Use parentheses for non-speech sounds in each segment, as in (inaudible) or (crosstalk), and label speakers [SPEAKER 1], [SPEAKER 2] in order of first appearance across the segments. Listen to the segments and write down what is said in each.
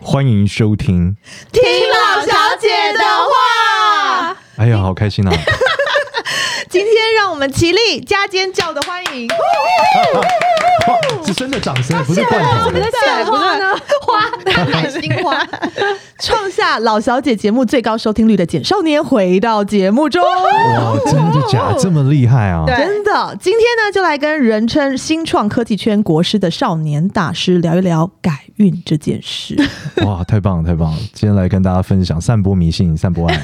[SPEAKER 1] 欢迎收听。
[SPEAKER 2] 听老小姐的话。
[SPEAKER 1] 哎呀，好开心啊！
[SPEAKER 2] 今天让我们起立加尖叫的欢迎，
[SPEAKER 3] (laughs) 是真的掌
[SPEAKER 4] 哦
[SPEAKER 3] 声，不是罐
[SPEAKER 4] 啊
[SPEAKER 3] 头。
[SPEAKER 2] 在献花呢，花大海心花，创下老小姐节目最高收听率的简少年回到节目中。
[SPEAKER 4] 啊
[SPEAKER 1] 哇，真的假？这么厉害啊！
[SPEAKER 2] 真的，今天呢，就来跟人称新创科技圈国师的少年大师聊一聊改运这件事。
[SPEAKER 1] 哇，太棒了，太棒了！今天来跟大家分享散播迷信、散播爱。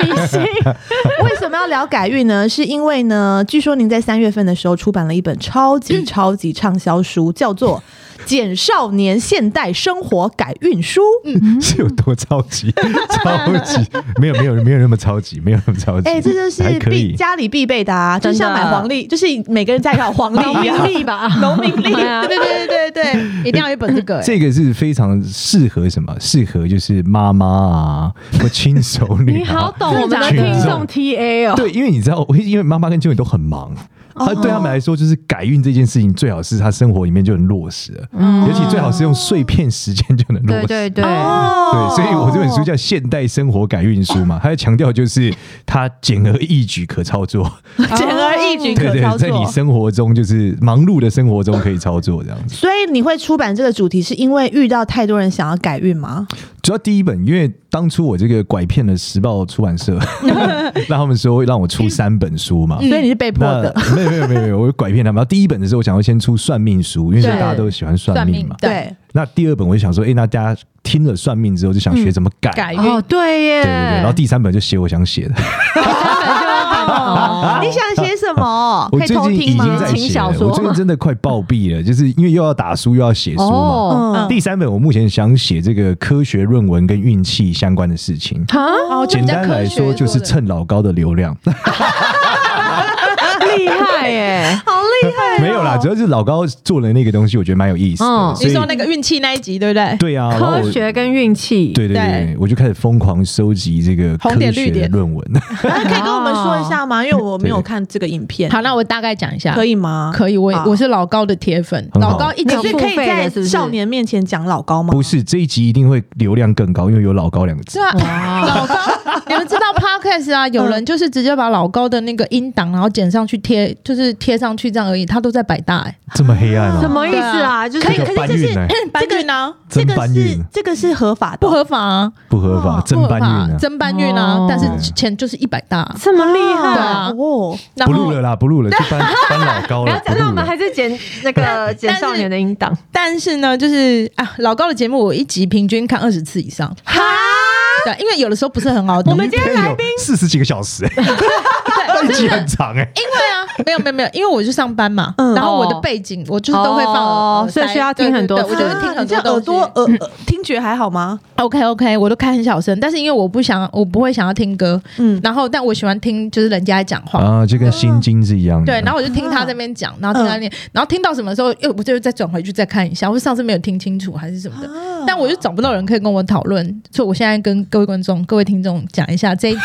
[SPEAKER 2] 为什么要聊改运呢？是因为呢，据说您在三月份的时候出版了一本超级超级畅销书，叫做《简少年现代生活改运书》。
[SPEAKER 4] 嗯
[SPEAKER 1] 是有多超
[SPEAKER 4] (laughs)
[SPEAKER 1] 级？超级没有没有没有那么超级，没有那么超级。
[SPEAKER 2] 哎、这就是
[SPEAKER 1] 还可
[SPEAKER 2] 必
[SPEAKER 1] 以。
[SPEAKER 2] 家里必备的啊，就
[SPEAKER 4] 真的
[SPEAKER 2] 像买黄历，就是每个人家里有黄历一样，
[SPEAKER 4] 力吧，
[SPEAKER 2] 农民历，
[SPEAKER 4] 啊对啊
[SPEAKER 2] 对对对对对。
[SPEAKER 4] 一定要有一本这个、欸。
[SPEAKER 1] 这个是非常适合什么？适合就是妈妈啊，或亲手女、啊。
[SPEAKER 4] 你好懂我们的
[SPEAKER 1] 群
[SPEAKER 4] 听
[SPEAKER 1] 众
[SPEAKER 4] 众 TA 哦，
[SPEAKER 1] 对，因为你知道，我因为妈妈跟舅舅都很忙，
[SPEAKER 2] 哦
[SPEAKER 1] 他对他们来说，就是改运这件事情，最好是他生活里面就能落实了，
[SPEAKER 2] 嗯
[SPEAKER 1] 尤其最好是用碎片时间就能落实。
[SPEAKER 4] 对
[SPEAKER 2] 哦
[SPEAKER 1] 对所以我这本书叫《现代生活改运书》
[SPEAKER 2] (laughs)
[SPEAKER 1] 嘛，它要强调就是它简而易举可操作，
[SPEAKER 2] (laughs) 简而易举
[SPEAKER 1] 对
[SPEAKER 2] 可
[SPEAKER 1] 哦对
[SPEAKER 2] 操，
[SPEAKER 1] 在你
[SPEAKER 2] 作。
[SPEAKER 1] 生活中就是忙碌的生活中可以操作这样子。
[SPEAKER 2] 所以你会出版这个主题，是因为遇到太多人想要改运吗？
[SPEAKER 1] 主要第一本，因为当初我这个拐骗了时报出版
[SPEAKER 2] (laughs)
[SPEAKER 1] 社，让他们说让我出三本书嘛，
[SPEAKER 2] 所以你是被迫
[SPEAKER 1] 那
[SPEAKER 2] 的。
[SPEAKER 1] 没有没有没有没有，我拐骗他们。然后第一本的时候，我想要先出算命书，因为
[SPEAKER 4] 对
[SPEAKER 1] 大家都喜欢算命嘛。
[SPEAKER 4] 对
[SPEAKER 2] 对，
[SPEAKER 1] 那第二本我就想说，哎、那大家听了算命之后，就想学怎么改。
[SPEAKER 2] 改运。
[SPEAKER 4] 哦对耶，
[SPEAKER 1] 对对对，然后第三本就写我想写的，
[SPEAKER 4] 哦
[SPEAKER 2] (laughs) 你想写什么？
[SPEAKER 1] 我
[SPEAKER 2] 可以
[SPEAKER 1] 最
[SPEAKER 2] 偷
[SPEAKER 1] 近已
[SPEAKER 2] 听吗？
[SPEAKER 1] 经在
[SPEAKER 4] 情
[SPEAKER 1] 写了
[SPEAKER 4] 小，说
[SPEAKER 1] 我最近真的快暴毙了，就是因为又要打书又要写书嘛。
[SPEAKER 4] 哦，
[SPEAKER 2] 嗯
[SPEAKER 1] 第三本我目前想写这个科学论文跟运气相关的事情，
[SPEAKER 4] 哈，
[SPEAKER 2] 哦，
[SPEAKER 1] 简单来说就是蹭老高的流量，
[SPEAKER 4] 厉害耶，
[SPEAKER 2] 好厉害哦！
[SPEAKER 1] 没有啦，主要是老高做的那个东西，我觉得蛮有意思的，
[SPEAKER 4] 嗯
[SPEAKER 1] 所以
[SPEAKER 2] 那个运气那一集，对不对？
[SPEAKER 1] 对啊，然后
[SPEAKER 4] 科
[SPEAKER 1] 我
[SPEAKER 4] 学跟运气，
[SPEAKER 1] 对对对，我就开始疯狂收集这个科
[SPEAKER 2] 红点
[SPEAKER 1] 学
[SPEAKER 2] 绿
[SPEAKER 1] 的
[SPEAKER 2] 点
[SPEAKER 1] 论文。
[SPEAKER 2] 可以跟我们说一下
[SPEAKER 5] (laughs)
[SPEAKER 2] 吗？因为我没有看这个影片，
[SPEAKER 5] 好，那我大概讲一下，啊
[SPEAKER 2] 可
[SPEAKER 5] 以
[SPEAKER 2] 以吗？
[SPEAKER 5] 可以，我
[SPEAKER 2] 好
[SPEAKER 5] 我是老高的铁粉，
[SPEAKER 1] 很好
[SPEAKER 5] 老高一
[SPEAKER 2] 你
[SPEAKER 5] 直
[SPEAKER 4] 要
[SPEAKER 2] 是可以
[SPEAKER 4] 付费
[SPEAKER 2] 在
[SPEAKER 4] 的是不是
[SPEAKER 2] 少年面前讲老高吗？
[SPEAKER 1] (laughs) 不是这一集一定会流量更高，因为有老高两个字
[SPEAKER 5] 是。啊， (laughs) 老高，你们知道 podcast 啊，有人就是直接把老高的那个音档，然后剪上去贴，就是贴上去这样而已，他都在百大哎，
[SPEAKER 1] 这么黑暗
[SPEAKER 4] 什
[SPEAKER 1] 啊！
[SPEAKER 4] 么意思啊？就是
[SPEAKER 1] 这个搬运
[SPEAKER 5] (laughs)
[SPEAKER 1] 呢，
[SPEAKER 2] 这个呢？这
[SPEAKER 1] 真
[SPEAKER 2] 个
[SPEAKER 1] 搬
[SPEAKER 2] 是
[SPEAKER 1] 运
[SPEAKER 2] 这个是合法的，
[SPEAKER 5] 不合法啊，
[SPEAKER 1] 不合法，真
[SPEAKER 5] 不合
[SPEAKER 1] 搬
[SPEAKER 5] 法啊
[SPEAKER 1] 运啊！
[SPEAKER 5] 真搬运啊
[SPEAKER 4] 哦，
[SPEAKER 5] 但是钱就是一百大，
[SPEAKER 4] 这么厉
[SPEAKER 5] 对
[SPEAKER 4] 害，
[SPEAKER 5] 啊
[SPEAKER 2] 哦，
[SPEAKER 5] 然
[SPEAKER 1] 不录
[SPEAKER 5] 后
[SPEAKER 1] 了啦，不录了，就搬搬老高
[SPEAKER 4] (laughs) 不要
[SPEAKER 1] 了，不
[SPEAKER 4] 讲，那我
[SPEAKER 1] 录
[SPEAKER 4] 们
[SPEAKER 1] 了。
[SPEAKER 4] 还是剪那个剪少年的音档，
[SPEAKER 5] 但是呢，就是啊，老高的节目我一集平均看二十次以上，
[SPEAKER 4] 哈，
[SPEAKER 5] 对，因为有的时候不是很好懂，
[SPEAKER 1] 今天有四十几个小时，那一集很长哎。
[SPEAKER 5] 因为啊， (laughs) 没有没有没有，因为我就上班嘛，
[SPEAKER 2] 嗯
[SPEAKER 5] 然后我的背景我就是都会放
[SPEAKER 4] 哦
[SPEAKER 5] 耳塞
[SPEAKER 4] 所以需要听很多
[SPEAKER 5] 对对对我就
[SPEAKER 2] 啊
[SPEAKER 5] 会听很
[SPEAKER 2] 你这
[SPEAKER 5] 多
[SPEAKER 2] 样耳
[SPEAKER 5] 东
[SPEAKER 2] 朵
[SPEAKER 5] 西。
[SPEAKER 2] 耳耳听觉还好吗？
[SPEAKER 5] OK OK，我都开很小声，但是因为我不想，我不会想要听歌，
[SPEAKER 2] 嗯，
[SPEAKER 5] 然后但我喜欢听就是人家在讲话。
[SPEAKER 1] 啊，就跟《心经》是一样的。
[SPEAKER 5] 对，然后我就听他这边讲，然后听他那边，
[SPEAKER 2] 嗯
[SPEAKER 5] 然后听到什么时候，哎又我就再转回去再看一下，我上次没有听清楚还是什么的，
[SPEAKER 2] 嗯
[SPEAKER 5] 但我就找不到人可以跟我讨论，所以我现在跟各位观众、各位听众讲一下这一集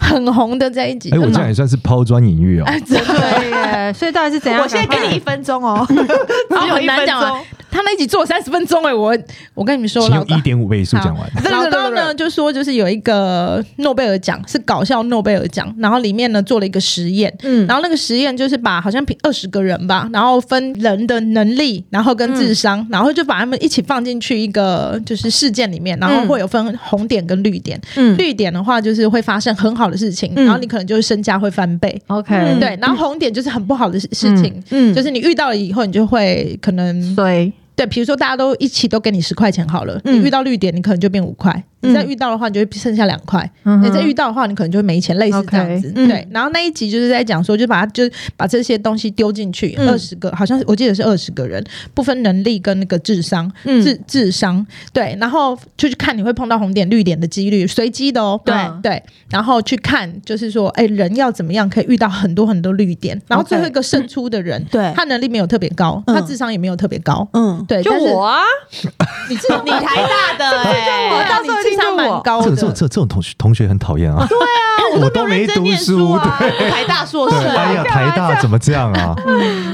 [SPEAKER 5] 很红的这一集。
[SPEAKER 1] 哎，我这样也算是抛砖引玉哦。
[SPEAKER 5] 哎，真的
[SPEAKER 4] 对耶，所以到底是怎样？
[SPEAKER 2] 我现在给你一分钟哦，
[SPEAKER 5] (laughs)
[SPEAKER 2] 只有
[SPEAKER 5] 很
[SPEAKER 2] 一
[SPEAKER 5] 难
[SPEAKER 2] 分
[SPEAKER 5] 讲
[SPEAKER 2] 钟
[SPEAKER 5] 完。他那一集做三十分钟哎、我我跟你们说，
[SPEAKER 1] 请
[SPEAKER 5] 老
[SPEAKER 1] 用
[SPEAKER 5] 高
[SPEAKER 1] 一点五倍速讲完。
[SPEAKER 5] (laughs) 老高呢就说就是有一个诺贝尔奖是搞笑诺贝尔奖，然后里面呢做了一个实验，
[SPEAKER 2] 嗯，
[SPEAKER 5] 然后那个实验就是把好像二十个人吧，然后分人的能力，然后跟智
[SPEAKER 2] 嗯
[SPEAKER 5] 商，然后就把他们一起放进去一个就是事件里面，然后会有分红点跟绿点，
[SPEAKER 2] 嗯
[SPEAKER 5] 绿点的话就是会发生很好的事情，
[SPEAKER 2] 嗯
[SPEAKER 5] 然后你可能就是身价会翻倍，
[SPEAKER 2] 嗯
[SPEAKER 4] ，OK，
[SPEAKER 5] 对，然后红点就是很不好的事事情。
[SPEAKER 2] 嗯，
[SPEAKER 5] 就是你遇到了以后，你就会可能
[SPEAKER 4] 对，
[SPEAKER 5] 对，比如说大家都一起都给你十块钱好了，
[SPEAKER 2] 嗯
[SPEAKER 5] 你遇到绿点，你可能就变五块；
[SPEAKER 2] 嗯
[SPEAKER 5] 你再遇到的话，你就会剩下两块；
[SPEAKER 4] 嗯
[SPEAKER 5] 你再
[SPEAKER 4] 哼
[SPEAKER 5] 遇到的话，你可能就会没钱，类似这样子。
[SPEAKER 2] 嗯
[SPEAKER 5] 对，然后那一集就是在讲说，就把它就把这些东西丢进去，
[SPEAKER 2] 嗯
[SPEAKER 5] 二十、个，好像是我记得是二十个人，不分能力跟那个智商，
[SPEAKER 2] 嗯
[SPEAKER 5] 智智商对，然后就去看你会碰到红点、绿点的几率，随机的哦。
[SPEAKER 4] 对
[SPEAKER 5] 对，然后去看就是说，哎，人要怎么样可以遇到很多很多绿点，然后最后一个胜出的人，
[SPEAKER 2] 对
[SPEAKER 5] 他能力没有特别高，
[SPEAKER 2] 嗯
[SPEAKER 5] 他智商也没有特别高。
[SPEAKER 2] 嗯，
[SPEAKER 5] 对，
[SPEAKER 4] 就
[SPEAKER 5] 但是
[SPEAKER 4] 我啊，
[SPEAKER 5] 你智商
[SPEAKER 2] 你台大 (laughs) 的哎，
[SPEAKER 4] 我到
[SPEAKER 5] 你智商蛮高
[SPEAKER 1] 这
[SPEAKER 5] 的，
[SPEAKER 1] 种这种这种同学同学很讨厌啊！对 (laughs) 啊，我都没
[SPEAKER 2] 认真
[SPEAKER 1] 读
[SPEAKER 2] 念书
[SPEAKER 1] 书，
[SPEAKER 2] 啊，台大硕
[SPEAKER 5] (laughs)
[SPEAKER 2] 士
[SPEAKER 1] 对，
[SPEAKER 2] 啊，
[SPEAKER 1] 哎呀，台大怎么这样啊？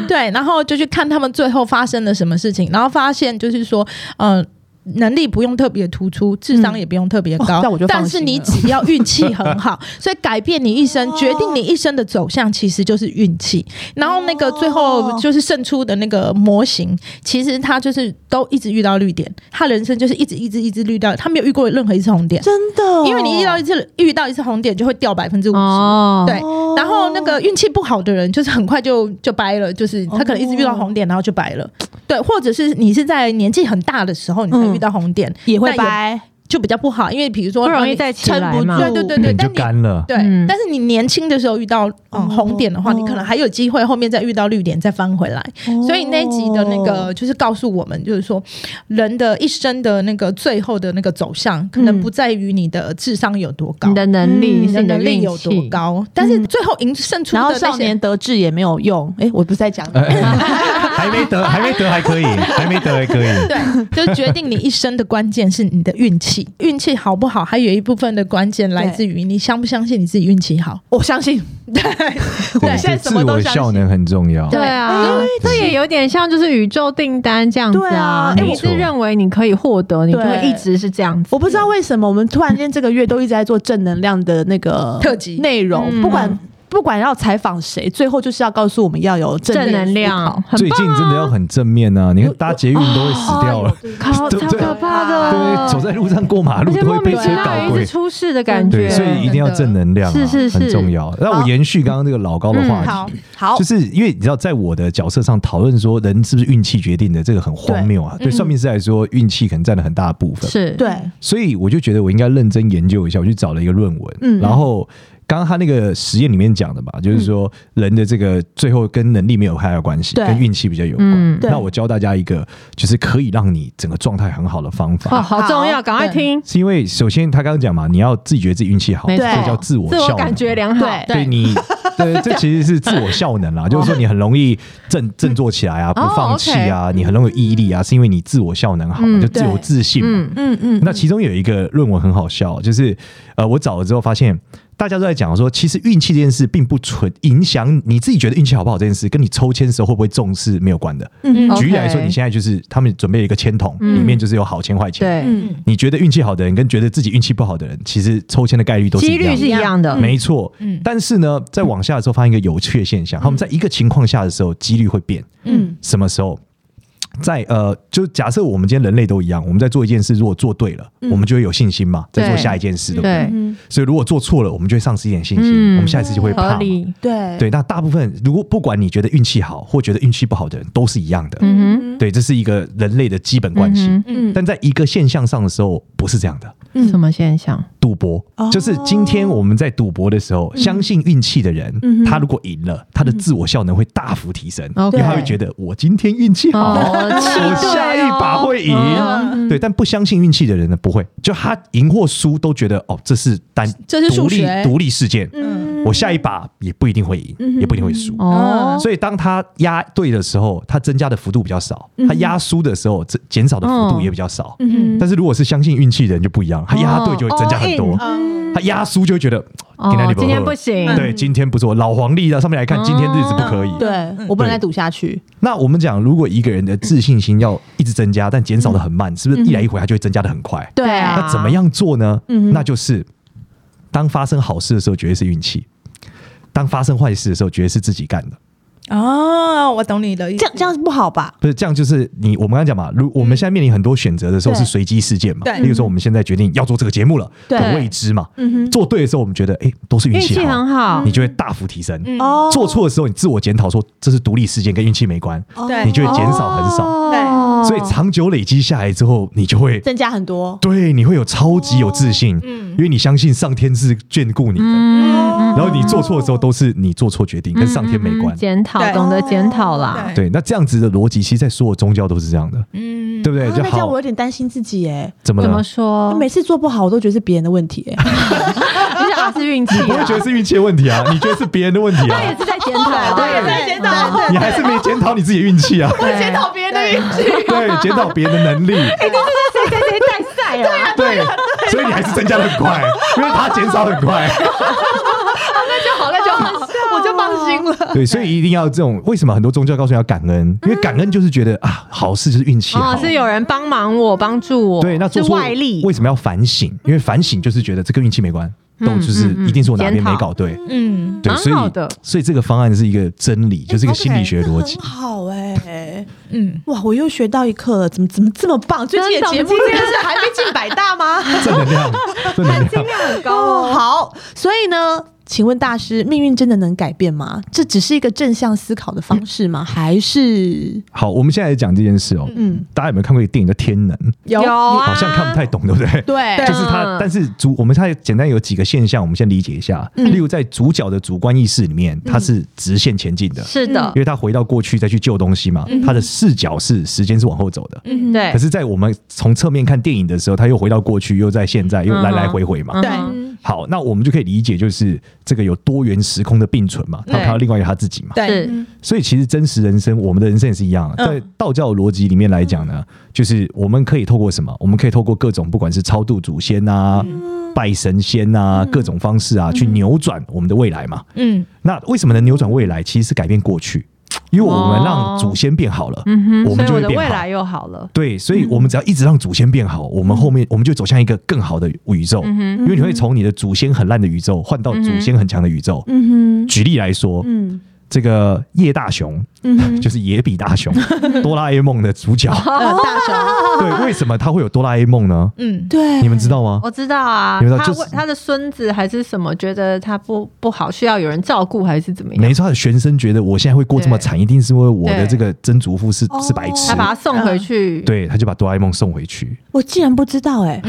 [SPEAKER 5] 对，然后就去看他们最后发生了什么事情，然后发现就是说，嗯、能力不用特别突出，智商也不用特别
[SPEAKER 2] 哦
[SPEAKER 5] 高，
[SPEAKER 2] 那我就放
[SPEAKER 5] 但是
[SPEAKER 2] 心
[SPEAKER 5] 你
[SPEAKER 2] 了
[SPEAKER 5] 只要运气很好， (laughs) 所以改变你一生、
[SPEAKER 2] 哦
[SPEAKER 5] 决定你一生的走向，其实就是运气。然后那个最
[SPEAKER 2] 哦
[SPEAKER 5] 后就是胜出的那个模型，其实他就是都一直遇到绿点，他人生就是一直一直一直绿到，他没有遇过任何一次红点，
[SPEAKER 2] 真的哦、
[SPEAKER 5] 因为你遇到一次遇到一次红点就会掉百分之五十。
[SPEAKER 4] 哦，
[SPEAKER 5] 对然后那个运气不好的人，就是很快就就掰了，就是他可能一直遇到红点，然后就掰了。哦对，或者是你是在年纪很大的时候，你才遇到红点，
[SPEAKER 2] 也会
[SPEAKER 5] 那
[SPEAKER 2] 掰，
[SPEAKER 5] 就比较嗯不好，因为比如说
[SPEAKER 4] 不容易
[SPEAKER 5] 你
[SPEAKER 4] 再起
[SPEAKER 5] 撑
[SPEAKER 4] 来
[SPEAKER 5] 不
[SPEAKER 4] 嘛
[SPEAKER 5] 住，对对对，
[SPEAKER 1] 你嗯就
[SPEAKER 5] 但你。
[SPEAKER 1] 干
[SPEAKER 5] (laughs)
[SPEAKER 1] 了。
[SPEAKER 5] 对
[SPEAKER 4] 嗯，
[SPEAKER 5] 但是你年轻的时候遇到嗯红点的话，
[SPEAKER 2] 哦
[SPEAKER 5] 你可能还有机会后面再遇到绿点再翻回来。所以那一集的那
[SPEAKER 2] 哦
[SPEAKER 5] 个就是告诉我们，就是说人的一生的那个最后的那个走向，可能
[SPEAKER 4] 嗯
[SPEAKER 5] 不在于你的智商有多高
[SPEAKER 4] 你，的嗯能力
[SPEAKER 5] 你
[SPEAKER 4] 是
[SPEAKER 5] 的
[SPEAKER 4] 你的
[SPEAKER 5] 能力
[SPEAKER 4] 运
[SPEAKER 5] 有多
[SPEAKER 4] 气，
[SPEAKER 5] 高，但是最后赢胜出的
[SPEAKER 2] 然后
[SPEAKER 5] 那些
[SPEAKER 2] 少年得志也没有用，哎，我不是在讲，
[SPEAKER 1] 哎哎还没得，还没得，还可以，还没得，还可以。
[SPEAKER 5] (laughs) 对，就是决定你一生的关键是你的运 (laughs) 气，运气好不好，还有一部分的关键来自于你相不相信你自己运气好。
[SPEAKER 2] 我相信，
[SPEAKER 1] 对，
[SPEAKER 2] 现
[SPEAKER 1] 所
[SPEAKER 2] 在
[SPEAKER 1] 以
[SPEAKER 2] 什么
[SPEAKER 1] 自
[SPEAKER 2] 都
[SPEAKER 1] 我
[SPEAKER 2] 相
[SPEAKER 1] 效能很重要。
[SPEAKER 4] 对啊，这也有点像就是宇宙订单这样子
[SPEAKER 2] 对啊
[SPEAKER 4] 啊，
[SPEAKER 1] 哎
[SPEAKER 4] 你一直认为你可以获得，你就会
[SPEAKER 2] 对
[SPEAKER 4] 一直是这样子。
[SPEAKER 2] 我不知道为什么我们突然间这个月都一直在做正能量的那个
[SPEAKER 5] 特辑
[SPEAKER 2] 内容，
[SPEAKER 4] 嗯
[SPEAKER 2] 不管不管要采访谁，最后就是要告诉我们要有正
[SPEAKER 4] 正能
[SPEAKER 2] 思考
[SPEAKER 4] 量，很
[SPEAKER 1] 最近真的要很正面啊！你看搭捷运都会死掉了，
[SPEAKER 4] 靠，
[SPEAKER 1] 对
[SPEAKER 4] 超
[SPEAKER 1] 对
[SPEAKER 4] 可怕
[SPEAKER 1] 对，
[SPEAKER 4] 的，
[SPEAKER 1] 走在路上过马
[SPEAKER 4] 啊而
[SPEAKER 1] 路
[SPEAKER 4] 且
[SPEAKER 1] 都会
[SPEAKER 4] 莫
[SPEAKER 1] 被
[SPEAKER 4] 名其
[SPEAKER 1] 车
[SPEAKER 4] 妙
[SPEAKER 1] 搞
[SPEAKER 4] 有一
[SPEAKER 1] 鬼
[SPEAKER 4] 直。出事的感
[SPEAKER 1] 对，
[SPEAKER 4] 觉，
[SPEAKER 1] 所以一定要正能量、啊，
[SPEAKER 4] 是是是
[SPEAKER 1] 很重要。那我延续刚刚那个老高的话题，
[SPEAKER 2] 嗯好好
[SPEAKER 1] 就，是因为你知道，在我的角色上讨论说人是不是运气决定的，这个很荒谬啊。对算命师来说，运气可能占了很大的部分。
[SPEAKER 4] 是，
[SPEAKER 2] 对，
[SPEAKER 1] 所以我就觉得我应该认真研究一下，我去找了一个论文，
[SPEAKER 2] 嗯
[SPEAKER 1] 然后。刚刚他那个实验里面讲的嘛，
[SPEAKER 4] 嗯
[SPEAKER 1] 就是说人的这个最后跟能力没有太大关系，
[SPEAKER 2] 对
[SPEAKER 1] 跟运气比较有关。
[SPEAKER 4] 嗯，
[SPEAKER 2] 对
[SPEAKER 1] 那我教大家一个，就是可以让你整个状态很好的方法。
[SPEAKER 4] 哦，好重要，赶快听，
[SPEAKER 1] 是因为首先他刚刚讲嘛，你要自己觉得自己运气好，这
[SPEAKER 4] 没错
[SPEAKER 1] 叫自我
[SPEAKER 4] 自
[SPEAKER 1] 效
[SPEAKER 4] 我
[SPEAKER 1] 能
[SPEAKER 4] 感觉良好，
[SPEAKER 2] 对
[SPEAKER 1] 对你，对，这其实是自我效能
[SPEAKER 4] (laughs)
[SPEAKER 1] 啦，就是说你很容易振振作起来啊，不
[SPEAKER 4] 哦
[SPEAKER 1] 放弃啊，你很容易有毅力啊，是因为你自我效能好嘛，
[SPEAKER 4] 嗯
[SPEAKER 1] 就自我
[SPEAKER 2] 对
[SPEAKER 1] 自信嘛。
[SPEAKER 4] 嗯，
[SPEAKER 2] 嗯嗯，
[SPEAKER 1] 那其中有一个论文很好笑，就是呃，我找了之后发现，大家都在讲说，其实运气这件事并不纯影响你自己觉得运气好不好这件事，跟你抽签的时候会不会中是没有关的。
[SPEAKER 2] 嗯
[SPEAKER 4] 嗯
[SPEAKER 1] 举例来
[SPEAKER 4] OK
[SPEAKER 1] 说，你现在就是他们准备了一个签筒，
[SPEAKER 4] 嗯
[SPEAKER 1] 里面就是有好签坏签。
[SPEAKER 4] 对，
[SPEAKER 2] 嗯
[SPEAKER 1] 你觉得运气好的人跟觉得自己运气不好的人，其实抽签的概率都是一
[SPEAKER 4] 几
[SPEAKER 1] 样的
[SPEAKER 4] 率是一样的，
[SPEAKER 1] 没错，
[SPEAKER 5] 嗯
[SPEAKER 1] 但是呢，在往下的时候发现一个有趣的现象，他
[SPEAKER 4] 嗯
[SPEAKER 1] 们在一个情况下的时候，几率会变。
[SPEAKER 2] 嗯
[SPEAKER 1] 什么时候？在呃，就假设我们今天人类都一样，我们在做一件事，如果做对了，我们就会有信心嘛，再做
[SPEAKER 4] 嗯对
[SPEAKER 1] 下一件事，对不对？
[SPEAKER 4] 对，
[SPEAKER 2] 嗯，
[SPEAKER 1] 所以如果做错了，我们就会丧失一点信心，
[SPEAKER 4] 嗯
[SPEAKER 1] 我们下一次就会
[SPEAKER 4] 合
[SPEAKER 1] 怕嘛。
[SPEAKER 4] 理，
[SPEAKER 2] 对
[SPEAKER 1] 对，那大部分如果不管你觉得运气好或觉得运气不好的人，都是一样的。
[SPEAKER 4] 嗯
[SPEAKER 2] 嗯
[SPEAKER 1] 对，这是一个人类的基本惯性。
[SPEAKER 4] 嗯
[SPEAKER 2] 嗯
[SPEAKER 1] 但在一个现象上的时候，不是这样的。
[SPEAKER 4] 哼什么现象？
[SPEAKER 1] 赌博
[SPEAKER 2] 哦，嗯
[SPEAKER 1] 就是今天我们在赌博的时候，相信运气的人，
[SPEAKER 2] 嗯哼
[SPEAKER 1] 他如果赢了，他的自我效能会大幅提升，因
[SPEAKER 4] OK
[SPEAKER 1] 为他会觉得我今天运气好，
[SPEAKER 4] 哦
[SPEAKER 1] (laughs) 我下一把会赢。
[SPEAKER 5] 哦
[SPEAKER 4] 嗯
[SPEAKER 1] 对，但不相信运气的人呢，不会，就他赢或输都觉得哦，这是单
[SPEAKER 5] 这是
[SPEAKER 1] 独
[SPEAKER 5] 数
[SPEAKER 1] 立
[SPEAKER 5] 学
[SPEAKER 1] 独立事件，
[SPEAKER 2] 嗯
[SPEAKER 1] 我下一把也不一定会赢
[SPEAKER 2] 嗯，哼
[SPEAKER 1] 也不一定会输。
[SPEAKER 4] 哦，
[SPEAKER 1] 所以，当他压对的时候，他增加的幅度比较少；他压输的时候，这减少的幅度也比较少。
[SPEAKER 2] 嗯
[SPEAKER 1] 但是，如果是相信运气的人就不一样，他压对就会增加很
[SPEAKER 2] 哦
[SPEAKER 1] 多。
[SPEAKER 5] 嗯
[SPEAKER 1] 他压输就会觉得
[SPEAKER 4] 哦
[SPEAKER 1] 天
[SPEAKER 4] 今天不行
[SPEAKER 1] 对，今天不是我老黄历啊的上面来看，今天日子不可以。
[SPEAKER 2] 对，我不能再赌下去，
[SPEAKER 1] 那我们讲，如果一个人的自信心要一直增加，但减少的很慢，是不是一来一回他就会增加的很快？
[SPEAKER 2] 对
[SPEAKER 4] 啊
[SPEAKER 1] 那怎么样做呢？
[SPEAKER 2] 嗯
[SPEAKER 1] 那就是当发生好事的时候，绝对是运气；当发生坏事的时候，绝对是自己干的。
[SPEAKER 5] 哦，我懂你的意思。
[SPEAKER 2] 这样这样不好吧？
[SPEAKER 1] 不是这样，就是你我们刚刚讲嘛，如我们现在面临很多选择的时候
[SPEAKER 2] 对
[SPEAKER 1] 是随机事件嘛，
[SPEAKER 5] 对
[SPEAKER 1] 例如说我们现在决定要做这个节目了，
[SPEAKER 2] 对
[SPEAKER 1] 很未知嘛，
[SPEAKER 2] 嗯哼
[SPEAKER 1] 做对的时候我们觉得哎、都是运
[SPEAKER 4] 运
[SPEAKER 1] 气
[SPEAKER 4] 气很
[SPEAKER 1] 好，
[SPEAKER 4] 好
[SPEAKER 1] 你，就会大幅提升。
[SPEAKER 5] 嗯
[SPEAKER 2] 哦，
[SPEAKER 1] 做错的时候，你自我检讨说这是独立事件，跟运气没关，
[SPEAKER 2] 哦
[SPEAKER 5] 对
[SPEAKER 1] 你就会减少很少。
[SPEAKER 4] 哦
[SPEAKER 1] 所以长久累积下来之后，你就会
[SPEAKER 2] 增加很多，
[SPEAKER 1] 对你会有超级有自信，因为你相信上天是眷顾你的。
[SPEAKER 4] 嗯
[SPEAKER 1] 然后你做错的时候，都是你做错决定，跟上天没关。
[SPEAKER 4] 检讨
[SPEAKER 5] 对
[SPEAKER 4] 懂得检讨啦，
[SPEAKER 1] 对，那这样子的逻辑，其实在所有宗教都是这样的，
[SPEAKER 5] 嗯，
[SPEAKER 1] 对不对？
[SPEAKER 2] 啊
[SPEAKER 1] 就
[SPEAKER 2] 那这样
[SPEAKER 1] 哎好
[SPEAKER 2] 我有点担心自己哎，
[SPEAKER 1] 怎么
[SPEAKER 4] 怎么
[SPEAKER 1] 了？
[SPEAKER 4] 说？
[SPEAKER 2] 每次做不好我都觉得是别人的问 (laughs) 题哎，
[SPEAKER 4] 就是啊是运气
[SPEAKER 1] 你不会
[SPEAKER 4] 啊，
[SPEAKER 1] 觉得是运气的问题啊？你觉得是别人的问题
[SPEAKER 4] (laughs) 他
[SPEAKER 1] 啊
[SPEAKER 4] 也？是在检讨啊，
[SPEAKER 5] 对也在检讨
[SPEAKER 4] 嗯
[SPEAKER 5] 对
[SPEAKER 1] 你还是没检讨你自己的运气啊？
[SPEAKER 4] 对
[SPEAKER 5] 检讨别人的运气，
[SPEAKER 1] 对，检讨别人的能力，
[SPEAKER 4] 谁谁谁带赛
[SPEAKER 1] (laughs)
[SPEAKER 4] 啊？
[SPEAKER 1] 对，所以你还是增
[SPEAKER 4] (laughs)
[SPEAKER 1] 加的很快，因为他减少很快。
[SPEAKER 5] 好了就好，我就放心了。
[SPEAKER 1] 对，所以一定要这种。为什么很多宗教告诉你要感恩？因为感恩就是觉得啊，好事就是运气好
[SPEAKER 4] 嗯哦，。是有人帮忙我，帮助我，
[SPEAKER 1] 对，那做
[SPEAKER 4] 是
[SPEAKER 1] 错
[SPEAKER 4] 外力
[SPEAKER 1] 为。什么要反省？因为反省就是觉得这跟运气没关，都就是
[SPEAKER 4] 嗯嗯
[SPEAKER 1] 一定是我哪边
[SPEAKER 4] 检讨
[SPEAKER 1] 没搞对。
[SPEAKER 5] 嗯，
[SPEAKER 1] 对，
[SPEAKER 4] 蛮
[SPEAKER 1] 所以
[SPEAKER 4] 好的
[SPEAKER 1] 所以这个方案是一个真理，就是一个心理学逻辑
[SPEAKER 4] (laughs)
[SPEAKER 2] 很。好哎、
[SPEAKER 5] 嗯，
[SPEAKER 2] 哇，我又学到一课了，怎么怎么这么棒？最近的节目
[SPEAKER 4] 真的
[SPEAKER 2] 真的是还没进百大吗？
[SPEAKER 1] 正能量，正能量。
[SPEAKER 4] 量很
[SPEAKER 2] (laughs) 哦，。好，所以呢，请问大师，命运真的能改变吗？这只是一个正向思考的方式 (laughs) 吗？还是
[SPEAKER 1] 好，我们现在来讲这件事哦。
[SPEAKER 2] 嗯，
[SPEAKER 1] 大家有没有看过一个电影叫《天能》？
[SPEAKER 2] 有
[SPEAKER 4] 有啊，
[SPEAKER 1] 好像看不太懂，对不对？
[SPEAKER 2] 对
[SPEAKER 4] 对
[SPEAKER 1] 就是他，
[SPEAKER 4] 嗯
[SPEAKER 1] 但是主我们它简单有几个现象，我们先理解一下。
[SPEAKER 4] 嗯
[SPEAKER 1] 例如在主角的主观意识里面，他是直线前进的，
[SPEAKER 4] 是的
[SPEAKER 1] 因，为他回到过去再去救东西嘛，他的视角是时间是往后走的。
[SPEAKER 5] 嗯
[SPEAKER 4] 嗯对
[SPEAKER 1] 可。是，在我们从侧面看电影的时候，他又回到过去，又在现在，又来来回回嘛。
[SPEAKER 4] 嗯
[SPEAKER 2] 对
[SPEAKER 4] 哼
[SPEAKER 1] 好，那我们就可以理解，就是这个有多元时空的并存嘛，他
[SPEAKER 5] 对
[SPEAKER 1] 看到另外一个他自己嘛。
[SPEAKER 5] 对，
[SPEAKER 4] 是
[SPEAKER 1] 所以其实真实人生，我们的人生也是一样。
[SPEAKER 5] 嗯
[SPEAKER 1] 在道教逻辑里面来讲
[SPEAKER 4] 嗯
[SPEAKER 1] 呢，就是我们可以透过什么？我们可以透过各种不管是超度祖先啊、
[SPEAKER 4] 嗯
[SPEAKER 1] 拜神仙啊，各种方式啊，去扭转我们的未来嘛。
[SPEAKER 5] 嗯，
[SPEAKER 1] 那为什么能扭转未来？其实是改变过去，因为我们让祖先变好了，
[SPEAKER 4] 嗯
[SPEAKER 1] 我
[SPEAKER 4] 哼，所
[SPEAKER 1] 们
[SPEAKER 4] 以
[SPEAKER 1] 就
[SPEAKER 4] 我
[SPEAKER 1] 会
[SPEAKER 4] 的
[SPEAKER 1] 变
[SPEAKER 4] 未
[SPEAKER 1] 好
[SPEAKER 4] 来。嗯又好了。
[SPEAKER 1] 对，所以我们只要一直让祖先变好，我们后面我们就走向一个更好的宇宙，
[SPEAKER 4] 嗯
[SPEAKER 1] 因为你会从你的祖先很烂的宇宙换到祖先很强的宇宙。
[SPEAKER 2] 嗯哼，
[SPEAKER 1] 举例来说，
[SPEAKER 2] 嗯
[SPEAKER 1] 这个叶大雄，
[SPEAKER 2] 嗯哼，
[SPEAKER 1] 就是野比大雄，哆啦 A 梦的主角。
[SPEAKER 5] 哦
[SPEAKER 2] 呃，大熊，
[SPEAKER 1] 对，为什么他会有哆啦 A 梦呢？
[SPEAKER 2] (laughs)
[SPEAKER 5] 嗯，
[SPEAKER 2] 对，
[SPEAKER 1] 你们知道吗？
[SPEAKER 4] 我知道啊
[SPEAKER 1] 你知，道
[SPEAKER 4] 他
[SPEAKER 1] 就是
[SPEAKER 4] 为他的孙子还是什么，觉得他不不好，需要有人照顾，还是怎么样？
[SPEAKER 1] 没错，他的玄生觉得我现在会过这么惨，一定是因为我的这个曾祖父是
[SPEAKER 2] 对
[SPEAKER 1] 是白痴
[SPEAKER 4] 他，把他送回去。
[SPEAKER 1] 对，他就把哆啦 A 梦送回去。
[SPEAKER 2] 我竟然不知道哎、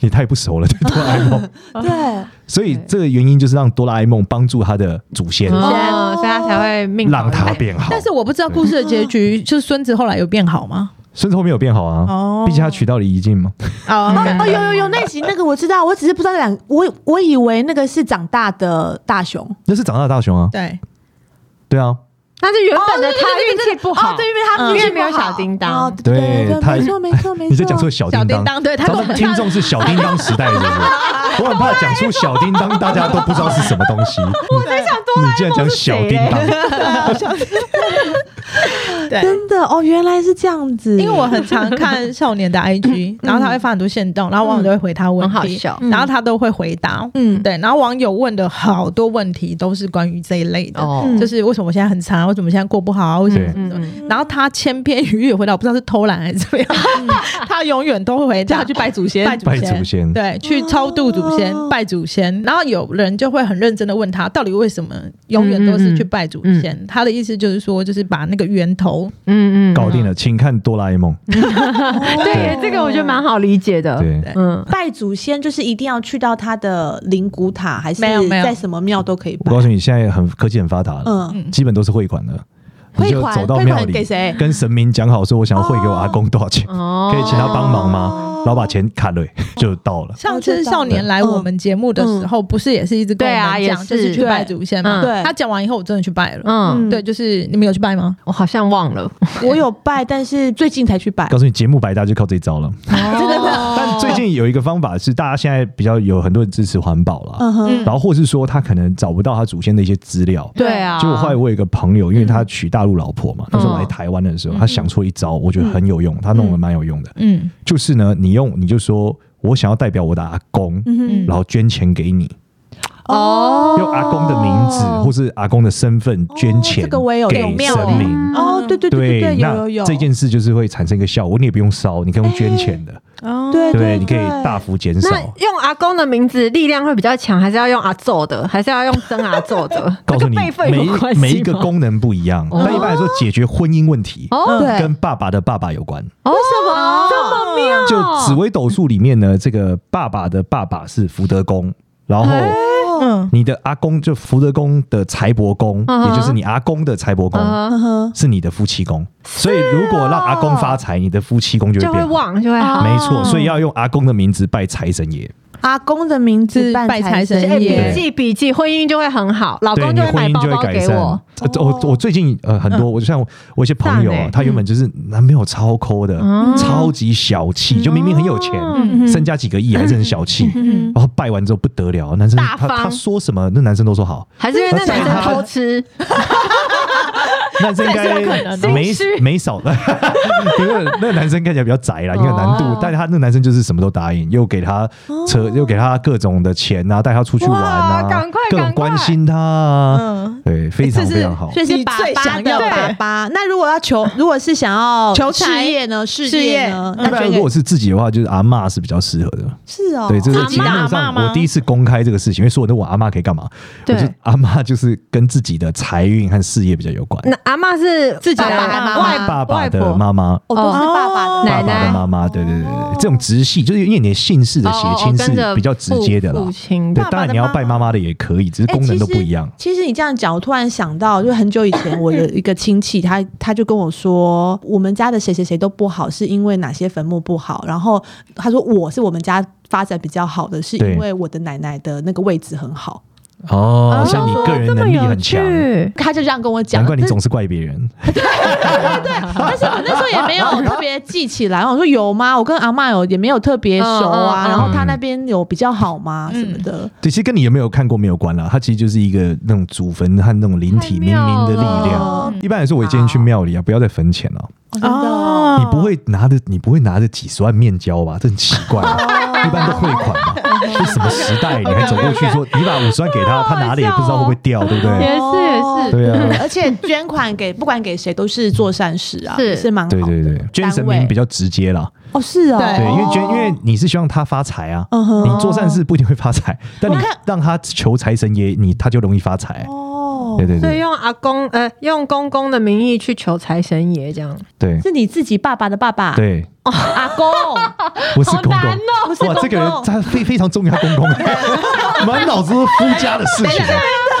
[SPEAKER 1] 你太不熟了，对哆啦 A 梦。
[SPEAKER 2] 对，
[SPEAKER 1] 所以这个原因就是让哆啦 A 梦帮助他的祖先，
[SPEAKER 4] 哦，所以他才会命好
[SPEAKER 1] 让他变好。
[SPEAKER 5] (laughs) 但是我不知道故事的结局，就是孙子后来有变好吗？
[SPEAKER 1] 孙子后面有变好啊
[SPEAKER 5] 哦，
[SPEAKER 1] 毕竟他娶到了怡静嘛。
[SPEAKER 5] 哦
[SPEAKER 2] 哦哦，有有有那集那个我知道，我只是不知道两，我我以为那个是长大的大熊，
[SPEAKER 1] 那是长大的大雄啊，
[SPEAKER 5] 对，
[SPEAKER 1] 对啊，
[SPEAKER 4] 但是原本的他运气不好，
[SPEAKER 2] 哦，对，因为他
[SPEAKER 4] 嗯
[SPEAKER 2] 运气
[SPEAKER 4] 因为没有
[SPEAKER 2] 不好
[SPEAKER 4] 小叮当
[SPEAKER 2] 哦对对
[SPEAKER 1] 对他
[SPEAKER 2] 对，没错没错没错，
[SPEAKER 1] 你在讲错小
[SPEAKER 5] 小
[SPEAKER 1] 叮
[SPEAKER 5] 叮
[SPEAKER 1] 当。
[SPEAKER 5] 当，对他跟我
[SPEAKER 1] 咱们
[SPEAKER 5] 们
[SPEAKER 1] 听众是小叮当时代的，是不是？我很怕讲出小叮当，大家都不知道是什么东西。我在想多你竟然讲小叮当，
[SPEAKER 5] 对。
[SPEAKER 2] 真的哦，原来是这样子，
[SPEAKER 5] 因为我很常看少
[SPEAKER 4] (laughs)
[SPEAKER 5] 年的 IG，然后他会发很多线动，然后网友都会回他
[SPEAKER 4] 嗯
[SPEAKER 5] 问
[SPEAKER 4] 很好
[SPEAKER 5] 题，
[SPEAKER 4] 笑
[SPEAKER 5] 然后他都会回答，
[SPEAKER 2] 嗯
[SPEAKER 5] 对，然后网友问的好多问题都是关于这一类的，
[SPEAKER 4] 哦嗯
[SPEAKER 2] 嗯
[SPEAKER 5] 就是为什么我现在很惨啊，为什么现在过不好啊，为什么
[SPEAKER 1] 对
[SPEAKER 5] 什么什么，然后他千篇一律回答，我不知道是偷懒还是怎么样， (laughs) 他永远都会回答
[SPEAKER 4] 嗯叫他去拜祖先
[SPEAKER 5] 拜祖
[SPEAKER 1] 拜
[SPEAKER 5] 先，
[SPEAKER 1] 祖先
[SPEAKER 5] 对，去超度祖先，
[SPEAKER 2] 哦
[SPEAKER 5] 拜祖先，然后有人就会很认真的问他，到底为什么永远
[SPEAKER 4] 嗯
[SPEAKER 5] 都是去拜祖先？他的意思就是说，就是把那个源头，
[SPEAKER 4] 嗯嗯，
[SPEAKER 1] 搞定了，请看哆啦 A 梦。
[SPEAKER 4] 对，这个我觉得蛮好理解的。
[SPEAKER 1] 对，
[SPEAKER 4] 嗯，
[SPEAKER 2] 拜祖先就是一定要去到他的灵骨塔，还是
[SPEAKER 5] 没有没有
[SPEAKER 2] 在什么庙都可以
[SPEAKER 1] 我
[SPEAKER 2] 拜
[SPEAKER 1] 告？诉你，现在很科技很发达了，
[SPEAKER 2] 嗯，
[SPEAKER 1] 基本都是汇款的。你就
[SPEAKER 2] 汇款
[SPEAKER 1] 走到庙
[SPEAKER 2] 汇款
[SPEAKER 1] 里
[SPEAKER 2] 给谁，
[SPEAKER 1] 跟神明讲好，说我想要汇给我阿公多少钱，
[SPEAKER 4] 哦
[SPEAKER 1] 可以请他帮忙
[SPEAKER 2] 哦
[SPEAKER 1] 吗？然后把钱砍了 (laughs) 就到了。
[SPEAKER 5] 上次少年来我们节目的时候，不嗯是也是一直跟我
[SPEAKER 4] 对啊
[SPEAKER 5] 们
[SPEAKER 4] 也
[SPEAKER 5] 讲，
[SPEAKER 4] 是
[SPEAKER 5] 就是去拜祖先嘛？
[SPEAKER 2] 对嗯
[SPEAKER 5] 他讲完以后，我真的去拜了。
[SPEAKER 4] 嗯，
[SPEAKER 5] 对，就是你们有去拜吗？
[SPEAKER 4] 我好像忘了，
[SPEAKER 2] 我有拜，但是最近才去拜
[SPEAKER 1] 告。诉你，节目百搭就靠这一招了。
[SPEAKER 2] (laughs) 真的，
[SPEAKER 1] 但最近有一个方法是，大家现在比较有很多人支持环保啦，
[SPEAKER 2] 嗯哼，
[SPEAKER 1] 然后或是说他可能找不到他祖先的一些资料，
[SPEAKER 4] 对啊，
[SPEAKER 1] 结果后来我有一个朋友，因为他娶大陆老婆
[SPEAKER 2] 嗯
[SPEAKER 1] 嘛，那时候来台湾的时候，他想出一招，我觉得很有用，他弄得蛮有用的。
[SPEAKER 5] 嗯，
[SPEAKER 1] 就是呢，你用你就说我想要代表我的阿公，
[SPEAKER 2] 嗯
[SPEAKER 1] 然后捐钱给你，
[SPEAKER 2] 哼，哦
[SPEAKER 1] 用阿公的名字或是阿公的身份捐钱
[SPEAKER 2] 哦这个我也有
[SPEAKER 1] 给
[SPEAKER 2] 用
[SPEAKER 1] 神明。
[SPEAKER 2] 哦，对对对对，有有
[SPEAKER 1] 那
[SPEAKER 2] 有，
[SPEAKER 1] 这件事就是会产生一个效果，你也不用烧，你可以用捐钱的，
[SPEAKER 5] 哦
[SPEAKER 2] 哎对
[SPEAKER 1] 对，你可以大幅减少。
[SPEAKER 4] 那用阿公的名字力量会比较强，还是要用阿奏的，还是要用曾阿奏的？
[SPEAKER 1] (laughs) 告诉你
[SPEAKER 4] 那个辈，分
[SPEAKER 1] 每
[SPEAKER 4] 有关
[SPEAKER 1] 一
[SPEAKER 4] 系吗
[SPEAKER 1] 每一个功能不一样，但一般来说解决婚姻问题，
[SPEAKER 4] 哦，
[SPEAKER 2] 哦对
[SPEAKER 1] 跟爸爸的爸爸有关。
[SPEAKER 4] 为什么哦这么妙？
[SPEAKER 1] 就紫微斗数里面呢，这个爸爸的爸爸是福德宫，然
[SPEAKER 4] 哎
[SPEAKER 1] 后
[SPEAKER 5] 嗯，
[SPEAKER 1] 你的阿公就福德宫的财帛宫，
[SPEAKER 4] 嗯哼
[SPEAKER 1] 也就是你阿公的财帛宫，
[SPEAKER 4] 嗯哼啊
[SPEAKER 2] 嗯哼，
[SPEAKER 1] 是你的夫妻宫。所以如果让阿公发财，你的夫妻宫就
[SPEAKER 4] 就
[SPEAKER 1] 会
[SPEAKER 4] 会
[SPEAKER 1] 变好。
[SPEAKER 4] 旺，就哦会好。
[SPEAKER 1] 没错，所以要用阿公的名字拜财神爷，
[SPEAKER 2] 阿公的名字
[SPEAKER 5] 是
[SPEAKER 2] 办
[SPEAKER 5] 拜财神
[SPEAKER 4] 哎，
[SPEAKER 2] 神
[SPEAKER 1] 爷
[SPEAKER 4] 笔记笔记，婚姻就会很好，老
[SPEAKER 1] 对
[SPEAKER 4] 公
[SPEAKER 1] 你
[SPEAKER 4] 会
[SPEAKER 1] 婚
[SPEAKER 4] 买
[SPEAKER 1] 姻
[SPEAKER 4] 包
[SPEAKER 1] 就
[SPEAKER 4] 包
[SPEAKER 1] 会改
[SPEAKER 4] 给
[SPEAKER 1] 善。
[SPEAKER 4] 我。嗯
[SPEAKER 1] 呃我我最近呃很多，我就像我我一些朋友
[SPEAKER 4] 赞
[SPEAKER 1] 啊
[SPEAKER 4] 欸，嗯
[SPEAKER 1] 他原本就是男朋友超抠的，超级小气，就明明很有钱，
[SPEAKER 2] 嗯
[SPEAKER 1] 身家几个亿还是很小气，
[SPEAKER 2] 嗯
[SPEAKER 1] 然后拜完之后不得了，男生
[SPEAKER 4] 大
[SPEAKER 1] 他
[SPEAKER 4] 方
[SPEAKER 1] 他说什么，那男生都说好，
[SPEAKER 4] 还是因为那男生偷吃，
[SPEAKER 1] 男生应该没没少 (laughs) 的，因为那个男生看起来比较宅啦，因为有难度
[SPEAKER 4] 哦，
[SPEAKER 1] 但是他那个男生就是什么都答应，又给他车，又给他各种的钱啊，带他出去玩啊
[SPEAKER 4] 哇赶快，
[SPEAKER 1] 各种
[SPEAKER 4] 赶快
[SPEAKER 1] 关心他啊，
[SPEAKER 2] 嗯，
[SPEAKER 1] 对，非常非常好。
[SPEAKER 2] 所以是
[SPEAKER 5] 你
[SPEAKER 2] 爸
[SPEAKER 5] 最
[SPEAKER 2] 爸
[SPEAKER 5] 想
[SPEAKER 2] 的
[SPEAKER 5] 要的
[SPEAKER 2] 爸爸。那如果要求，如果是想要
[SPEAKER 5] 求
[SPEAKER 2] 事
[SPEAKER 5] 财
[SPEAKER 2] 业呢？事
[SPEAKER 5] 事
[SPEAKER 2] 业
[SPEAKER 5] 业
[SPEAKER 2] 呢？
[SPEAKER 1] 一
[SPEAKER 2] 那
[SPEAKER 1] 般
[SPEAKER 2] 捐
[SPEAKER 1] 嗯如
[SPEAKER 2] 给
[SPEAKER 1] 果是自己的话，就是阿嬷是比较适合的。
[SPEAKER 2] 是哦，
[SPEAKER 1] 对，这是
[SPEAKER 4] 阿嬷
[SPEAKER 1] 节目
[SPEAKER 5] 阿嬷
[SPEAKER 1] 上
[SPEAKER 5] 吗
[SPEAKER 1] 我第一次公开这个事情，因为所有人都问阿嬷可以干嘛，我
[SPEAKER 4] 对
[SPEAKER 1] 就阿嬷就是跟自己的财运和事业比较有关。
[SPEAKER 4] 那阿嬷是
[SPEAKER 5] 自己的
[SPEAKER 2] 妈
[SPEAKER 4] 爸爸
[SPEAKER 2] 妈
[SPEAKER 4] 外
[SPEAKER 1] 爸爸
[SPEAKER 4] 外
[SPEAKER 1] 的
[SPEAKER 4] 婆
[SPEAKER 1] 妈妈，
[SPEAKER 2] 哦，都是爸爸的
[SPEAKER 5] 哦
[SPEAKER 1] 爸
[SPEAKER 4] 奶
[SPEAKER 1] 爸
[SPEAKER 4] 奶
[SPEAKER 1] 的妈妈，对对对对，这种直系就是因为你的姓氏的血
[SPEAKER 4] 哦哦
[SPEAKER 1] 亲
[SPEAKER 4] 跟
[SPEAKER 1] 是
[SPEAKER 4] 着
[SPEAKER 1] 比较直接的啦
[SPEAKER 4] 父父。亲
[SPEAKER 1] 对
[SPEAKER 2] 爸，爸
[SPEAKER 1] 当然
[SPEAKER 2] 的
[SPEAKER 1] 你要
[SPEAKER 2] 妈
[SPEAKER 1] 拜
[SPEAKER 2] 妈
[SPEAKER 1] 妈妈的也可以，只是
[SPEAKER 2] 哎
[SPEAKER 1] 功能都
[SPEAKER 2] 其实
[SPEAKER 1] 不一样。
[SPEAKER 2] 其实你这样讲，我突然想到，就很久以前我的一个亲戚，他他就跟我说，我们家的谁谁谁都不好，是因为哪些坟墓不好。然后他说我是我们家发展比较好的，是
[SPEAKER 1] 对
[SPEAKER 2] 因为我的奶奶的那个位置很好。
[SPEAKER 1] 哦，像你个人
[SPEAKER 4] 哦这么
[SPEAKER 1] 能力
[SPEAKER 4] 有
[SPEAKER 1] 很强，
[SPEAKER 4] 趣
[SPEAKER 2] 他就这样跟我讲，
[SPEAKER 1] 难怪你
[SPEAKER 2] 但
[SPEAKER 1] 总是怪别人。
[SPEAKER 2] (laughs) 但是我那时候也没有特别记起来。我说有吗？我跟阿嬷有也没有特别熟啊。
[SPEAKER 4] 嗯嗯嗯
[SPEAKER 2] 然后他那边有比较好吗？什么的。
[SPEAKER 1] 对，其实跟你有没有看过没有关啦，它其实就是一个那种祖坟和那种灵体
[SPEAKER 4] 太
[SPEAKER 1] 冥
[SPEAKER 4] 妙
[SPEAKER 1] 冥的
[SPEAKER 4] 了
[SPEAKER 1] 力量。一般来说，我建议去庙里啊，不要在坟前啊，
[SPEAKER 2] 哦真的哦，
[SPEAKER 1] 你不会拿着你不会拿着几十万面交吧？这很奇怪啊，
[SPEAKER 2] (laughs)
[SPEAKER 1] 一般都汇款嘛。这哦什么时代，你还走过去说你把五十万给
[SPEAKER 2] 哦
[SPEAKER 1] 他，他拿的也不知道会不会掉，对不对？
[SPEAKER 4] 也是也是
[SPEAKER 1] 对啊
[SPEAKER 2] 而且捐款给不管给谁都是做善事啊，
[SPEAKER 4] 是
[SPEAKER 2] 也是蛮好的
[SPEAKER 1] 对对对，捐神明比较直接啦，
[SPEAKER 2] 哦，是哦，
[SPEAKER 5] 对
[SPEAKER 1] 对，因为捐，因为你是希望他发财啊，
[SPEAKER 2] 嗯哼
[SPEAKER 1] 你做善事不一定会发财，但你
[SPEAKER 2] 我看
[SPEAKER 1] 让他求财神爷，你他就容易发财。
[SPEAKER 2] 哦
[SPEAKER 1] 对，对
[SPEAKER 4] 所以
[SPEAKER 1] 对
[SPEAKER 4] 用阿公呃用公公的名义去求财神爷这样，
[SPEAKER 1] 对
[SPEAKER 2] 是你自己爸爸的爸爸，
[SPEAKER 1] 对，
[SPEAKER 2] 阿公，哦
[SPEAKER 1] 不是公
[SPEAKER 4] 好难
[SPEAKER 1] 公，
[SPEAKER 2] 不是公
[SPEAKER 1] 哇，
[SPEAKER 2] 公
[SPEAKER 1] 这个人他非非常重要，公公，满脑子都是夫家的事情，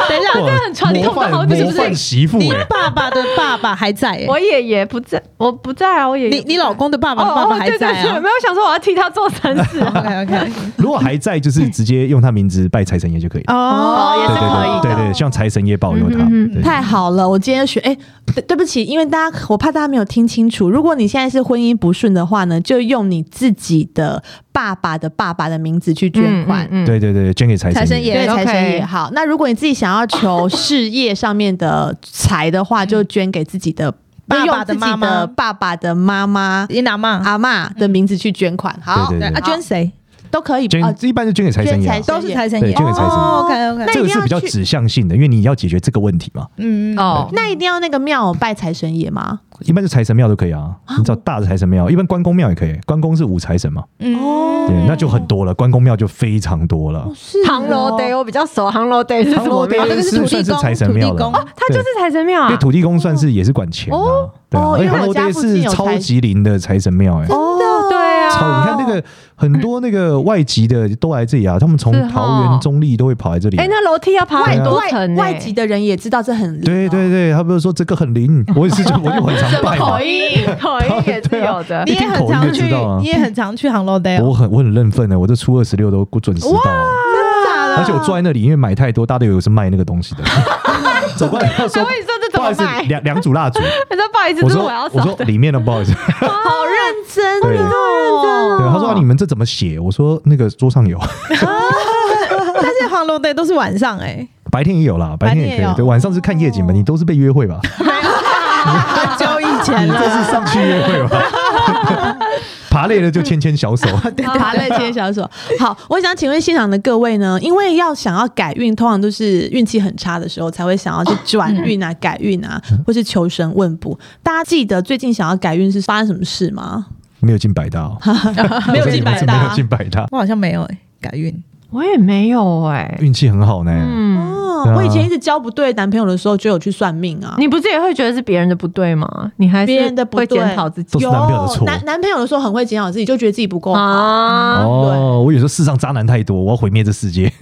[SPEAKER 4] 等一下
[SPEAKER 1] 哇，模范模范媳妇
[SPEAKER 5] 你
[SPEAKER 1] 哎，
[SPEAKER 5] 爸爸的爸爸还在耶、
[SPEAKER 4] 我爷爷不在，我不在啊，我爷爷
[SPEAKER 5] 你你老公的爸爸的
[SPEAKER 4] 哦
[SPEAKER 5] 爸
[SPEAKER 4] 哦
[SPEAKER 5] 爸还
[SPEAKER 4] 对对
[SPEAKER 5] 在
[SPEAKER 4] 对，
[SPEAKER 5] 啊
[SPEAKER 4] 没有想说我要替他做善事啊，
[SPEAKER 5] ？OK OK，
[SPEAKER 1] 如果还在，就是直接用他名字拜财神爷就可以了。
[SPEAKER 4] 哦也
[SPEAKER 1] 对
[SPEAKER 4] 是可以
[SPEAKER 1] 对
[SPEAKER 4] 的
[SPEAKER 1] 对对对，希望财神爷保佑他。对
[SPEAKER 2] 太好了，我今天学，哎、对对不起，因为大家我怕大家没有听清楚，如果你现在是婚姻不顺的话呢，就用你自己的爸爸的爸爸的名字去捐款。
[SPEAKER 4] 嗯嗯嗯
[SPEAKER 1] 对对对，捐给财
[SPEAKER 5] 财
[SPEAKER 1] 神
[SPEAKER 5] 神
[SPEAKER 1] 爷。
[SPEAKER 5] 爷
[SPEAKER 2] 对，
[SPEAKER 4] OK
[SPEAKER 2] 财神也好。那如果你自己想要求事业上面的财的
[SPEAKER 1] (laughs)
[SPEAKER 2] 话，就捐给自己的
[SPEAKER 5] 爸爸的
[SPEAKER 2] 用自己
[SPEAKER 5] 妈妈
[SPEAKER 2] 爸爸的妈妈、
[SPEAKER 5] (laughs) 你哪嘛？
[SPEAKER 2] 阿嬷的名字去捐款。好，
[SPEAKER 1] 嗯对对对
[SPEAKER 5] 啊，捐谁？
[SPEAKER 2] 都可以。
[SPEAKER 1] 捐
[SPEAKER 2] 呃
[SPEAKER 1] 一般就哦捐给财神爷啊，
[SPEAKER 2] 捐财
[SPEAKER 5] 都是财神
[SPEAKER 1] 对
[SPEAKER 5] 爷，哦
[SPEAKER 1] 捐给财神爷
[SPEAKER 5] OK OK，
[SPEAKER 2] 那
[SPEAKER 1] 这
[SPEAKER 2] 一
[SPEAKER 1] 个
[SPEAKER 2] 定要
[SPEAKER 1] 是比较
[SPEAKER 2] 去
[SPEAKER 1] 指向性的，因为你要解决这个问题嘛。
[SPEAKER 5] 嗯，
[SPEAKER 4] 哦，
[SPEAKER 2] 那一定要那个庙拜财神爷吗？
[SPEAKER 1] 一般是财神庙都可以啊，你找大的财神庙，一般关公庙也可以，关公是五财神嘛，
[SPEAKER 5] 哦
[SPEAKER 1] 对，那就很多了，关公庙就非常多了。
[SPEAKER 2] 是
[SPEAKER 4] 嗯航楼 day 我比较熟，航楼 day 是什
[SPEAKER 1] 唐
[SPEAKER 4] 么
[SPEAKER 1] 嗯哦楼
[SPEAKER 4] 庙
[SPEAKER 5] 那？个
[SPEAKER 1] 是
[SPEAKER 5] 是土
[SPEAKER 1] 算
[SPEAKER 5] 地
[SPEAKER 1] 是
[SPEAKER 5] 公，
[SPEAKER 1] 财神
[SPEAKER 5] 土地
[SPEAKER 1] 庙了
[SPEAKER 5] 公
[SPEAKER 1] 啊
[SPEAKER 4] 他就是财神庙
[SPEAKER 1] 因为
[SPEAKER 4] 啊，
[SPEAKER 1] 土地公算是也是管钱啊，对啊，
[SPEAKER 2] 哦
[SPEAKER 1] 而且
[SPEAKER 2] 因为
[SPEAKER 1] 唐
[SPEAKER 2] 我
[SPEAKER 1] 楼
[SPEAKER 2] 家
[SPEAKER 1] 爹
[SPEAKER 2] 附近
[SPEAKER 1] 是
[SPEAKER 2] 有
[SPEAKER 1] 超
[SPEAKER 2] 财
[SPEAKER 1] 级灵的财神庙，哎，
[SPEAKER 4] 哦，对啊，
[SPEAKER 1] 超你看那个很多那个外籍的都来这里啊，他们从
[SPEAKER 4] 是哦
[SPEAKER 1] 桃园中立都会跑来这里啊
[SPEAKER 4] 哎，。那楼梯要爬
[SPEAKER 1] 外
[SPEAKER 4] 很多
[SPEAKER 2] 外
[SPEAKER 4] 层呢，欸
[SPEAKER 2] 外籍的人也知道这很
[SPEAKER 1] 对对对，他不是说这个很灵，我也是就我就很常拜
[SPEAKER 4] (laughs)
[SPEAKER 1] 嘛
[SPEAKER 4] 口，音口音也是有 (laughs) 的
[SPEAKER 5] 你，也
[SPEAKER 1] 一听
[SPEAKER 5] 很常
[SPEAKER 1] 口音就
[SPEAKER 5] 去
[SPEAKER 1] 知道啊，
[SPEAKER 5] 你也很常去航楼 day
[SPEAKER 1] 我
[SPEAKER 5] 哦，
[SPEAKER 1] 很我很认份的，我这初二十六都准时到啊。而且我坐在那里，因为买太多，大队友是卖那个东西的。走过来他说
[SPEAKER 4] 我跟你说这：“怎
[SPEAKER 1] 不好
[SPEAKER 4] 么
[SPEAKER 1] 意思
[SPEAKER 4] 卖，？
[SPEAKER 1] 两两组蜡烛。
[SPEAKER 4] 他说不好意”思，
[SPEAKER 1] (laughs) 我
[SPEAKER 4] 这是
[SPEAKER 1] 说
[SPEAKER 4] 我要：“
[SPEAKER 1] 我
[SPEAKER 4] 扫
[SPEAKER 1] 说
[SPEAKER 4] 的。
[SPEAKER 1] 里面的不好意思。
[SPEAKER 2] 好认真”哦
[SPEAKER 1] 对对，他说啊：“你们这怎么写？”我说：“那个桌上有， (laughs)
[SPEAKER 5] 但是航楼 day 都是晚上哎，
[SPEAKER 1] 白天也有啦，白天也
[SPEAKER 5] 白天也
[SPEAKER 1] 可以。
[SPEAKER 5] 有
[SPEAKER 1] 对，晚上是看夜景吧？你都是被约会吧？
[SPEAKER 5] 很久哦以前
[SPEAKER 1] 你这
[SPEAKER 5] 了，
[SPEAKER 1] 是上去约会吧？爬累了就牵牵小手。
[SPEAKER 2] 爬累接小手。 (laughs) 好，我想请问现场的各位呢，因为要想要改运，通常都是运气很差的时候才会想要去转运啊、改运啊，或是求神问卜。大家记得最近想要改运是发生什么事吗？
[SPEAKER 1] 没有进百大哦，
[SPEAKER 5] (laughs) 没有
[SPEAKER 1] 我这
[SPEAKER 5] 进
[SPEAKER 1] 我
[SPEAKER 5] 百
[SPEAKER 1] 这没有
[SPEAKER 5] 大，
[SPEAKER 1] 进百大，
[SPEAKER 5] 我好像没有哎，改运
[SPEAKER 4] 我也没有哎，
[SPEAKER 1] 运气很好呢。
[SPEAKER 4] 嗯，
[SPEAKER 2] 哦，
[SPEAKER 1] 对啊
[SPEAKER 2] 我以前一直交不对男朋友的时候，就有去算命啊。
[SPEAKER 4] 你不是也会觉得是别人的不对吗？你还是
[SPEAKER 2] 别人的不
[SPEAKER 4] 会
[SPEAKER 2] 对
[SPEAKER 4] 检讨自己
[SPEAKER 1] 都是
[SPEAKER 2] 有
[SPEAKER 1] 男朋友的错
[SPEAKER 2] 男男朋友的时候很会检讨自己，就觉得自己不够好。
[SPEAKER 4] 啊？
[SPEAKER 1] 哦，我有时候世上渣男太多，我要毁灭这世界。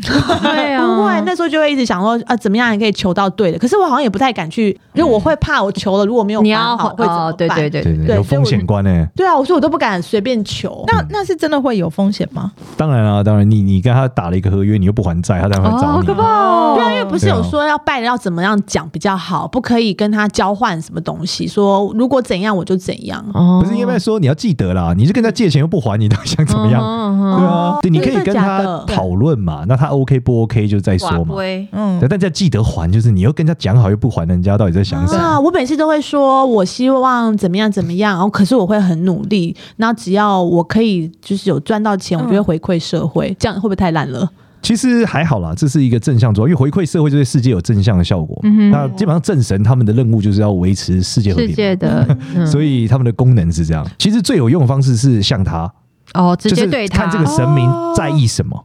[SPEAKER 4] 对啊，
[SPEAKER 2] 不会，那时候就会一直想说啊，怎么样也可以求到对的。可是我好像也不太敢去，因为我会怕我求了如果没有
[SPEAKER 4] 你
[SPEAKER 2] 还
[SPEAKER 4] 要
[SPEAKER 2] 好会怎么
[SPEAKER 4] 哦，对
[SPEAKER 2] 办
[SPEAKER 4] 对对，
[SPEAKER 1] 对对，
[SPEAKER 2] 对
[SPEAKER 1] 有风险观呢。
[SPEAKER 2] 对啊，我说我都不敢随便求。
[SPEAKER 1] 嗯
[SPEAKER 5] 那那是真的会有风险吗？
[SPEAKER 1] 当然啊，当然，你你跟他打了一个合约，你又不还债，他当然会找
[SPEAKER 4] 哦，
[SPEAKER 1] 你
[SPEAKER 4] 可。怕哦
[SPEAKER 2] 对啊，因为不是有说要拜了要怎么样讲比较好，不可以跟他交换什么东西，说如果怎样我就怎样。
[SPEAKER 4] 哦
[SPEAKER 1] 不是因为说你要记得啦，你是跟他借钱又不还，你到底想怎么样？
[SPEAKER 4] 样
[SPEAKER 1] 对啊
[SPEAKER 2] 哦，
[SPEAKER 1] 对，你可以
[SPEAKER 2] 真的
[SPEAKER 1] 跟
[SPEAKER 2] 假
[SPEAKER 1] 他
[SPEAKER 2] 的
[SPEAKER 1] 讨论嘛，那他 OK 不 OK 就再说嘛。
[SPEAKER 5] 嗯
[SPEAKER 1] 对，，但要记得还，就是你又跟人家讲好又不还，人家到底在想什么？
[SPEAKER 2] 啊，我每次都会说，我希望怎么样怎么样，然后可是我会很努力，然后只要我可以就是有赚到钱，我就会回馈社会，这样会不会太烂了？
[SPEAKER 1] 其实还好啦，这是一个正向作用，因为回馈社会就对世界有正向的效果。那基本上政神他们的任务就是要维持世界和
[SPEAKER 4] 嗯世
[SPEAKER 1] 平
[SPEAKER 4] 界
[SPEAKER 1] 嘛，
[SPEAKER 4] 的，
[SPEAKER 1] (laughs)
[SPEAKER 4] 嗯
[SPEAKER 1] 所以他们的功能是这样。其实最有用的方式是向他，
[SPEAKER 4] 哦，直
[SPEAKER 1] 就
[SPEAKER 4] 接
[SPEAKER 1] 是
[SPEAKER 4] 对他哦
[SPEAKER 1] 看这个神明在意什么。
[SPEAKER 2] 哦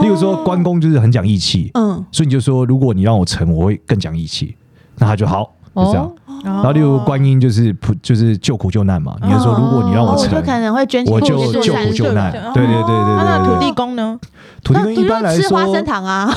[SPEAKER 1] 例如说关公就是很讲义气，
[SPEAKER 2] 嗯，
[SPEAKER 1] 所以你就说如果你让我成，我会更讲义气，那他就好，就这样。
[SPEAKER 4] 哦
[SPEAKER 5] 然
[SPEAKER 1] 然后，例如观音就是普就是救苦救难嘛，你就说如果你让
[SPEAKER 2] 哦
[SPEAKER 1] 我
[SPEAKER 2] 我
[SPEAKER 1] 成
[SPEAKER 2] 就，可能会捐钱
[SPEAKER 1] 我
[SPEAKER 2] 去
[SPEAKER 1] 就
[SPEAKER 2] 做
[SPEAKER 1] 救
[SPEAKER 2] 善
[SPEAKER 1] 苦
[SPEAKER 2] 事
[SPEAKER 1] 救难。对对对
[SPEAKER 5] 那啊那
[SPEAKER 1] 对
[SPEAKER 5] 土
[SPEAKER 1] 对
[SPEAKER 5] 地
[SPEAKER 1] 对，
[SPEAKER 5] 公呢？
[SPEAKER 1] 土地
[SPEAKER 2] 那
[SPEAKER 1] 公
[SPEAKER 2] 不
[SPEAKER 1] 一
[SPEAKER 2] 就
[SPEAKER 1] 般来
[SPEAKER 2] 吃花
[SPEAKER 1] 说，
[SPEAKER 2] 生糖啊，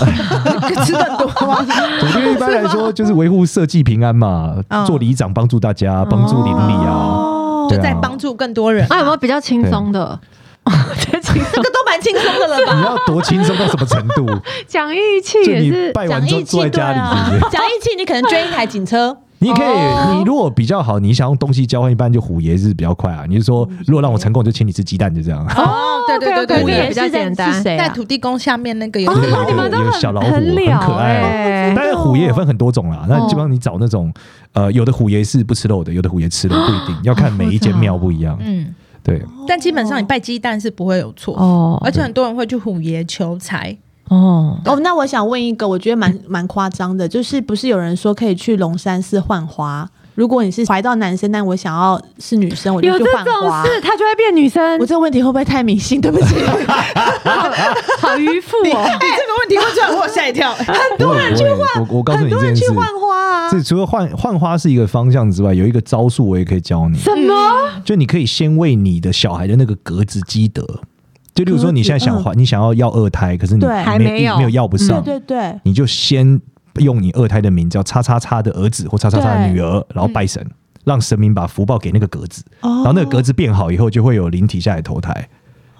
[SPEAKER 5] 吃的多吗？
[SPEAKER 1] 土地公一般来说就是维护社稷平安嘛
[SPEAKER 5] 嗯，
[SPEAKER 1] 做里长帮助大家，帮助邻里啊。
[SPEAKER 2] 哦，
[SPEAKER 5] 就
[SPEAKER 1] 对啊
[SPEAKER 5] 在帮助更多人
[SPEAKER 4] 啊，有没有比较轻松的？ (laughs) 这轻松
[SPEAKER 2] 这个都蛮轻松的了吧？
[SPEAKER 1] 你要多轻松到什么程度？
[SPEAKER 4] 讲义气
[SPEAKER 1] 就
[SPEAKER 4] 也
[SPEAKER 1] 你
[SPEAKER 4] 是
[SPEAKER 1] (laughs) 拜完
[SPEAKER 2] 讲
[SPEAKER 1] 之后
[SPEAKER 2] 义
[SPEAKER 1] 坐在
[SPEAKER 2] 气对
[SPEAKER 1] 家里，是不是？，
[SPEAKER 2] 啊 (laughs) 讲义气你可能捐一台警车，
[SPEAKER 1] 你可
[SPEAKER 4] 哦
[SPEAKER 1] 以，你如果比较好，你想用东西交换，一般就虎爷是比较快啊。你就说，如果让我成功，就请你吃鸡蛋，就这样。
[SPEAKER 5] 哦，对对对
[SPEAKER 1] 对
[SPEAKER 5] 对对
[SPEAKER 4] 比，较简单
[SPEAKER 2] 是谁
[SPEAKER 5] 在
[SPEAKER 2] 啊？
[SPEAKER 5] 土地公下面啊那个有
[SPEAKER 4] 哦
[SPEAKER 5] 一个
[SPEAKER 4] 你们都
[SPEAKER 1] 有
[SPEAKER 4] 很
[SPEAKER 1] 小老虎
[SPEAKER 4] 很了
[SPEAKER 1] 很可爱
[SPEAKER 4] 欸
[SPEAKER 1] 但是虎爷也分很多种啦，那基本上你找那种，呃，有的虎爷是不吃肉的，有的虎爷吃肉不一定，要看每一间庙不一样。
[SPEAKER 5] 嗯，
[SPEAKER 1] 对，
[SPEAKER 5] 但基本上你拜鸡蛋是不会有错
[SPEAKER 4] 哦
[SPEAKER 5] 而且很多人会去虎爷求财，
[SPEAKER 4] 哦，
[SPEAKER 2] 哦，那我想问一个，我觉得蛮蛮夸张的，就是不是有人说可以去龙山寺换花？如果你是怀到男生，但我想要是女生，我就
[SPEAKER 4] 有
[SPEAKER 2] 去
[SPEAKER 4] 这
[SPEAKER 2] 换
[SPEAKER 4] 种
[SPEAKER 2] 花。
[SPEAKER 4] 事，他就会变女生
[SPEAKER 2] 我，这个问题会不会太迷信？对不
[SPEAKER 4] (laughs)
[SPEAKER 2] 起，
[SPEAKER 4] 好迂腐
[SPEAKER 1] (laughs)
[SPEAKER 5] 哎，
[SPEAKER 4] 哦。
[SPEAKER 5] 这个问题问出来我有吓一跳，
[SPEAKER 1] 很多人去换，我我告诉
[SPEAKER 2] 很
[SPEAKER 1] 你
[SPEAKER 2] 多
[SPEAKER 1] 这
[SPEAKER 2] 人
[SPEAKER 1] 件
[SPEAKER 2] 去
[SPEAKER 1] 事。
[SPEAKER 2] 换花啊。
[SPEAKER 1] 这除了换换花是一个方向之外，有一个招数我也可以教你，
[SPEAKER 4] 什么？
[SPEAKER 1] 就你可以先为你的小孩的那个格子积德。就例如说，你现在想怀，你想要要二胎，可是你
[SPEAKER 2] 对还嗯
[SPEAKER 1] 没
[SPEAKER 4] 没有
[SPEAKER 1] 没有要不上，
[SPEAKER 2] 对对对，
[SPEAKER 1] 你就先用你二胎的名叫叉叉叉的儿子或叉叉叉的女儿，然后拜神，让神明把福报给那个格子，
[SPEAKER 2] 哦
[SPEAKER 1] 然后那个格子变好以后，就会有灵体下来投胎。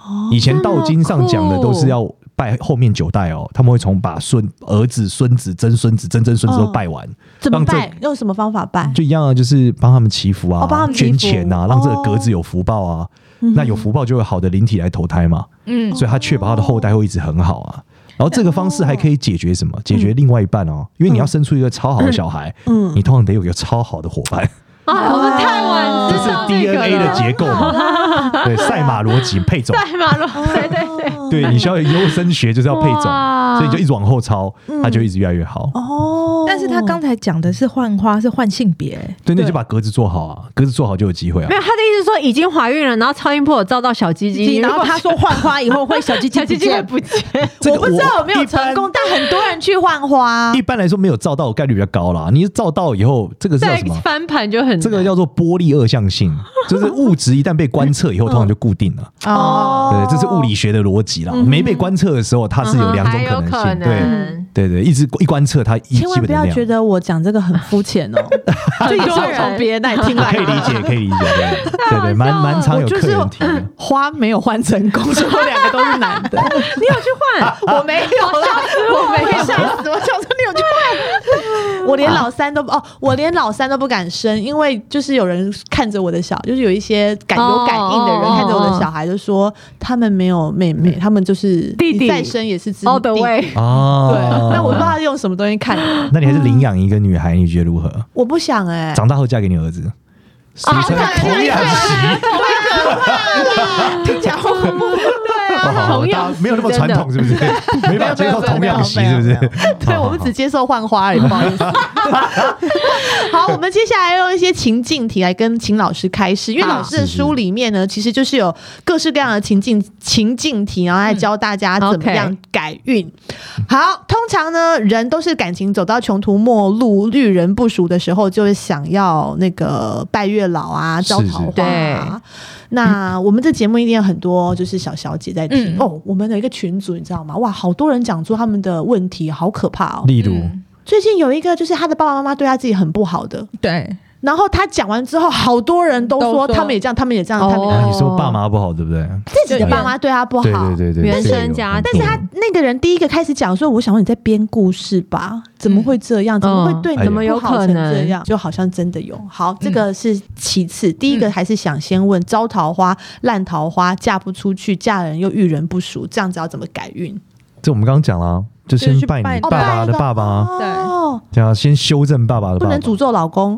[SPEAKER 2] 哦
[SPEAKER 1] 以前道经上讲的都是要拜后面九代哦，他们会从把孙儿子、孙子、曾孙子、曾曾孙子都
[SPEAKER 2] 嗯
[SPEAKER 1] 拜完，
[SPEAKER 2] 怎么
[SPEAKER 1] 让这
[SPEAKER 2] 拜？用什么方法拜？
[SPEAKER 1] 就一样啊，就是帮他们祈福啊，
[SPEAKER 2] 哦帮他们祈
[SPEAKER 1] 捐
[SPEAKER 2] 福嗯
[SPEAKER 1] 钱啊，让这个格子有福报啊。那有福报就有好的灵体来投胎嘛，
[SPEAKER 5] 嗯，
[SPEAKER 1] 所以他确保他的后代会一直很好啊。然后这个方式还可以解决什么？解决另外一半哦，因为你要生出一个超好的小孩，
[SPEAKER 2] 嗯
[SPEAKER 1] 你通常得有一个超好的伙
[SPEAKER 2] (laughs)
[SPEAKER 1] 伴，
[SPEAKER 4] 哎，我们太晚
[SPEAKER 1] 哦这
[SPEAKER 4] 知
[SPEAKER 1] 是
[SPEAKER 4] 道这个
[SPEAKER 1] DNA 的
[SPEAKER 4] 了。
[SPEAKER 1] 结构嘛？
[SPEAKER 2] 哦
[SPEAKER 1] 对，赛马逻辑配种，
[SPEAKER 4] 赛马路，对对对，
[SPEAKER 1] 对你需要有优生学就是要配种，
[SPEAKER 4] 哇
[SPEAKER 1] 所以你就一直往后抄，
[SPEAKER 2] 嗯
[SPEAKER 1] 它就一直越来越好。
[SPEAKER 2] 哦，
[SPEAKER 5] 但是他刚才讲的是换花，是换性别，
[SPEAKER 1] 对，那你就把格子做好啊，格子做好就有机会啊
[SPEAKER 4] 没。有他的意思说已经怀孕了，然后超音波有照到小鸡鸡，
[SPEAKER 5] 然后他说换花以后会小鸡鸡
[SPEAKER 4] (laughs) 小鸡鸡也
[SPEAKER 5] 不见，
[SPEAKER 4] 不见，
[SPEAKER 1] 这个
[SPEAKER 2] 我不知道有没有
[SPEAKER 1] 一般
[SPEAKER 2] 成功，但很多人去换花
[SPEAKER 1] 一。般来说没有照到的概率比较高啦。你照到以后，这个是叫
[SPEAKER 4] 再
[SPEAKER 1] 什么？
[SPEAKER 4] 翻盘就很
[SPEAKER 1] 这个叫做波粒二象性，就是物质一旦被观测以后，通常就固定了。
[SPEAKER 5] 哦
[SPEAKER 1] 对，这是物理学的逻辑啦。没被观测的时候，它是有两种可能
[SPEAKER 4] 嗯还有可
[SPEAKER 1] 性。
[SPEAKER 4] 能
[SPEAKER 1] 对对对，一直一观测它一基
[SPEAKER 2] 千万
[SPEAKER 1] 本
[SPEAKER 2] 不
[SPEAKER 1] 的
[SPEAKER 2] 要
[SPEAKER 1] 量
[SPEAKER 2] 觉，得我讲这个很肤浅哦，就也是我从别人那里听来
[SPEAKER 1] 可以理
[SPEAKER 2] 的。
[SPEAKER 1] 解，可以理解。对对对，蛮蛮常有客人提的。
[SPEAKER 4] (laughs)
[SPEAKER 2] 花没有换成功，所以我两个都是男 (laughs) 的。
[SPEAKER 4] 你有去换？
[SPEAKER 2] 我没有 (laughs) 啦，我没有吓死我，想说你有去换，我连老三都不哦，我连老三都不敢生，因为就是有人看着我的小，就是有一些感
[SPEAKER 4] 哦
[SPEAKER 2] 有感应的人
[SPEAKER 4] 哦
[SPEAKER 2] 看着我的小孩，就说他们没有妹妹，他们就是
[SPEAKER 4] 弟弟
[SPEAKER 2] 你再生也是只
[SPEAKER 4] All the
[SPEAKER 2] 弟弟
[SPEAKER 4] way
[SPEAKER 1] 哦，
[SPEAKER 2] 对，那我不知道他用什么东西 (laughs) 看我，
[SPEAKER 1] 那你还是领养一个女孩，你觉得如何？
[SPEAKER 2] 我不想哎、
[SPEAKER 1] 长大后嫁给你儿子，俗
[SPEAKER 4] 啊
[SPEAKER 1] 称童养媳。
[SPEAKER 2] 听起来好恐怖。对啊，
[SPEAKER 4] (laughs)
[SPEAKER 1] 哇
[SPEAKER 4] 童养
[SPEAKER 1] 大
[SPEAKER 4] 媳
[SPEAKER 1] 家没有那么传统，是不是？
[SPEAKER 4] (laughs)
[SPEAKER 1] 没办法接受 (laughs) 童养媳，是不是？ (laughs)
[SPEAKER 2] 对我们只接受换花而已，不好意思。好，我们们接下来用一些情境题来跟秦老师开始，因
[SPEAKER 1] 啊
[SPEAKER 2] 为
[SPEAKER 4] 好
[SPEAKER 2] 老师的书里面呢，其实就是有各式各样的情境情境题，然后来教大家怎么
[SPEAKER 4] OK
[SPEAKER 2] 样改运。好，通常呢，人都是感情走到穷途末路、遇人不淑的时候，就会想要那个拜月老啊、招
[SPEAKER 1] 是是
[SPEAKER 2] 桃花啊。那我们这节目一定有很多就是小小姐在听、
[SPEAKER 5] 嗯
[SPEAKER 2] 哦，我们的一个群组，你知道吗？哇，好多人讲出他们的问题，好可怕哦。
[SPEAKER 1] 例如，
[SPEAKER 4] 嗯
[SPEAKER 2] 最近有一个就是他的爸爸妈妈对他自己很不好的，
[SPEAKER 5] 对，
[SPEAKER 2] 然后他讲完之后，好多人都说
[SPEAKER 5] 都说
[SPEAKER 2] 他们也这样，他们也这样，他们也这
[SPEAKER 4] 哦
[SPEAKER 2] 样
[SPEAKER 1] 啊你说爸妈不好，对不对？
[SPEAKER 2] 自己的爸妈对他不好。
[SPEAKER 1] 对对对对，
[SPEAKER 4] 原
[SPEAKER 1] 这个
[SPEAKER 4] 生
[SPEAKER 1] 有
[SPEAKER 4] 家
[SPEAKER 1] 很
[SPEAKER 4] 庭
[SPEAKER 1] 多
[SPEAKER 4] 但是
[SPEAKER 2] 那个人第一个开始讲说：“我想问你在编故事吧？怎么会这样？怎么会对你
[SPEAKER 1] 哎
[SPEAKER 2] 们
[SPEAKER 4] 嗯呦
[SPEAKER 2] 有好成这
[SPEAKER 4] 怎么有可嗯
[SPEAKER 2] 样？就好像真的有。”好，这个是其次，第一个还是想先问：招桃花、烂桃花，嫁不出去，嫁人又遇人不淑，这样子要怎么改运？
[SPEAKER 1] 这我们刚刚讲了啊，就先
[SPEAKER 5] 就是去
[SPEAKER 1] 拜你
[SPEAKER 5] 拜
[SPEAKER 1] 爸爸的爸爸，
[SPEAKER 5] 对
[SPEAKER 2] 哦，
[SPEAKER 1] 这样先修正爸爸的
[SPEAKER 2] 不
[SPEAKER 1] 爸
[SPEAKER 2] 能
[SPEAKER 1] 爸。
[SPEAKER 2] 诅咒老公， (laughs)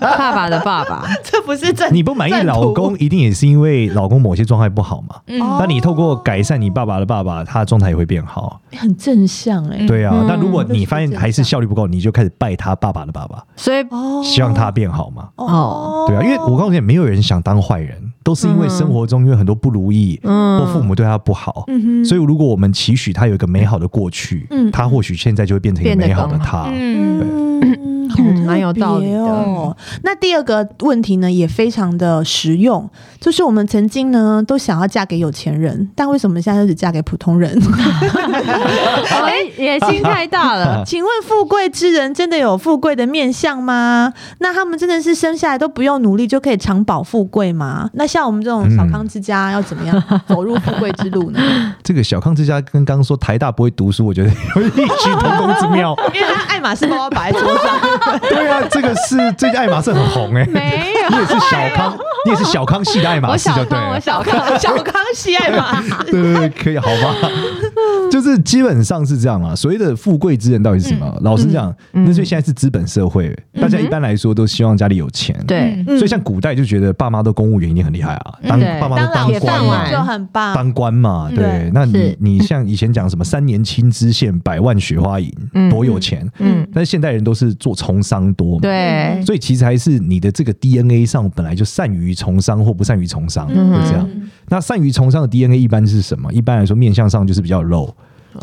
[SPEAKER 4] 爸爸的爸爸，
[SPEAKER 2] 这不是正
[SPEAKER 1] 你不满意老公，一定也是因为老公某些状态不好嘛？
[SPEAKER 5] 嗯
[SPEAKER 2] 哦
[SPEAKER 1] 那你透过改善你爸爸的爸爸，他的状态也会变好。
[SPEAKER 2] 很正向哎、
[SPEAKER 5] 嗯
[SPEAKER 1] 对啊
[SPEAKER 4] 嗯，
[SPEAKER 1] 那如果你发现还是效率不够，你就开始拜他爸爸的爸爸，
[SPEAKER 4] 所以
[SPEAKER 2] 哦
[SPEAKER 1] 希望他变好嘛。
[SPEAKER 2] 哦，
[SPEAKER 1] 对啊，因为我告诉你，没有人想当坏人，都是因为生活中有很多不如意，(laughs)
[SPEAKER 4] 嗯
[SPEAKER 1] 或父母对他不好。
[SPEAKER 2] 嗯哼
[SPEAKER 1] 所以，如果我们期许他有一个美好的过去，
[SPEAKER 2] 嗯
[SPEAKER 1] 他或许现在就会变成一个
[SPEAKER 4] 变得
[SPEAKER 1] 美好的
[SPEAKER 4] 更
[SPEAKER 1] 他。，
[SPEAKER 5] 嗯，
[SPEAKER 2] 嗯，好
[SPEAKER 4] 嗯蛮有道理的
[SPEAKER 2] 特别哦。那第二个问题呢，也非常的实用，就是我们曾经呢都想要嫁给有钱人，但为什么现在就只嫁给普通人？ (laughs)
[SPEAKER 4] 哎野心太大了
[SPEAKER 2] 请问富贵之人真的有富贵的面相吗？那他们真的是生下来都不用努力就可以长保富贵吗？那像我们这种
[SPEAKER 1] 嗯
[SPEAKER 2] 小康之家要怎么样走入富贵之路呢？
[SPEAKER 1] 这个小康之家跟刚刚说台大不会读书，我觉得有异曲同工之妙。
[SPEAKER 2] 因为他爱马仕包包摆在桌上，
[SPEAKER 1] 对啊，这个是最近爱马仕很红哎、
[SPEAKER 4] 没有
[SPEAKER 1] 你也是小康，你也是小康系的爱马
[SPEAKER 4] 我
[SPEAKER 1] 仕就
[SPEAKER 4] 小
[SPEAKER 1] 对
[SPEAKER 4] 康，我
[SPEAKER 1] 了。
[SPEAKER 4] 小康，
[SPEAKER 2] 小康系爱马仕。
[SPEAKER 1] 对对对，可以好吧？ (laughs) 就是基本上是这样啊。所谓的富贵之人到底是什么？老实讲，
[SPEAKER 4] 嗯
[SPEAKER 1] 那所以现在是资本社会，大家一般来说都希望家里有钱。
[SPEAKER 4] (laughs) 对，
[SPEAKER 1] 所以像古代就觉得爸妈都公务员一定很厉害啊，当
[SPEAKER 4] 对
[SPEAKER 1] 爸妈
[SPEAKER 2] 当
[SPEAKER 1] 都
[SPEAKER 2] 老
[SPEAKER 1] 当
[SPEAKER 4] 铁
[SPEAKER 1] 官
[SPEAKER 4] 饭
[SPEAKER 1] 嘛
[SPEAKER 2] 师
[SPEAKER 4] 碗
[SPEAKER 2] 就很棒，
[SPEAKER 1] 当官嘛，对
[SPEAKER 2] 对，
[SPEAKER 1] 那你
[SPEAKER 4] 啊嗯是
[SPEAKER 1] 你像以前讲什么三年青知县，百万雪花银，
[SPEAKER 4] 嗯
[SPEAKER 1] 多有钱，
[SPEAKER 4] 嗯，
[SPEAKER 1] 但是现代人都是做从商多嘛，
[SPEAKER 4] 对，
[SPEAKER 1] 所以其实还是你的这个 DNA 上本来就善于从商或不善于从商，
[SPEAKER 4] 嗯
[SPEAKER 1] 就这样。那善于从商的 DNA 一般是什么？一般来说面相上就是比较肉。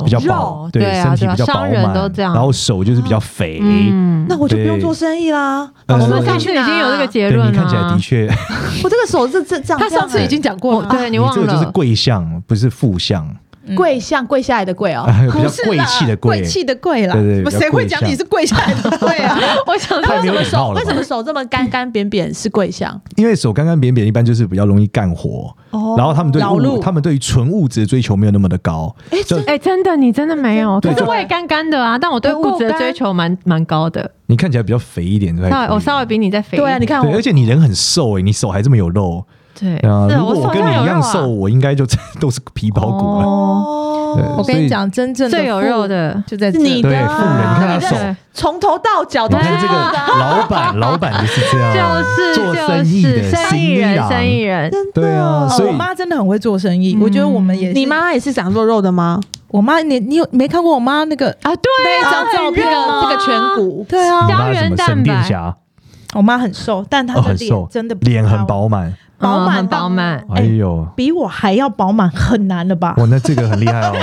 [SPEAKER 1] 比较
[SPEAKER 4] 肉
[SPEAKER 1] 饱，
[SPEAKER 4] 对
[SPEAKER 1] 身
[SPEAKER 4] 啊
[SPEAKER 1] 体
[SPEAKER 4] 对啊
[SPEAKER 1] 比较饱
[SPEAKER 4] 商人
[SPEAKER 1] 满
[SPEAKER 4] 都这，样哦
[SPEAKER 1] 然后手就是比较肥，
[SPEAKER 4] 嗯，
[SPEAKER 2] 那我就不用
[SPEAKER 1] 对
[SPEAKER 2] 做生意啦。
[SPEAKER 1] 呃
[SPEAKER 2] 老
[SPEAKER 4] 我
[SPEAKER 2] 师
[SPEAKER 4] 们上
[SPEAKER 2] 你
[SPEAKER 4] 次
[SPEAKER 2] 去
[SPEAKER 4] 已
[SPEAKER 2] 哪
[SPEAKER 4] 经有这个结
[SPEAKER 1] 对
[SPEAKER 4] 论
[SPEAKER 1] 你
[SPEAKER 4] 了，
[SPEAKER 1] 看起来的确，
[SPEAKER 2] 我这个手是这这样，
[SPEAKER 5] 他上次已经讲过
[SPEAKER 4] 我
[SPEAKER 5] 了，
[SPEAKER 4] 对哎你
[SPEAKER 1] (laughs) 你
[SPEAKER 4] 忘
[SPEAKER 1] 这个就是
[SPEAKER 4] 了，
[SPEAKER 1] 贵相，不是负相，
[SPEAKER 5] 嗯
[SPEAKER 2] 跪下跪下来的跪哦。
[SPEAKER 1] (laughs) 比
[SPEAKER 5] 不
[SPEAKER 1] 较
[SPEAKER 5] 是
[SPEAKER 1] 贵
[SPEAKER 5] 啦
[SPEAKER 1] 气的
[SPEAKER 5] 贵
[SPEAKER 1] 贵，
[SPEAKER 5] 气的贵啦，
[SPEAKER 1] 对对
[SPEAKER 5] 不
[SPEAKER 1] 比较
[SPEAKER 5] 谁
[SPEAKER 1] 贵
[SPEAKER 5] 会讲
[SPEAKER 1] 相
[SPEAKER 5] 你是跪下来的贵啊？
[SPEAKER 4] (laughs) (laughs) 我想
[SPEAKER 1] 太
[SPEAKER 4] 到
[SPEAKER 1] 没有礼貌了吧。
[SPEAKER 2] 为什么手这么干干扁扁是跪相？
[SPEAKER 1] 因为手干干扁扁，一般就是比较容易干活，
[SPEAKER 2] 哦
[SPEAKER 1] 然后他们对
[SPEAKER 5] 劳
[SPEAKER 1] 物，
[SPEAKER 5] 碌
[SPEAKER 1] 他们对于纯物质的追求没有那么的高。
[SPEAKER 2] 哎，
[SPEAKER 1] 就
[SPEAKER 2] 这
[SPEAKER 4] 哎、真的，你真的没有。
[SPEAKER 1] 对
[SPEAKER 4] 可是
[SPEAKER 1] 就
[SPEAKER 4] 我也干干的啊，但我对
[SPEAKER 2] 不够
[SPEAKER 4] 物质的
[SPEAKER 2] 干
[SPEAKER 4] 追求蛮蛮高的。
[SPEAKER 1] 你看起来比较肥一点，对
[SPEAKER 4] 稍微我稍微比你再肥一
[SPEAKER 2] 对啊，
[SPEAKER 4] 点。
[SPEAKER 2] 你看
[SPEAKER 1] 对，
[SPEAKER 2] 我
[SPEAKER 1] 而且你人很瘦哎、你手还这么有肉
[SPEAKER 4] 对
[SPEAKER 1] 啊、
[SPEAKER 4] 是啊
[SPEAKER 1] 如果
[SPEAKER 4] 我
[SPEAKER 1] 我
[SPEAKER 4] 手
[SPEAKER 1] 跟
[SPEAKER 4] 上
[SPEAKER 1] 你
[SPEAKER 4] 有
[SPEAKER 1] 一
[SPEAKER 4] 肉
[SPEAKER 1] 样瘦，
[SPEAKER 4] 啊，
[SPEAKER 1] 我应该就 (laughs) 都是皮包骨啊了。
[SPEAKER 4] 哦，
[SPEAKER 1] 对
[SPEAKER 2] 哦
[SPEAKER 5] 我跟你讲，真正的
[SPEAKER 4] 最有
[SPEAKER 5] 富
[SPEAKER 4] 肉的
[SPEAKER 5] 就在这
[SPEAKER 2] 是你
[SPEAKER 1] 对，
[SPEAKER 2] 的
[SPEAKER 1] 富人你看他手，
[SPEAKER 4] 对
[SPEAKER 2] 从头到脚
[SPEAKER 1] 你
[SPEAKER 2] 都是
[SPEAKER 1] 看这个老板，老板就是这样，
[SPEAKER 4] 啊就是
[SPEAKER 1] 啊做
[SPEAKER 4] 就
[SPEAKER 1] 生意
[SPEAKER 4] 是
[SPEAKER 1] 的啊
[SPEAKER 4] 生意人，
[SPEAKER 1] 郎
[SPEAKER 4] 生意人，
[SPEAKER 1] 对啊，
[SPEAKER 5] 哦
[SPEAKER 1] 所
[SPEAKER 5] 我
[SPEAKER 1] 以
[SPEAKER 5] 妈真的很会做生意，我觉得我们也是
[SPEAKER 4] 嗯
[SPEAKER 2] 你妈妈也是长肉肉的吗？
[SPEAKER 5] 我妈，你你有没看过我妈那个
[SPEAKER 4] 啊，对
[SPEAKER 5] 那
[SPEAKER 4] 啊，
[SPEAKER 5] 张照片
[SPEAKER 4] 很热
[SPEAKER 5] 吗
[SPEAKER 4] 啊
[SPEAKER 2] 这个颧骨，
[SPEAKER 5] 对啊
[SPEAKER 1] 你，
[SPEAKER 4] 胶
[SPEAKER 1] 妈是什么
[SPEAKER 4] 原蛋
[SPEAKER 1] 沈殿
[SPEAKER 4] 白
[SPEAKER 1] 霞
[SPEAKER 5] 我妈很瘦，但她
[SPEAKER 1] 哦，
[SPEAKER 5] 的
[SPEAKER 1] 很
[SPEAKER 5] 脸
[SPEAKER 1] 瘦，
[SPEAKER 5] 真的不
[SPEAKER 1] 脸很
[SPEAKER 5] 高，
[SPEAKER 1] 饱满，
[SPEAKER 5] 饱满
[SPEAKER 4] 嗯很
[SPEAKER 5] 到
[SPEAKER 4] 饱满，
[SPEAKER 1] 哎呦，
[SPEAKER 5] 比我还要饱满，很难了吧？
[SPEAKER 1] 哇，那这个很厉害哦，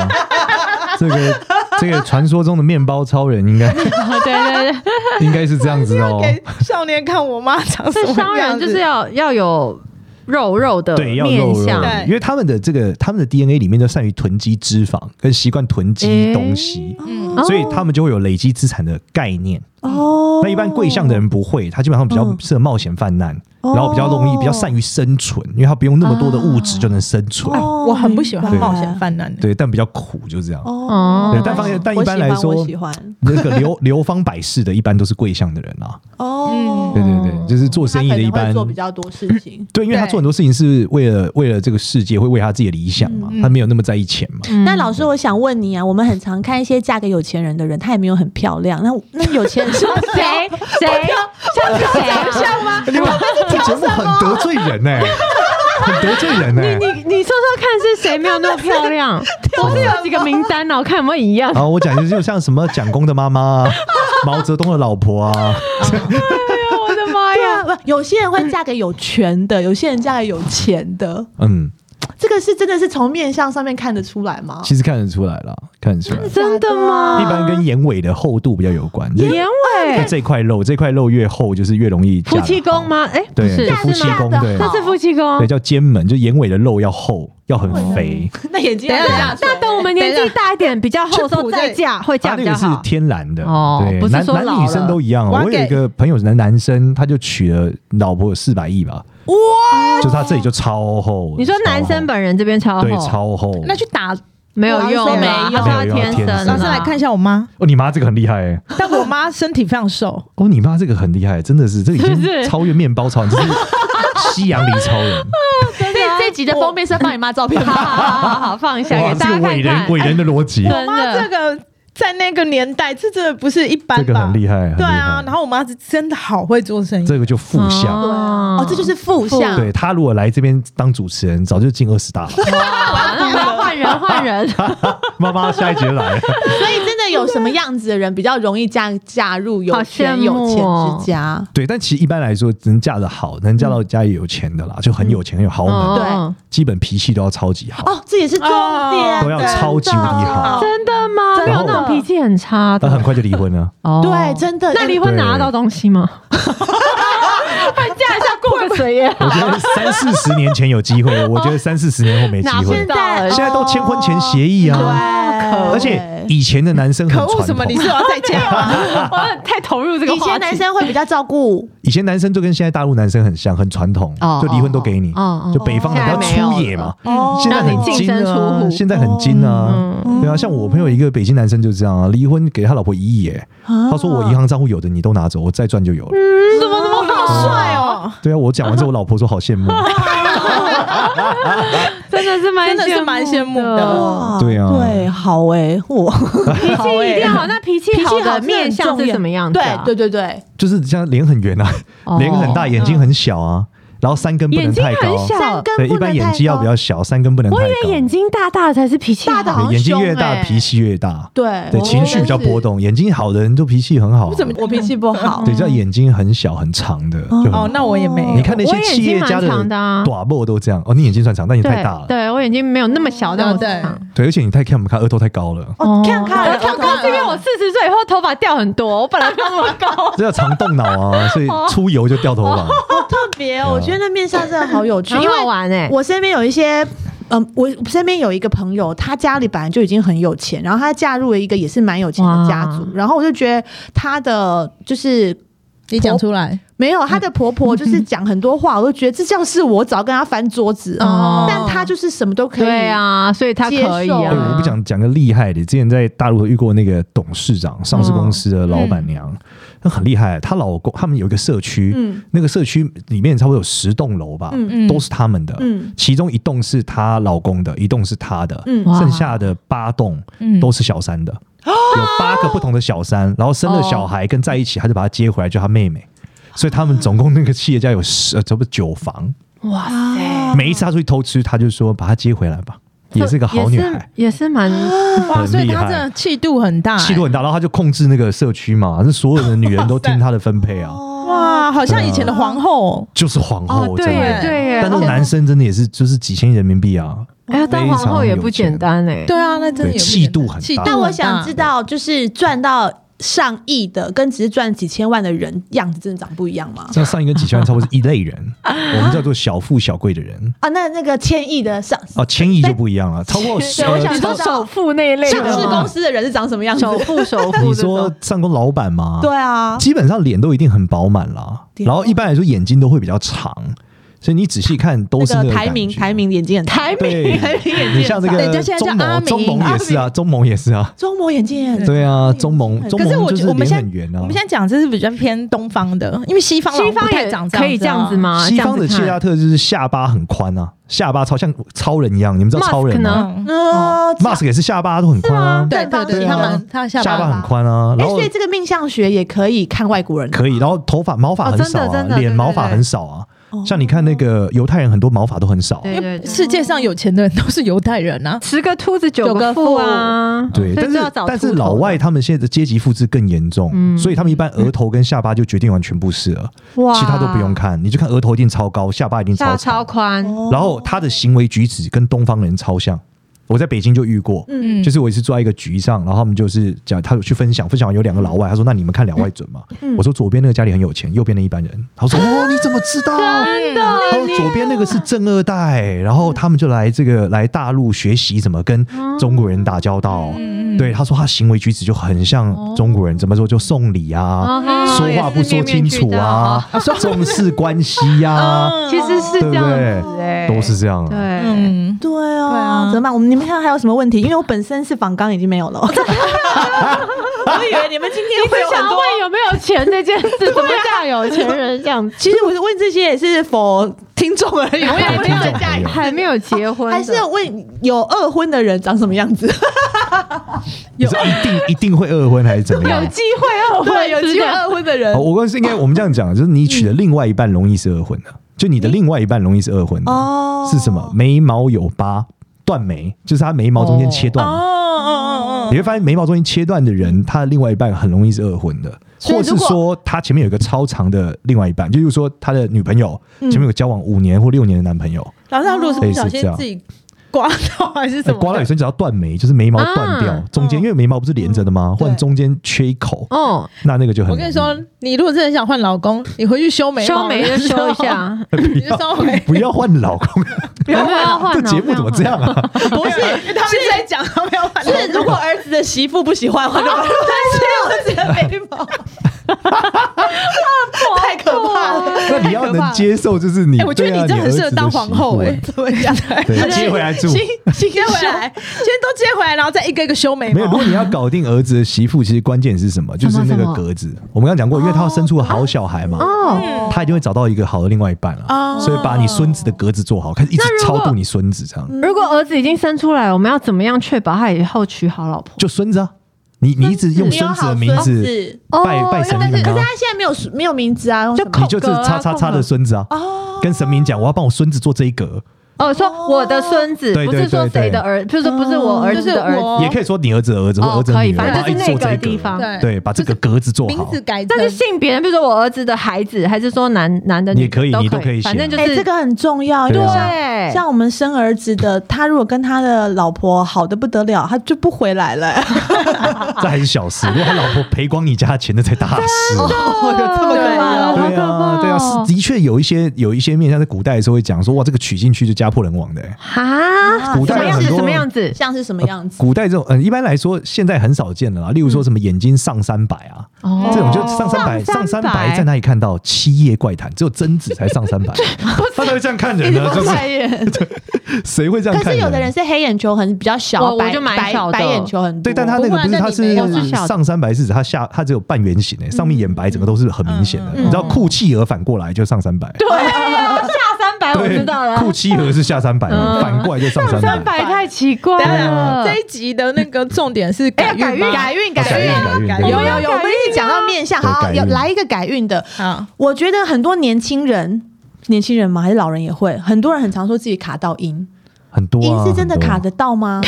[SPEAKER 1] 这个这个传说中的面包超人应该 (laughs)
[SPEAKER 4] (laughs) 对对对，
[SPEAKER 1] 应该是这样子哦。
[SPEAKER 5] 给少年看我妈
[SPEAKER 4] (laughs)
[SPEAKER 5] 长什
[SPEAKER 4] 这商
[SPEAKER 5] 么样
[SPEAKER 4] 人
[SPEAKER 5] 子，
[SPEAKER 4] 就是要要有肉肉的
[SPEAKER 1] 对，要肉
[SPEAKER 4] 面
[SPEAKER 1] 肉
[SPEAKER 4] 相，
[SPEAKER 5] 对，
[SPEAKER 1] 因为他们的这个他们的 DNA 里面都善于囤积脂肪，跟习惯囤积东西，
[SPEAKER 5] 嗯
[SPEAKER 4] 哦
[SPEAKER 1] 所以他们就会有累积资产的概念。
[SPEAKER 2] 哦
[SPEAKER 1] 那一般贵相的人不会，他基本上比较
[SPEAKER 2] 嗯
[SPEAKER 1] 适合冒险犯难，
[SPEAKER 2] 哦
[SPEAKER 1] 然后比较容易比较善于生存，因为他不用那么多的物质就能生存。
[SPEAKER 2] 啊哦
[SPEAKER 5] 我很不喜欢
[SPEAKER 2] 明白
[SPEAKER 5] 冒险犯难的。
[SPEAKER 1] 对，但比较苦，就这样。
[SPEAKER 2] 哦
[SPEAKER 1] 对但发现但一般来说嗯
[SPEAKER 2] 我喜欢我喜欢
[SPEAKER 1] 那个流 (laughs) 流芳百世的，一般都是贵相的人啊。
[SPEAKER 2] 哦，
[SPEAKER 1] 对对对，就是做生意
[SPEAKER 2] 他可
[SPEAKER 1] 的，
[SPEAKER 2] 能
[SPEAKER 1] 一
[SPEAKER 2] 会
[SPEAKER 1] 般
[SPEAKER 2] 做比较多
[SPEAKER 4] (coughs)
[SPEAKER 2] 事情。
[SPEAKER 1] 对，因为他
[SPEAKER 5] 对
[SPEAKER 1] 做很多事情是为了为了这个世界，会为他自己的理想嘛，
[SPEAKER 5] 嗯
[SPEAKER 1] 他没有那么在意钱嘛。
[SPEAKER 4] 嗯
[SPEAKER 2] 那老师，我想问你啊，我们很常看一些嫁给有钱人的人，她也没有很漂亮。那那有钱人是
[SPEAKER 4] (laughs)
[SPEAKER 2] 不是
[SPEAKER 4] 谁谁像是谁啊？
[SPEAKER 2] 像吗？
[SPEAKER 1] 另外，这节目很得罪人呢、欸很得罪人呢、
[SPEAKER 4] 哦
[SPEAKER 1] 欸
[SPEAKER 4] 你你说说看是谁没有那么漂 (laughs) 啊哦亮？我是有几个名单呢，我看有没有一样。
[SPEAKER 1] 啊，我讲就是像什么蒋公的妈妈啊，毛泽东的老婆啊，
[SPEAKER 2] 我的
[SPEAKER 4] 哎
[SPEAKER 2] 妈
[SPEAKER 4] (laughs)
[SPEAKER 2] 呀！啊不，有些人会嫁给有权的，有些人嫁给有钱的，
[SPEAKER 1] 嗯，
[SPEAKER 2] 这个是真的是从面相上面看得出来吗？啊
[SPEAKER 1] 其实看得出来了，看得出来，
[SPEAKER 4] 真的吗
[SPEAKER 1] 一般跟眼尾的厚度比较有关，就
[SPEAKER 4] 眼尾
[SPEAKER 1] 这块肉，这块肉越厚，就是越容易嫁
[SPEAKER 4] 哎夫
[SPEAKER 1] 得
[SPEAKER 4] 妻宫吗？哎，
[SPEAKER 1] 对
[SPEAKER 4] 不是
[SPEAKER 1] 就，夫妻宫
[SPEAKER 2] 嫁得
[SPEAKER 1] 对
[SPEAKER 2] 好
[SPEAKER 4] 那是夫妻宫
[SPEAKER 1] 好？对，。叫尖门，就眼尾的肉要厚，要
[SPEAKER 4] 哦
[SPEAKER 1] 很肥。
[SPEAKER 2] 那眼睛要
[SPEAKER 5] 等一
[SPEAKER 2] 下
[SPEAKER 5] 下
[SPEAKER 2] 垂
[SPEAKER 4] 那等我们年纪大一点，比较厚的时候
[SPEAKER 5] 去补
[SPEAKER 4] 再
[SPEAKER 5] 这
[SPEAKER 4] 嫁，会
[SPEAKER 1] 它
[SPEAKER 4] 嫁
[SPEAKER 1] 那
[SPEAKER 4] 比
[SPEAKER 1] 个
[SPEAKER 4] 较
[SPEAKER 1] 是
[SPEAKER 4] 好。
[SPEAKER 1] 天然的
[SPEAKER 4] 哦
[SPEAKER 1] 对，
[SPEAKER 4] 不是
[SPEAKER 1] 男
[SPEAKER 4] 说
[SPEAKER 1] 男
[SPEAKER 4] 老
[SPEAKER 1] 女生
[SPEAKER 4] 了
[SPEAKER 1] 都一样
[SPEAKER 5] 我
[SPEAKER 1] 哦。
[SPEAKER 5] 要
[SPEAKER 1] 我有一
[SPEAKER 5] 给
[SPEAKER 1] 个朋友，男男生他就娶了老婆有四百亿吧，哇，就是他这里就超厚。
[SPEAKER 4] 你说男生哦本人这边
[SPEAKER 1] 超
[SPEAKER 4] 超
[SPEAKER 1] 厚，
[SPEAKER 4] 厚
[SPEAKER 1] 对超厚，
[SPEAKER 5] 那去打。
[SPEAKER 4] 没有用啊，
[SPEAKER 2] 没有
[SPEAKER 4] 他说他
[SPEAKER 1] 没有
[SPEAKER 4] 天
[SPEAKER 1] 天生啊
[SPEAKER 4] 生。啊
[SPEAKER 5] 老师来看一，下
[SPEAKER 4] (laughs)
[SPEAKER 5] 我妈，
[SPEAKER 1] 哦，你妈这个很厉害欸，
[SPEAKER 5] 但我妈身体非常瘦，
[SPEAKER 1] 哦，你妈这个很厉害，真的是，这已
[SPEAKER 4] 是不是
[SPEAKER 1] 经超越面包超人，
[SPEAKER 4] (laughs)
[SPEAKER 1] 这是西洋梨超人，
[SPEAKER 2] 这这集的封面是放你妈照片
[SPEAKER 4] 好
[SPEAKER 2] 吗？
[SPEAKER 4] 好好好，放一下
[SPEAKER 1] 哇，
[SPEAKER 4] 给
[SPEAKER 1] 这
[SPEAKER 4] 大家
[SPEAKER 1] 个伟
[SPEAKER 4] 看
[SPEAKER 1] 人
[SPEAKER 4] 看。
[SPEAKER 1] 伟人的逻
[SPEAKER 4] (laughs)
[SPEAKER 1] 辑，
[SPEAKER 4] 真
[SPEAKER 5] 妈这
[SPEAKER 4] 的，
[SPEAKER 5] 个在那个年代，这真的不是一般
[SPEAKER 1] 这
[SPEAKER 5] 吧？
[SPEAKER 1] 个很厉害，很厉
[SPEAKER 5] 对啊
[SPEAKER 1] 害，
[SPEAKER 5] 然后我妈是真的好会做生意，
[SPEAKER 1] 这个就负向。
[SPEAKER 2] 哦，这就是负向。
[SPEAKER 1] 啊对他如果来这边当主持人，早就进二十大了。
[SPEAKER 4] 哇换人换人，
[SPEAKER 2] (laughs)
[SPEAKER 1] 妈妈下一节来了，
[SPEAKER 2] 所以真的有什么样子的人比较容易嫁嫁入有
[SPEAKER 4] 好羡
[SPEAKER 2] 权
[SPEAKER 4] 慕
[SPEAKER 2] 有钱
[SPEAKER 4] 哦
[SPEAKER 2] 之家？
[SPEAKER 1] 对，但其实一般来说，能嫁得好，能嫁到家里有钱的啦，就很有钱、很有豪门，
[SPEAKER 4] 嗯哦
[SPEAKER 1] 基本脾气都要超级好，
[SPEAKER 2] 哦，这也是重
[SPEAKER 5] 哦
[SPEAKER 2] 点，
[SPEAKER 1] 都要超级无敌好
[SPEAKER 2] 真的
[SPEAKER 4] 真的吗？
[SPEAKER 2] 真
[SPEAKER 4] 没
[SPEAKER 1] 的
[SPEAKER 4] 有那种脾气很差
[SPEAKER 1] 但很
[SPEAKER 4] 的，
[SPEAKER 1] 快就离婚了。
[SPEAKER 4] 哦
[SPEAKER 2] 对，真的。
[SPEAKER 4] 那离婚拿得到东西吗？
[SPEAKER 2] (laughs)
[SPEAKER 4] 快嫁一下过个水耶！
[SPEAKER 1] 我觉得三四十年前有机会，我觉得三四十年后没机
[SPEAKER 4] 哪
[SPEAKER 1] 会
[SPEAKER 4] 现。在
[SPEAKER 1] 现在都签婚前协议
[SPEAKER 2] 对，
[SPEAKER 1] 啊，而且以前的男生很
[SPEAKER 5] 可恶什
[SPEAKER 1] 嗯传
[SPEAKER 5] 么？
[SPEAKER 1] 统
[SPEAKER 5] 你，是我要再见
[SPEAKER 1] (laughs)
[SPEAKER 5] 吗？
[SPEAKER 4] 我太投入这个
[SPEAKER 2] 以前男生会比较照顾，
[SPEAKER 1] 以前男生就跟现在大陆男生很像，很传统
[SPEAKER 4] 哦，
[SPEAKER 1] 就离婚都给你
[SPEAKER 4] 哦哦，
[SPEAKER 1] 就北方的
[SPEAKER 4] 现在
[SPEAKER 1] 比
[SPEAKER 4] 没有
[SPEAKER 1] 较
[SPEAKER 4] 了
[SPEAKER 1] 粗野嘛。
[SPEAKER 2] 哦
[SPEAKER 1] 现在
[SPEAKER 4] 让你
[SPEAKER 1] 很
[SPEAKER 4] 净
[SPEAKER 1] 精
[SPEAKER 4] 身出
[SPEAKER 1] 啊，
[SPEAKER 4] 户
[SPEAKER 1] 现在很精啊，对啊，像我朋友一个北京男生就这样啊，离婚给他老婆一亿耶，他说我银行账户有的你都拿走，我再赚就有了。
[SPEAKER 5] 怎么那么那么帅哦？
[SPEAKER 1] 对啊，我讲完之后，我老婆说好羡
[SPEAKER 5] (laughs)
[SPEAKER 1] 慕，
[SPEAKER 4] 真的是蛮
[SPEAKER 5] 真的是蛮羡慕的
[SPEAKER 2] 哇
[SPEAKER 1] 对啊
[SPEAKER 2] 对，好哎，我
[SPEAKER 4] 哦脾
[SPEAKER 2] 好
[SPEAKER 4] 气
[SPEAKER 2] 欸
[SPEAKER 4] 一定好。那脾气
[SPEAKER 2] 脾
[SPEAKER 4] 好
[SPEAKER 2] 气好
[SPEAKER 4] 的面相是什么样子
[SPEAKER 2] 对
[SPEAKER 4] 啊？
[SPEAKER 2] 对对对，
[SPEAKER 1] 就是像脸很圆啊，
[SPEAKER 4] 哦
[SPEAKER 1] 脸很大，眼睛很小啊，然后三根不能
[SPEAKER 4] 眼睛
[SPEAKER 1] 太高
[SPEAKER 4] 很，小，
[SPEAKER 2] 三根
[SPEAKER 1] 对，一
[SPEAKER 2] 不
[SPEAKER 1] 般
[SPEAKER 2] 能
[SPEAKER 1] 眼
[SPEAKER 2] 太
[SPEAKER 1] 睛要比
[SPEAKER 2] 高
[SPEAKER 1] 较。小，三根不能太
[SPEAKER 4] 我以为
[SPEAKER 1] 高。
[SPEAKER 4] 眼睛大大的才是脾气好
[SPEAKER 2] 大的好
[SPEAKER 1] 对
[SPEAKER 2] 欸像
[SPEAKER 1] 眼睛越
[SPEAKER 2] 凶
[SPEAKER 1] 大
[SPEAKER 2] 欸
[SPEAKER 1] 脾气越大，
[SPEAKER 2] 对
[SPEAKER 1] 对，情绪比较波。动。眼睛好的人就脾气很好啊，
[SPEAKER 2] 我脾气
[SPEAKER 1] (laughs)
[SPEAKER 2] 不好？
[SPEAKER 1] 对，叫眼睛很小很长的就很好
[SPEAKER 5] 哦，。那我也没有
[SPEAKER 1] 你看那
[SPEAKER 4] 嗯我
[SPEAKER 1] 些
[SPEAKER 4] 眼睛
[SPEAKER 1] 企业家
[SPEAKER 4] 蛮长
[SPEAKER 1] 的
[SPEAKER 4] 的啊
[SPEAKER 1] 短脖都这样哦，你眼睛算长，但你太大了
[SPEAKER 4] 对，对，我眼睛没有那么啊小，但我
[SPEAKER 5] 对
[SPEAKER 4] 长
[SPEAKER 1] 对，而且你太看不看额头太高了，。
[SPEAKER 2] 嗯哦，看看
[SPEAKER 4] 我刚刚是因为我四十岁以后头发掉很多，我本来没有那么高
[SPEAKER 1] 这叫常动脑
[SPEAKER 4] (laughs)
[SPEAKER 1] 啊，所以出油就掉头发。
[SPEAKER 2] 好特别哦，我觉得那面相真的好有趣，(laughs)
[SPEAKER 4] 很
[SPEAKER 2] 因为
[SPEAKER 4] 好玩欸
[SPEAKER 2] 我身边有一些。嗯，我身边有一个朋友，她家里本来就已经很有钱，然后她嫁入了一个也是蛮有钱的家族
[SPEAKER 4] 哇，
[SPEAKER 2] 然后我就觉得她的就是
[SPEAKER 5] 你讲出来
[SPEAKER 2] 没有她的婆婆就是讲很多话，我就觉得这像是我早跟她翻桌子，
[SPEAKER 4] 哦
[SPEAKER 2] 但她就是什么都可以，
[SPEAKER 4] 对啊，所以他可以
[SPEAKER 2] 接
[SPEAKER 4] 啊
[SPEAKER 1] 哎，
[SPEAKER 2] 受
[SPEAKER 1] 我不讲讲个厉害的，之前在大陆遇过那个董事长，上市公司的老板娘，那很厉害。她老公他们有一个社区，
[SPEAKER 2] 嗯
[SPEAKER 1] 那个社区里面差不多有十栋楼吧，
[SPEAKER 2] 嗯
[SPEAKER 5] 嗯
[SPEAKER 1] 都是他们的，
[SPEAKER 2] 嗯
[SPEAKER 1] 其中一栋是她老公的，一栋是她的，
[SPEAKER 2] 嗯
[SPEAKER 4] 哇
[SPEAKER 1] 剩下的八栋
[SPEAKER 5] 嗯
[SPEAKER 1] 都是小三的，有八个不同的小三，然后生了小孩跟在一起，他就把她接回来，叫她妹妹。所以他们总共那个企业家有十，呃，差不多九房。
[SPEAKER 4] 哇
[SPEAKER 2] 啊
[SPEAKER 4] 塞，
[SPEAKER 1] 每一次她出去偷吃，他就说把她接回来吧，也是一个好女孩。
[SPEAKER 4] 也是，也嗯是蛮
[SPEAKER 5] 哇，
[SPEAKER 1] 很
[SPEAKER 5] 所以
[SPEAKER 1] 厉
[SPEAKER 5] 他
[SPEAKER 1] 害
[SPEAKER 5] 真的气度很大，
[SPEAKER 1] 气度很大，然后他就控制那个社区嘛，那所有的女人都听他的分配啊，
[SPEAKER 5] 哎哇，好像以前的皇后，
[SPEAKER 1] 就是皇后，真
[SPEAKER 4] 哦对耶
[SPEAKER 1] 的。
[SPEAKER 4] 对耶
[SPEAKER 1] 但那，个男生真的也是，就是几千人民币
[SPEAKER 4] (laughs)
[SPEAKER 1] 啊，
[SPEAKER 4] 哎呀，当皇后也不简单哎，
[SPEAKER 5] 对啊，那真
[SPEAKER 1] 对
[SPEAKER 5] 的有
[SPEAKER 1] 气度很大
[SPEAKER 5] 气度
[SPEAKER 2] 但我
[SPEAKER 5] 很大
[SPEAKER 2] 想知道，就是赚到上亿的跟只是赚几千万的人样子真的长不一样吗？
[SPEAKER 1] 这样上一跟几千万差不多是一类人，我们叫做小富小贵的人
[SPEAKER 2] 啊，那那个千亿的上
[SPEAKER 1] 啊，千亿就不一样了，超
[SPEAKER 4] (laughs)
[SPEAKER 1] 过
[SPEAKER 2] 对我想
[SPEAKER 1] 呃
[SPEAKER 2] 知道
[SPEAKER 1] 超
[SPEAKER 4] 首富那一类
[SPEAKER 2] 上市
[SPEAKER 4] 的吗
[SPEAKER 2] 公，司的人是长什么样子？
[SPEAKER 4] 首富首
[SPEAKER 1] 哦你
[SPEAKER 4] 富这
[SPEAKER 1] 说
[SPEAKER 4] 种，
[SPEAKER 1] 上过老板吗？
[SPEAKER 2] 对，啊，
[SPEAKER 1] 基本上脸都一定很饱满啦，
[SPEAKER 5] 啊
[SPEAKER 2] 对
[SPEAKER 1] 然后一般来说眼睛都会比较长，所以你仔细看都
[SPEAKER 2] 那
[SPEAKER 1] 是那
[SPEAKER 2] 个
[SPEAKER 1] 个
[SPEAKER 2] 台
[SPEAKER 1] 感
[SPEAKER 2] 明，
[SPEAKER 1] 觉
[SPEAKER 2] 台明眼睛很大
[SPEAKER 4] 台
[SPEAKER 5] (laughs)
[SPEAKER 1] 对，你像这
[SPEAKER 5] 对
[SPEAKER 1] 个
[SPEAKER 5] 就现在叫
[SPEAKER 1] 中
[SPEAKER 5] 阿
[SPEAKER 1] 蒙，
[SPEAKER 5] 明
[SPEAKER 1] 中蒙也是啊，中蒙也是啊，
[SPEAKER 2] 中国眼睛也很
[SPEAKER 1] 对啊，中蒙中
[SPEAKER 5] 可是
[SPEAKER 1] 蒙
[SPEAKER 5] 我
[SPEAKER 1] 就
[SPEAKER 5] 觉得我们
[SPEAKER 1] 脸
[SPEAKER 5] 现
[SPEAKER 1] 很
[SPEAKER 5] 在
[SPEAKER 1] 圆啊。
[SPEAKER 5] 我们现在讲这是比较偏东方的，因为西方
[SPEAKER 4] 西方
[SPEAKER 5] 也
[SPEAKER 4] 也
[SPEAKER 5] 长
[SPEAKER 4] 可以这样子？
[SPEAKER 5] 啊
[SPEAKER 4] 吗？
[SPEAKER 1] 西方的
[SPEAKER 4] 这
[SPEAKER 1] 切
[SPEAKER 4] 样
[SPEAKER 1] 亚
[SPEAKER 4] 子
[SPEAKER 1] 特就是下巴很宽啊，下巴超像超人一样，你们知道
[SPEAKER 4] Musk
[SPEAKER 1] 超人吗
[SPEAKER 4] 呢
[SPEAKER 5] 嗯，
[SPEAKER 2] 哦，这样
[SPEAKER 1] ？Mask 也是下巴都很宽啊，
[SPEAKER 5] 对对
[SPEAKER 1] 对
[SPEAKER 5] 对，
[SPEAKER 1] 啊
[SPEAKER 5] 他们他下
[SPEAKER 1] 下巴很宽啊，
[SPEAKER 2] 哎，
[SPEAKER 1] 然后啊
[SPEAKER 2] 所以这个命相学也可以看外国人的
[SPEAKER 1] 可以，然后头发毛发很少
[SPEAKER 4] 哦真的
[SPEAKER 1] 啊
[SPEAKER 4] 真，的
[SPEAKER 1] 脸毛发
[SPEAKER 4] 对对对哦
[SPEAKER 1] 很少啊，像你看那个犹太人，很多毛发都很少。啊
[SPEAKER 4] 对
[SPEAKER 5] 因
[SPEAKER 4] 对
[SPEAKER 5] 为
[SPEAKER 4] 对，
[SPEAKER 5] 世界上有钱的人都是犹太人啊。
[SPEAKER 4] 十个秃子九
[SPEAKER 5] 九
[SPEAKER 4] 个
[SPEAKER 5] 个
[SPEAKER 4] 富
[SPEAKER 5] 富
[SPEAKER 4] 啊，
[SPEAKER 1] 对，
[SPEAKER 4] 所以
[SPEAKER 1] 但
[SPEAKER 4] 就是要找
[SPEAKER 1] 但
[SPEAKER 4] 秃
[SPEAKER 1] 是
[SPEAKER 4] 头
[SPEAKER 1] 老
[SPEAKER 4] 的
[SPEAKER 1] 外他们现在的阶级复制更严重，
[SPEAKER 4] 嗯
[SPEAKER 1] 所以他们一般额头跟下巴就决定完全部是了，
[SPEAKER 4] 哇
[SPEAKER 1] 其他都不用，看，你就看额头一定超高，下巴一定
[SPEAKER 4] 下
[SPEAKER 1] 超
[SPEAKER 4] 超哦
[SPEAKER 1] 长，
[SPEAKER 4] 宽，
[SPEAKER 1] 然后他的行为举止跟东方人超像。我在北京就遇过，
[SPEAKER 5] 嗯，
[SPEAKER 1] 就是我也是坐在一个局上，然后他们就是讲，他有去分享，分享完有两个老外，他说：“那你们看两外准吗？”
[SPEAKER 2] 嗯
[SPEAKER 1] 我说：“左边那个家里很有钱，右边那一般人。”他说：“哦，你怎么知
[SPEAKER 4] (laughs)
[SPEAKER 1] 道？”
[SPEAKER 4] 嗯
[SPEAKER 1] 他说：“哦左边那个是正二代，然后他们就来这个来大陆学习怎么跟中国人打交道。
[SPEAKER 5] 嗯哦
[SPEAKER 1] 对，，他说他行为举止就很像中国人，怎么说就送礼啊，
[SPEAKER 4] 哦
[SPEAKER 1] 说话不说清楚啊，重视关系呀、
[SPEAKER 5] (laughs) 嗯
[SPEAKER 4] 也是面面俱到，其实是这样
[SPEAKER 1] 对
[SPEAKER 4] 子哎，
[SPEAKER 1] 都是这样、啊。
[SPEAKER 4] 对，
[SPEAKER 5] 嗯，
[SPEAKER 2] 对哦，
[SPEAKER 5] 对啊
[SPEAKER 2] 怎么办？我们你们看还有什么问题？因为我本身是仿钢已经没有 (laughs) 了，我以为你们今天会有很
[SPEAKER 6] 想
[SPEAKER 2] 多。
[SPEAKER 6] 问有没有钱这件事，怎么叫有钱人这样子？
[SPEAKER 2] 其实我问这些也是否听众而已，我也
[SPEAKER 1] 对听众朋友
[SPEAKER 4] 还没有结婚的，
[SPEAKER 2] 还是要问有二婚的人长什么样子？
[SPEAKER 1] 你知道一定一定会二婚还是怎么样
[SPEAKER 6] 有？机会二
[SPEAKER 2] 对，
[SPEAKER 6] 婚，
[SPEAKER 2] (laughs) 有
[SPEAKER 6] 是
[SPEAKER 2] 机
[SPEAKER 6] 这
[SPEAKER 2] 会
[SPEAKER 6] 样
[SPEAKER 2] 二婚的人
[SPEAKER 1] 哦，我跟是应该我们这样讲，就是你娶的另外一半容易是二婚的，就你的另外一半容易是二婚的，
[SPEAKER 2] 哦
[SPEAKER 1] 是什么？？眉毛有疤，断眉，就是他眉毛中间切断。
[SPEAKER 2] 哦哦哦
[SPEAKER 1] 你会发现眉毛中间切断的人，他的另外一半很容易是二婚的，
[SPEAKER 2] 所以
[SPEAKER 1] 或
[SPEAKER 2] 如
[SPEAKER 1] 是
[SPEAKER 2] 果
[SPEAKER 1] 说他前面有一个超长的另外一半，就是说他的女朋友
[SPEAKER 5] 嗯
[SPEAKER 1] 前面有个交往五年或六年的男朋友，
[SPEAKER 2] 哦，然后他如果是
[SPEAKER 1] 类
[SPEAKER 2] 不
[SPEAKER 1] 似
[SPEAKER 2] 小
[SPEAKER 1] 这
[SPEAKER 2] 心
[SPEAKER 1] 样
[SPEAKER 2] 自己刮到还是
[SPEAKER 1] 哎
[SPEAKER 2] 什么
[SPEAKER 1] 刮到有些只要断眉，就是眉毛断掉，
[SPEAKER 4] 啊
[SPEAKER 5] 嗯
[SPEAKER 1] 中间因为眉毛不是连着的吗？或者
[SPEAKER 2] 对
[SPEAKER 1] 中间缺一口，
[SPEAKER 4] 哦，
[SPEAKER 1] 那那个就很
[SPEAKER 5] 我跟
[SPEAKER 1] (laughs)
[SPEAKER 5] 你说，你如果真的想换老公，你回去修眉毛
[SPEAKER 4] 修眉就修一，
[SPEAKER 5] (laughs)
[SPEAKER 4] 下，
[SPEAKER 5] 你就稍微
[SPEAKER 1] 不要换老公，
[SPEAKER 4] 不要换
[SPEAKER 1] 这
[SPEAKER 4] 哦，
[SPEAKER 1] 节目怎么这样啊？
[SPEAKER 2] 不是，
[SPEAKER 5] (laughs) 他们一直在讲他们要换老
[SPEAKER 2] 是
[SPEAKER 5] 公，
[SPEAKER 2] 如果儿子的媳妇不喜欢的话，就把它切我自己的眉毛，太可怕了。
[SPEAKER 1] 那你要能接受，就是你，
[SPEAKER 5] 哎，我觉得
[SPEAKER 1] 对啊
[SPEAKER 5] 你真的很适合当皇后哎
[SPEAKER 1] 哎，，
[SPEAKER 5] 怎么讲？
[SPEAKER 1] 对，接回来住。
[SPEAKER 5] 先先接回来， (laughs) 先都接回来，然后再一个一个修眉
[SPEAKER 1] 没有，如
[SPEAKER 5] 毛
[SPEAKER 1] 果。你要搞定儿子的媳妇，其实关键是什么？就是那
[SPEAKER 4] 什
[SPEAKER 1] 个
[SPEAKER 4] 么
[SPEAKER 1] 格子。我们刚刚讲过，因为他要生出好小孩嘛，
[SPEAKER 4] 哦
[SPEAKER 1] 他一定会找到一个好的另外一半啊，
[SPEAKER 2] 哦
[SPEAKER 1] 所以把你孙子的格子做好，开始一直
[SPEAKER 4] 那如
[SPEAKER 1] 超
[SPEAKER 4] 果
[SPEAKER 1] 度你孙子这样。
[SPEAKER 4] 如果儿子已经生出来，我们要怎么样确保他以后娶好老婆？
[SPEAKER 1] 就孙子啊，你你一直用孙子的名字
[SPEAKER 4] 哦
[SPEAKER 1] 拜拜神
[SPEAKER 4] 但
[SPEAKER 1] 明
[SPEAKER 4] 是
[SPEAKER 1] 啊，
[SPEAKER 2] 他现在没有没有名字啊，就
[SPEAKER 1] 你就是叉叉叉的孙子啊，跟神明讲，我要帮我孙子做这一格，
[SPEAKER 4] 哦，说我的孙子，
[SPEAKER 1] 对
[SPEAKER 4] 不是
[SPEAKER 1] 对
[SPEAKER 4] 说
[SPEAKER 1] 对
[SPEAKER 4] 谁
[SPEAKER 1] 对
[SPEAKER 4] 的儿，就是说不是我儿
[SPEAKER 5] 哦就
[SPEAKER 4] 子
[SPEAKER 5] 是
[SPEAKER 4] 的儿子，
[SPEAKER 5] 我
[SPEAKER 1] 也可以说你儿子的儿子或
[SPEAKER 4] 哦
[SPEAKER 1] 儿子的
[SPEAKER 4] 可以
[SPEAKER 1] 女儿，
[SPEAKER 4] 反
[SPEAKER 1] 然
[SPEAKER 4] 正
[SPEAKER 1] 后一
[SPEAKER 4] 就是
[SPEAKER 1] 直做
[SPEAKER 4] 那
[SPEAKER 1] 这
[SPEAKER 4] 个
[SPEAKER 1] 一
[SPEAKER 4] 地
[SPEAKER 1] 格，
[SPEAKER 4] 方。
[SPEAKER 5] 对
[SPEAKER 1] 对，把这个格子做
[SPEAKER 5] 名
[SPEAKER 1] 好
[SPEAKER 5] 字。改成
[SPEAKER 4] 但是性别，比如说我儿子的孩子，还是说男男的女的
[SPEAKER 1] 也可以
[SPEAKER 4] 都
[SPEAKER 1] 你都可以写
[SPEAKER 4] 反正就
[SPEAKER 2] 哎、
[SPEAKER 4] 是
[SPEAKER 2] 这个很重要，因
[SPEAKER 1] 对
[SPEAKER 2] 为
[SPEAKER 1] 啊
[SPEAKER 2] 像
[SPEAKER 4] 对，
[SPEAKER 2] 像我们生儿子的，他如果跟他的老婆好的不得了，他就不回来了、
[SPEAKER 1] 这还是小事，如果他老婆赔光你家的钱，那才大事。
[SPEAKER 4] 哎
[SPEAKER 2] 哦，有这么可怕
[SPEAKER 4] 哦
[SPEAKER 2] 哦
[SPEAKER 4] 好
[SPEAKER 1] 对
[SPEAKER 4] 可怕
[SPEAKER 1] 啊，对啊，
[SPEAKER 4] 哦
[SPEAKER 1] 是的确有一些有一些面向在古代的时候会讲说，哇，这个娶进去就家破人亡的、欸
[SPEAKER 4] 哈，
[SPEAKER 2] 啊
[SPEAKER 1] 古代
[SPEAKER 4] 什么样
[SPEAKER 1] 很
[SPEAKER 4] 子？
[SPEAKER 1] 多
[SPEAKER 4] 什么样子？
[SPEAKER 2] 像是什么样子？
[SPEAKER 1] 古代这种，嗯、一般来说现在很少见了啦。例如说什么眼睛上三百啊，
[SPEAKER 4] 哦
[SPEAKER 1] 这种就上三百，
[SPEAKER 4] 上
[SPEAKER 1] 上三
[SPEAKER 4] 三百
[SPEAKER 1] 百在哪里看到？七夜怪谈，只有贞子才上三百，他才会这样看人呢、啊就是谁会这样
[SPEAKER 2] 可
[SPEAKER 1] 看
[SPEAKER 2] 是有的人
[SPEAKER 1] 人？
[SPEAKER 2] 是黑眼球很比较小，
[SPEAKER 4] 我我
[SPEAKER 2] 白
[SPEAKER 4] 就蛮
[SPEAKER 2] 白
[SPEAKER 4] 小的
[SPEAKER 2] 白眼球很多。
[SPEAKER 1] 对，但他那个不是，
[SPEAKER 5] 不会啊
[SPEAKER 1] 他
[SPEAKER 5] 那
[SPEAKER 1] 是
[SPEAKER 5] 你没有
[SPEAKER 4] 我是小的
[SPEAKER 1] 上三百是指他下他只有半圆形诶、欸上面眼白整个都是很明显的。
[SPEAKER 5] 嗯
[SPEAKER 1] 你知道酷企鹅反过来就上三百，
[SPEAKER 4] 下三百，我知道了。
[SPEAKER 1] 酷企鹅是下三百嘛，
[SPEAKER 4] 嗯
[SPEAKER 1] 反过来就上三
[SPEAKER 4] 三
[SPEAKER 1] 百。哦
[SPEAKER 4] 百太奇怪
[SPEAKER 5] 等一下
[SPEAKER 4] 了，
[SPEAKER 5] 这一集的那个重点是改
[SPEAKER 4] 哎呀改
[SPEAKER 5] 运
[SPEAKER 4] 运
[SPEAKER 5] 吗，啊
[SPEAKER 2] 改运啊
[SPEAKER 1] 改运改运
[SPEAKER 2] 有
[SPEAKER 1] 对
[SPEAKER 2] 有有，我们
[SPEAKER 4] 啊
[SPEAKER 2] 一直讲到面相，好，
[SPEAKER 1] 改运
[SPEAKER 2] 有来一个改运的。
[SPEAKER 1] 嗯
[SPEAKER 5] 好，
[SPEAKER 2] 我觉得很多年轻人，年轻人嘛，还是老人也会，很多人很常说自己卡到音，
[SPEAKER 1] 很多、
[SPEAKER 2] 音
[SPEAKER 1] 啊，
[SPEAKER 2] 是真的
[SPEAKER 1] 很多
[SPEAKER 2] 卡得到吗？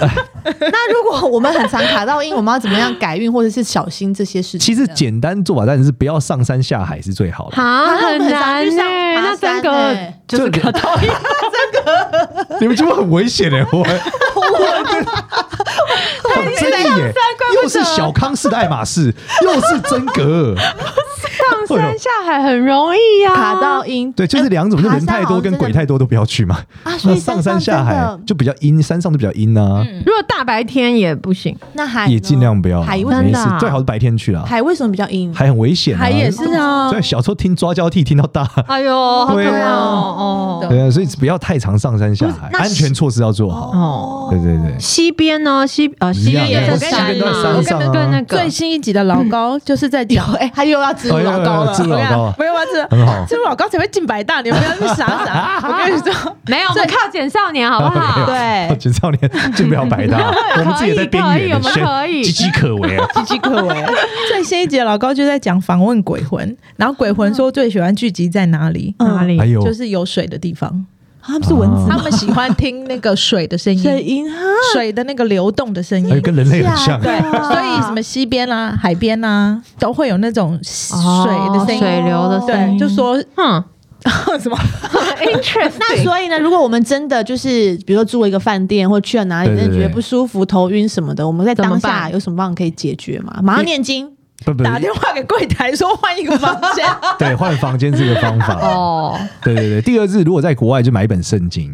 [SPEAKER 2] (laughs) 那如果我们很常卡到音，我们要怎么样改运，或者是小心这些事情？
[SPEAKER 1] 其实简单做法，但是不要上山下海是最好的。
[SPEAKER 2] 啊
[SPEAKER 4] 哈啊很难呢，
[SPEAKER 2] 欸，
[SPEAKER 4] 那真的
[SPEAKER 1] 就是卡到你们这么很危险哎！我我很争议耶，又是小康式的爱马仕，又是真格尔，
[SPEAKER 4] 上山下海很容易啊呀，
[SPEAKER 2] 卡到音，
[SPEAKER 1] 对，就是两种，就人太多跟鬼
[SPEAKER 2] 哦
[SPEAKER 1] 太多都不要去嘛。
[SPEAKER 2] 啊，所
[SPEAKER 1] 那
[SPEAKER 2] 以
[SPEAKER 1] 上
[SPEAKER 2] 山
[SPEAKER 1] 山下海
[SPEAKER 2] 真的
[SPEAKER 1] 就比较阴，山上就比较阴啊，
[SPEAKER 4] 如果大白天也不行，
[SPEAKER 2] 那海呢
[SPEAKER 1] 也尽量不要，
[SPEAKER 2] 海为什
[SPEAKER 4] 真
[SPEAKER 1] 没
[SPEAKER 4] 的
[SPEAKER 1] 事
[SPEAKER 4] 啊，
[SPEAKER 1] 最好是白天去啦，
[SPEAKER 2] 海为什么比较阴？
[SPEAKER 1] 海很危险啊。
[SPEAKER 5] 还也是啊，
[SPEAKER 1] 对，小时候听抓交替听到大，
[SPEAKER 4] 哎呦，好可
[SPEAKER 1] 对
[SPEAKER 4] 怕
[SPEAKER 1] 啊
[SPEAKER 4] 哦哦
[SPEAKER 1] 对啊，所以不要太常上山下海，
[SPEAKER 2] 那
[SPEAKER 1] 安全措施要做好。
[SPEAKER 4] 哦。
[SPEAKER 1] 对对对。
[SPEAKER 4] 西边呢？西呃，西
[SPEAKER 1] 一样
[SPEAKER 4] 边也
[SPEAKER 5] 的
[SPEAKER 4] 是
[SPEAKER 5] 西
[SPEAKER 4] 山
[SPEAKER 5] 边都在
[SPEAKER 4] 嘛，
[SPEAKER 5] 山上啊
[SPEAKER 4] 跟那个
[SPEAKER 5] 最新一集的老高就是在讲，哎，
[SPEAKER 2] 他又要植入
[SPEAKER 1] 哦又要
[SPEAKER 2] 老高
[SPEAKER 1] 对
[SPEAKER 2] 了，
[SPEAKER 1] 对对吃不
[SPEAKER 2] 我跟
[SPEAKER 1] 老
[SPEAKER 2] 你
[SPEAKER 1] 高
[SPEAKER 2] 讲
[SPEAKER 1] 啊
[SPEAKER 5] 没有啊，这
[SPEAKER 1] 很好
[SPEAKER 5] 这老高才会进百大，你们不要去傻 (laughs) 傻。我跟你说，
[SPEAKER 6] 没有，我们靠简少年好不
[SPEAKER 1] (laughs)
[SPEAKER 6] 好？
[SPEAKER 2] 对，
[SPEAKER 1] 青哦少年进不了百大，
[SPEAKER 6] (laughs)
[SPEAKER 1] 我们自己也在边
[SPEAKER 6] 可以
[SPEAKER 1] 缘
[SPEAKER 6] 我
[SPEAKER 1] 的，
[SPEAKER 6] 们
[SPEAKER 1] 先
[SPEAKER 6] 可以
[SPEAKER 1] 岌岌可
[SPEAKER 6] (laughs)
[SPEAKER 1] 危啊。
[SPEAKER 2] 岌岌可危。
[SPEAKER 5] (laughs) 最新一集老高就在讲访问鬼魂，然后鬼魂说最喜欢聚集在哪里？
[SPEAKER 2] 嗯
[SPEAKER 4] 哪里
[SPEAKER 1] 还？有哎
[SPEAKER 5] 就是有水的
[SPEAKER 1] (laughs)
[SPEAKER 5] 地方，
[SPEAKER 2] 啊他们是蚊子
[SPEAKER 5] 他
[SPEAKER 2] 吗？
[SPEAKER 5] 们喜欢听那个水的 (laughs) 声
[SPEAKER 2] 水
[SPEAKER 5] 音，
[SPEAKER 2] 银哈，
[SPEAKER 5] 水的那个流动的声
[SPEAKER 1] 嗯哎，
[SPEAKER 5] 音。
[SPEAKER 1] 跟人类很像，
[SPEAKER 5] 对，
[SPEAKER 2] 啊
[SPEAKER 5] 所以什么西边啦、海边啦、都会有那种水的
[SPEAKER 6] 哦
[SPEAKER 5] 声音。嗯
[SPEAKER 6] 水流的声
[SPEAKER 5] 对，
[SPEAKER 6] 音，
[SPEAKER 5] 就说
[SPEAKER 6] 哼，
[SPEAKER 5] (laughs) 什
[SPEAKER 4] (laughs)
[SPEAKER 5] 么 (laughs)
[SPEAKER 2] 那所以呢，如果我们真的就是，比如说住了一个饭店，或去了哪里，
[SPEAKER 1] 对对
[SPEAKER 2] 真的觉得
[SPEAKER 1] 对
[SPEAKER 2] 不舒服、头晕什么的，我们在
[SPEAKER 6] 怎么
[SPEAKER 2] 当下
[SPEAKER 6] 办
[SPEAKER 2] 有什么办法可以解决吗？马上念经，
[SPEAKER 1] 不不，
[SPEAKER 5] 打电话给柜台说换一个房
[SPEAKER 1] (laughs)
[SPEAKER 5] 间，
[SPEAKER 1] 对，换房间是一个方法。
[SPEAKER 6] (laughs) 哦，
[SPEAKER 1] 对对对，第二是如果在国外就买一本圣经，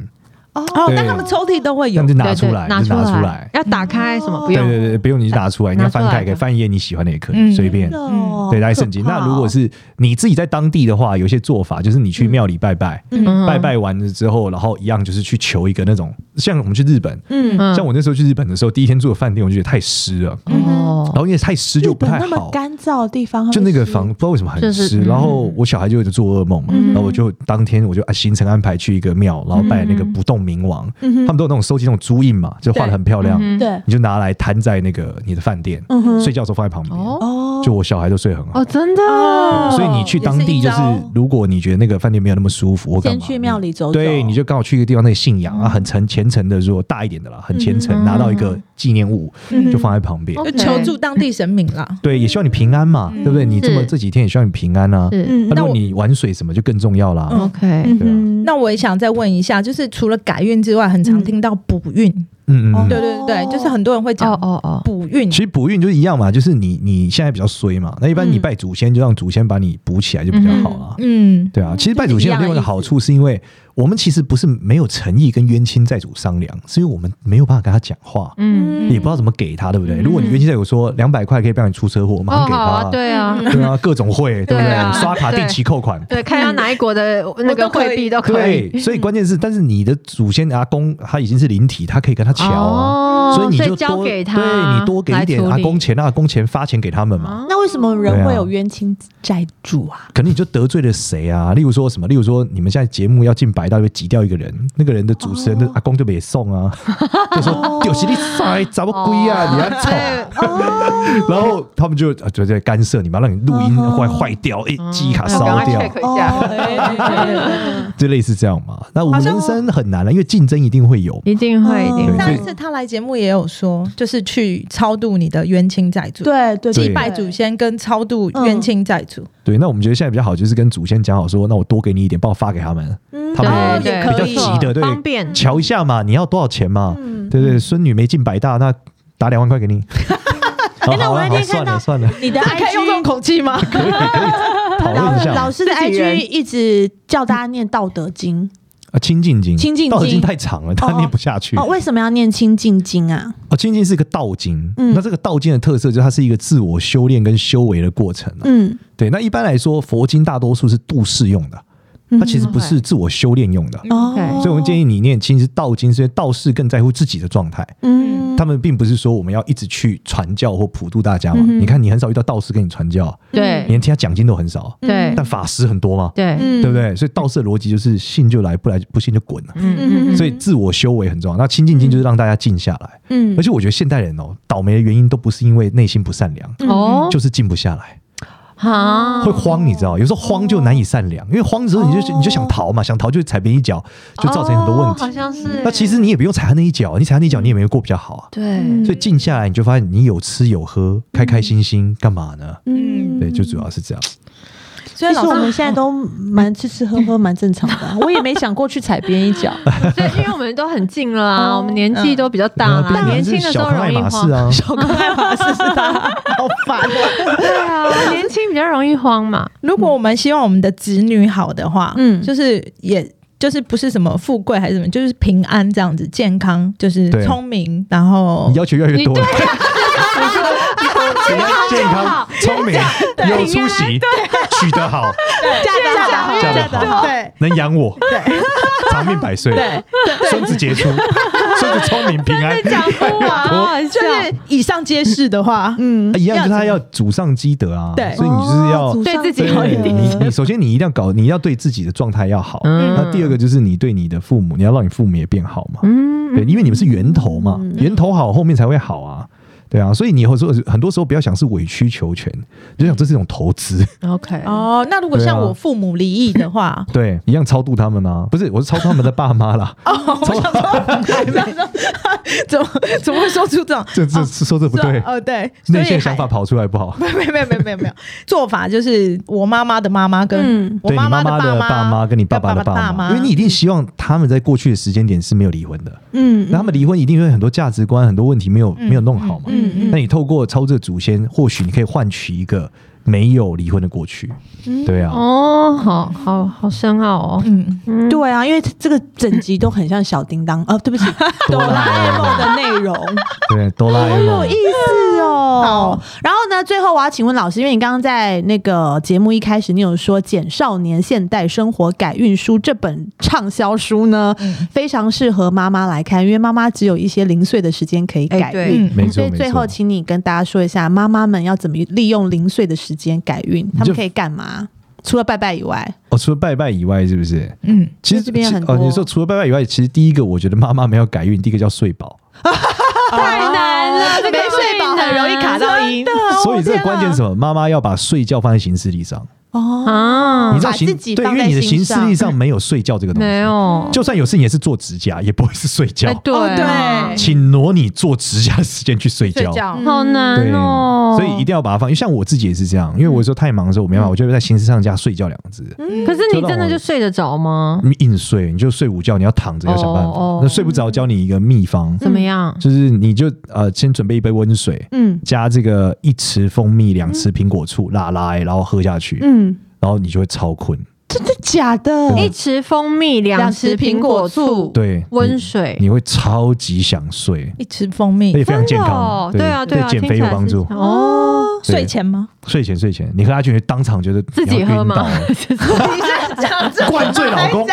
[SPEAKER 5] 哦
[SPEAKER 1] 对
[SPEAKER 5] 但他们抽屉都会有
[SPEAKER 1] 那。就拿
[SPEAKER 6] 对
[SPEAKER 1] 出
[SPEAKER 6] 对
[SPEAKER 1] 来，
[SPEAKER 6] 拿
[SPEAKER 1] 就
[SPEAKER 6] 出
[SPEAKER 1] 拿出
[SPEAKER 6] 来
[SPEAKER 1] 来，。
[SPEAKER 6] 要打开什么？不
[SPEAKER 1] 对
[SPEAKER 6] 用
[SPEAKER 1] 对对，不用你拿出来，你要翻开，可以翻一页你喜欢的也可以，
[SPEAKER 5] 嗯
[SPEAKER 1] 随便。
[SPEAKER 2] 哦
[SPEAKER 1] 对，来圣经。那如果是你自己在当地的话，有一些做法就是你去庙里拜拜，
[SPEAKER 6] 嗯
[SPEAKER 1] 拜拜完了之后，然后一样就是去求一个那种，像我们去日本，
[SPEAKER 2] 嗯，
[SPEAKER 6] 嗯
[SPEAKER 1] 像我那时候去日本的时候，第一天住的饭店我就觉得太湿了，
[SPEAKER 2] 嗯哼
[SPEAKER 1] 然后因为太湿就
[SPEAKER 2] 日
[SPEAKER 1] 不
[SPEAKER 2] 本
[SPEAKER 1] 太
[SPEAKER 2] 那么
[SPEAKER 1] 好。
[SPEAKER 2] 干燥的地方，
[SPEAKER 1] 就那个
[SPEAKER 2] 房。
[SPEAKER 1] 房不知道为什么很
[SPEAKER 6] 就
[SPEAKER 1] 湿，
[SPEAKER 6] 是
[SPEAKER 1] 然后我小孩就有做噩梦嘛，
[SPEAKER 2] 嗯
[SPEAKER 1] 然后我就当天我就啊行程安排去一个庙，然后拜那个不动明王，他们都有那种收集那种珠印嘛，就画的很漂亮，
[SPEAKER 6] 嗯
[SPEAKER 2] 嗯对，
[SPEAKER 1] 你就拿来摊在那个你的饭店，
[SPEAKER 2] 嗯哼
[SPEAKER 1] 睡觉的时候放在旁边，
[SPEAKER 6] 哦
[SPEAKER 2] 哦
[SPEAKER 1] 就我小孩都睡很好
[SPEAKER 6] 哦，。真的
[SPEAKER 2] 哦
[SPEAKER 1] 所以你去当地就是
[SPEAKER 5] 也是一招，
[SPEAKER 1] 如果你觉得那个饭店没有那么舒服，或干
[SPEAKER 2] 先
[SPEAKER 1] 嘛
[SPEAKER 2] 去庙里走走，
[SPEAKER 1] 对，你就刚好去一个地方，那里信仰啊，很虔虔诚的，如果大一点的啦，很虔
[SPEAKER 2] 嗯
[SPEAKER 1] 诚，拿到一个纪念物
[SPEAKER 5] 嗯
[SPEAKER 1] 就放在旁边。
[SPEAKER 5] 就
[SPEAKER 6] OK
[SPEAKER 5] 求助当地神明啦。
[SPEAKER 1] 对，也希望你平安嘛，
[SPEAKER 5] 嗯
[SPEAKER 1] 对不对？你这么
[SPEAKER 6] 是
[SPEAKER 1] 这几天也希望你平安啊。
[SPEAKER 6] 是
[SPEAKER 2] 嗯
[SPEAKER 1] 那
[SPEAKER 5] 那
[SPEAKER 1] 如
[SPEAKER 5] 我
[SPEAKER 1] 果你玩水什么就更重要啦。
[SPEAKER 5] 嗯
[SPEAKER 6] OK，
[SPEAKER 1] 啊
[SPEAKER 2] 嗯哼，
[SPEAKER 5] 那我也想再问一下，就是除了改运之外，很常听到补运，
[SPEAKER 1] 嗯嗯
[SPEAKER 2] 哦
[SPEAKER 1] 嗯。
[SPEAKER 5] 对对对，就是很多人会
[SPEAKER 6] 哦
[SPEAKER 5] 讲
[SPEAKER 6] 哦哦，
[SPEAKER 5] 补运
[SPEAKER 1] 其，实补运就是一样嘛，就是你你现在比较衰嘛，那一般你拜祖先就让祖先把你补起来就比较好啦。
[SPEAKER 5] 嗯，
[SPEAKER 1] 对啊，其实拜祖先有另外一个好处，是因为我们其实不是没有诚意跟冤亲债主商量，是因为我们没有办法跟他讲话，
[SPEAKER 6] 嗯，
[SPEAKER 1] 也不知道怎么给他，对不对？如果你冤亲债主说两百块可以帮你出车祸，我马
[SPEAKER 6] 哦
[SPEAKER 1] 上给
[SPEAKER 6] 好
[SPEAKER 1] 他啊、
[SPEAKER 6] 啊，对啊，
[SPEAKER 1] 对啊，各种会，对不
[SPEAKER 6] 对
[SPEAKER 1] 对？
[SPEAKER 6] 啊
[SPEAKER 1] 刷卡定期扣款。
[SPEAKER 6] 对，看到哪一国的那个
[SPEAKER 5] 可以
[SPEAKER 6] 汇币都可以。
[SPEAKER 1] 对，所以关键是，但是你的祖先阿公他已经是灵体，他可以跟他瞧啊，
[SPEAKER 6] 哦，
[SPEAKER 1] 所以你就多
[SPEAKER 6] 交给他，
[SPEAKER 1] 对你多给一点阿公钱，让阿公钱发钱给他们嘛。
[SPEAKER 6] 啊
[SPEAKER 2] 那为什么人会
[SPEAKER 1] 对啊
[SPEAKER 2] 有冤亲债主啊？
[SPEAKER 1] 可能你就得罪了谁啊？例如说什么？例如说你们现在节目要进百大，会挤掉一个人，那个人的主持人的
[SPEAKER 6] 哦
[SPEAKER 1] 阿公就没
[SPEAKER 6] (laughs)
[SPEAKER 1] 送啊，就说有实力塞怎么鬼
[SPEAKER 6] 哦
[SPEAKER 1] 啊？你要走。 (laughs) 然后他们就啊就在干涉你嘛，让你录音坏坏掉，哎，记忆卡烧掉，
[SPEAKER 2] 哦，哎
[SPEAKER 1] 就类似这样嘛。那我们人生很难了，因为竞争一定会有。
[SPEAKER 6] 一定会，一定
[SPEAKER 1] 对
[SPEAKER 5] 上
[SPEAKER 1] 所
[SPEAKER 5] 一
[SPEAKER 1] 以
[SPEAKER 6] 会。
[SPEAKER 5] 次他来节目也有说，就是去超度你的冤亲债主，，
[SPEAKER 2] 对对，
[SPEAKER 1] 祭
[SPEAKER 5] 祭拜祖先跟超度冤亲债主，
[SPEAKER 1] 对，那我们觉得现在比较好，就是跟祖先讲好说，那我多给你一点，帮我发给他们，
[SPEAKER 2] 嗯，
[SPEAKER 1] 他
[SPEAKER 6] 哦
[SPEAKER 1] 们
[SPEAKER 6] 也
[SPEAKER 1] 比较
[SPEAKER 6] 可以
[SPEAKER 1] 急的，对，
[SPEAKER 6] 方便，
[SPEAKER 1] 瞧一下嘛，你要多少钱嘛？
[SPEAKER 2] 嗯
[SPEAKER 1] 对对，孙女没进百大，那打两万块给
[SPEAKER 2] (laughs)
[SPEAKER 1] 你。好
[SPEAKER 2] 哎那
[SPEAKER 1] 好
[SPEAKER 2] 我
[SPEAKER 1] 啊好
[SPEAKER 2] 那天看
[SPEAKER 1] 算
[SPEAKER 2] 到
[SPEAKER 1] 了算了，
[SPEAKER 2] 你的
[SPEAKER 6] 哎
[SPEAKER 2] IG
[SPEAKER 5] 口气吗？
[SPEAKER 1] 可以可
[SPEAKER 2] (laughs)
[SPEAKER 1] 以讨论一
[SPEAKER 2] 老
[SPEAKER 1] 下
[SPEAKER 2] 老
[SPEAKER 1] 嘛。
[SPEAKER 2] 师的
[SPEAKER 4] 自己
[SPEAKER 2] IG
[SPEAKER 4] 人
[SPEAKER 2] 一直叫大家念《道德经
[SPEAKER 1] 啊，清净经，
[SPEAKER 2] 清净经
[SPEAKER 1] 道德经太长了，他
[SPEAKER 2] 哦
[SPEAKER 1] 念不下去》
[SPEAKER 2] 哦，。为什么要念《清净经》啊？
[SPEAKER 1] 哦，清净是一个道经，
[SPEAKER 2] 嗯
[SPEAKER 1] 那这个道经的特色就是它是一个自我修炼跟修为的过程啊。
[SPEAKER 2] 嗯，
[SPEAKER 1] 对，那一般来说，佛经大多数是度世用的，它其实不是自我修炼用的。
[SPEAKER 2] 嗯哦
[SPEAKER 6] OK
[SPEAKER 1] 所以，我们建议你念其实道经，是因为道士更在乎自己的状态。
[SPEAKER 2] 嗯，
[SPEAKER 1] 他们并不是说我们要一直去传教或普渡大家嘛。
[SPEAKER 2] 嗯哼
[SPEAKER 1] 你看，你很少遇到道士跟你传教啊，你
[SPEAKER 6] 对
[SPEAKER 1] 连听他讲经都很少啊，
[SPEAKER 6] 对
[SPEAKER 1] 但法师很多嘛，
[SPEAKER 6] 对，
[SPEAKER 2] 嗯
[SPEAKER 1] 对不？对？所以道士的逻辑就是信就来，不来不信就滚了。
[SPEAKER 2] 嗯
[SPEAKER 6] 嗯嗯
[SPEAKER 1] 所以自我修为很重要。那清净经就是让大家静下来，
[SPEAKER 2] 嗯
[SPEAKER 1] 而且我觉得现代人哦，倒霉的原因都不是因为内心不善良，
[SPEAKER 6] 嗯，哦，
[SPEAKER 1] 就是静不下来，
[SPEAKER 6] 好
[SPEAKER 1] 会慌，你知道？有时候慌就难以善
[SPEAKER 6] 哦
[SPEAKER 1] 良，因为慌的时候你就你就想逃嘛，想逃就踩别人一脚，就造成很多问
[SPEAKER 6] 哦好
[SPEAKER 1] 题。
[SPEAKER 6] 像是。
[SPEAKER 1] 那其实你也不用踩他那一脚，你踩他那一脚你也没过比较好啊。
[SPEAKER 2] 嗯
[SPEAKER 6] 对，
[SPEAKER 1] 所以静下来，你就发现你有吃有喝，开开心心，干嘛呢？
[SPEAKER 2] 嗯
[SPEAKER 1] 对，就主要是这样。
[SPEAKER 2] 所以其实我们现在都蛮吃吃喝喝蛮正常
[SPEAKER 1] (laughs)
[SPEAKER 2] 的啊，我也没想过去踩别人一脚。 (laughs)
[SPEAKER 6] 所以因为我们都很近了啊，
[SPEAKER 2] 哦
[SPEAKER 6] 我们年纪都比较大
[SPEAKER 1] 对啊
[SPEAKER 6] 了，
[SPEAKER 1] 毕
[SPEAKER 6] 年
[SPEAKER 1] 竟
[SPEAKER 6] 轻的时
[SPEAKER 1] 小
[SPEAKER 6] 候
[SPEAKER 1] 康爱
[SPEAKER 6] 容易
[SPEAKER 1] 马
[SPEAKER 6] 慌
[SPEAKER 1] 仕，啊，
[SPEAKER 2] 小公害怕是他，好烦。
[SPEAKER 1] 哦
[SPEAKER 6] 对啊，年轻比较容易慌嘛。
[SPEAKER 5] 如果我们希望我们的子女好的话，
[SPEAKER 2] 嗯
[SPEAKER 5] 嗯，就是也。就是不是什么富贵还是什么，就是平安这样子，健康就是
[SPEAKER 1] 对
[SPEAKER 5] 聪明，然后
[SPEAKER 1] 你要求越来越多了。
[SPEAKER 6] (laughs)
[SPEAKER 1] 健康哦健康
[SPEAKER 6] 好、
[SPEAKER 1] 聪明、有出息、取得好，
[SPEAKER 5] 嫁得好
[SPEAKER 1] 嫁得好
[SPEAKER 5] 对
[SPEAKER 1] 能养我，长命百岁，
[SPEAKER 5] 对
[SPEAKER 1] 孙子杰出，孙子聪明平安。
[SPEAKER 6] 讲不完，好好
[SPEAKER 2] 就
[SPEAKER 6] 笑。
[SPEAKER 2] 是以上皆是的话，嗯
[SPEAKER 1] 啊， (laughs) 一样就是他要祖上积德啊，
[SPEAKER 2] 对
[SPEAKER 1] 所以你就是
[SPEAKER 2] 哦
[SPEAKER 1] 要
[SPEAKER 6] 哦
[SPEAKER 4] 对自己好一
[SPEAKER 1] 对
[SPEAKER 4] 点。
[SPEAKER 1] 你你首先你一定要搞，你要对自己的状态要好。
[SPEAKER 4] 嗯
[SPEAKER 1] 那第二个就是你对你的父母，你要让你父母也变好嘛。
[SPEAKER 4] 嗯，
[SPEAKER 1] 对，因为你们是源头嘛，
[SPEAKER 2] 嗯
[SPEAKER 1] 源头好，后面才会好啊。对啊，所以你有时候很多时候不要想是委曲求全，就想这是一种投资，
[SPEAKER 4] OK，
[SPEAKER 2] 哦，那如果
[SPEAKER 1] 啊
[SPEAKER 2] 像我父母离异的话，
[SPEAKER 1] (laughs) 对，一样超度他们啊，不是，我是超度他们的爸妈
[SPEAKER 2] (laughs)
[SPEAKER 1] 啦，
[SPEAKER 2] 哦怎么怎么会说出这种？
[SPEAKER 1] 这这是说 (laughs) 这不
[SPEAKER 2] 是吧
[SPEAKER 1] 对，
[SPEAKER 2] 哦，对，
[SPEAKER 1] 内
[SPEAKER 2] 所以
[SPEAKER 1] 线想法
[SPEAKER 2] 还。
[SPEAKER 1] 跑出来不好，
[SPEAKER 2] 没有没有没有没有没有，做法就是我妈妈的妈妈跟
[SPEAKER 6] 嗯
[SPEAKER 2] 我
[SPEAKER 1] 对你
[SPEAKER 2] 妈
[SPEAKER 1] 妈
[SPEAKER 2] 的
[SPEAKER 1] 的
[SPEAKER 2] 妈，
[SPEAKER 1] 爸妈跟你爸爸的
[SPEAKER 2] 跟爸
[SPEAKER 1] 爸
[SPEAKER 2] 妈，
[SPEAKER 1] 妈，因为你一定希望他们在过去的时间点是没有离婚的，
[SPEAKER 2] 嗯
[SPEAKER 1] 那他们离婚一定会很多价值观、很多问题没有没有弄好嘛，
[SPEAKER 2] 嗯嗯
[SPEAKER 1] 那你透过超这祖先，或许你可以换取一个没有离婚的过去，
[SPEAKER 2] 嗯
[SPEAKER 1] 对啊，
[SPEAKER 4] 哦，好好好深奥哦。
[SPEAKER 5] 嗯，
[SPEAKER 4] 嗯，
[SPEAKER 2] 对啊，因为这个整集都很像小叮当啊，对不起，
[SPEAKER 1] 哆
[SPEAKER 2] 哆
[SPEAKER 1] 啦
[SPEAKER 2] 啦
[SPEAKER 1] A
[SPEAKER 2] A
[SPEAKER 1] 梦
[SPEAKER 2] (laughs) 梦的内容。
[SPEAKER 1] (laughs) 对，哆啦 A 梦
[SPEAKER 2] 有意思哦。然后呢，最后我要请问老师，因为你刚刚在那个节目一开始，你有说《简少年现代生活改运书》这本畅销书呢，非常适合妈妈来看，因为妈妈只有一些零碎的时间可以
[SPEAKER 4] 哎
[SPEAKER 2] 改
[SPEAKER 4] 对
[SPEAKER 2] 运。
[SPEAKER 1] 没
[SPEAKER 2] 所
[SPEAKER 1] 错
[SPEAKER 2] 以
[SPEAKER 1] 没
[SPEAKER 2] 最后，
[SPEAKER 1] 错。
[SPEAKER 2] 请你跟大家说一下，妈妈们要怎么利用零碎的时间改运，他们可以干嘛？除了拜拜以外，
[SPEAKER 1] 哦，除了拜拜以外，是不是？
[SPEAKER 5] 嗯，
[SPEAKER 1] 其实
[SPEAKER 2] 这边
[SPEAKER 1] 其
[SPEAKER 2] 很
[SPEAKER 1] 哦，
[SPEAKER 2] 多
[SPEAKER 1] 你说除了拜拜以外，其实第一个我觉得妈妈没有改运，第一个叫睡饱，
[SPEAKER 6] 太难
[SPEAKER 4] 哦
[SPEAKER 6] 了，这个
[SPEAKER 2] 没睡饱很容易卡到音
[SPEAKER 1] 所以这个关键是
[SPEAKER 2] 啊
[SPEAKER 1] 什么？妈妈要把睡觉放在行事历上，
[SPEAKER 2] 哦。
[SPEAKER 4] 啊
[SPEAKER 1] 你知道
[SPEAKER 2] 把
[SPEAKER 1] 行
[SPEAKER 2] 自己
[SPEAKER 1] 对，
[SPEAKER 2] 放
[SPEAKER 1] 因为
[SPEAKER 2] 在
[SPEAKER 1] 你的
[SPEAKER 2] 心
[SPEAKER 1] 行事历上没有睡觉这个东
[SPEAKER 4] 没
[SPEAKER 1] 西，
[SPEAKER 4] 有，
[SPEAKER 1] 就算有事情也是做指甲，也不会是睡
[SPEAKER 4] 哎
[SPEAKER 1] 觉，
[SPEAKER 4] 对啊
[SPEAKER 5] 哦
[SPEAKER 1] 请挪你做指甲的时间去睡
[SPEAKER 5] 睡
[SPEAKER 1] 觉。
[SPEAKER 5] 觉，
[SPEAKER 2] 嗯
[SPEAKER 4] 好难
[SPEAKER 1] 对，
[SPEAKER 4] 哦。嗯
[SPEAKER 1] 所以一定要把它放。因为像我自己也是这样，因为我有时候太忙的时候，我没办法，我就会在行事上加睡觉两个字。
[SPEAKER 2] 嗯
[SPEAKER 4] 可是你真的就睡得着吗？
[SPEAKER 1] 你硬睡，你就睡午觉，你要躺着要想办法。
[SPEAKER 4] 哦哦嗯
[SPEAKER 1] 那睡不着，教你一个秘方，
[SPEAKER 4] 怎么样？
[SPEAKER 1] 就是你就呃先准备一杯温水，
[SPEAKER 2] 嗯
[SPEAKER 1] 加这个一匙蜂蜜，两匙苹果醋，拉拉，然后喝下去，
[SPEAKER 2] 嗯，
[SPEAKER 1] 然后你就会超困。
[SPEAKER 2] 真的假的？
[SPEAKER 4] 一匙蜂蜜，两匙苹果醋，
[SPEAKER 1] 对，
[SPEAKER 4] 温水哎
[SPEAKER 1] 你，你会超级想睡，
[SPEAKER 5] 一匙蜂蜜
[SPEAKER 1] 而且非常健
[SPEAKER 4] 真的
[SPEAKER 1] 康
[SPEAKER 4] 哦。对啊，
[SPEAKER 1] 对
[SPEAKER 4] 啊，
[SPEAKER 1] 减肥有帮助
[SPEAKER 4] 听起。来是哦。
[SPEAKER 2] (laughs)
[SPEAKER 1] 对
[SPEAKER 5] 睡前吗？
[SPEAKER 1] 睡前睡前，你喝下去，你当场觉得
[SPEAKER 4] 自己
[SPEAKER 1] 你要
[SPEAKER 4] 喝
[SPEAKER 1] 晕
[SPEAKER 4] 吗
[SPEAKER 1] 倒
[SPEAKER 4] (laughs)
[SPEAKER 1] 了？灌醉老公，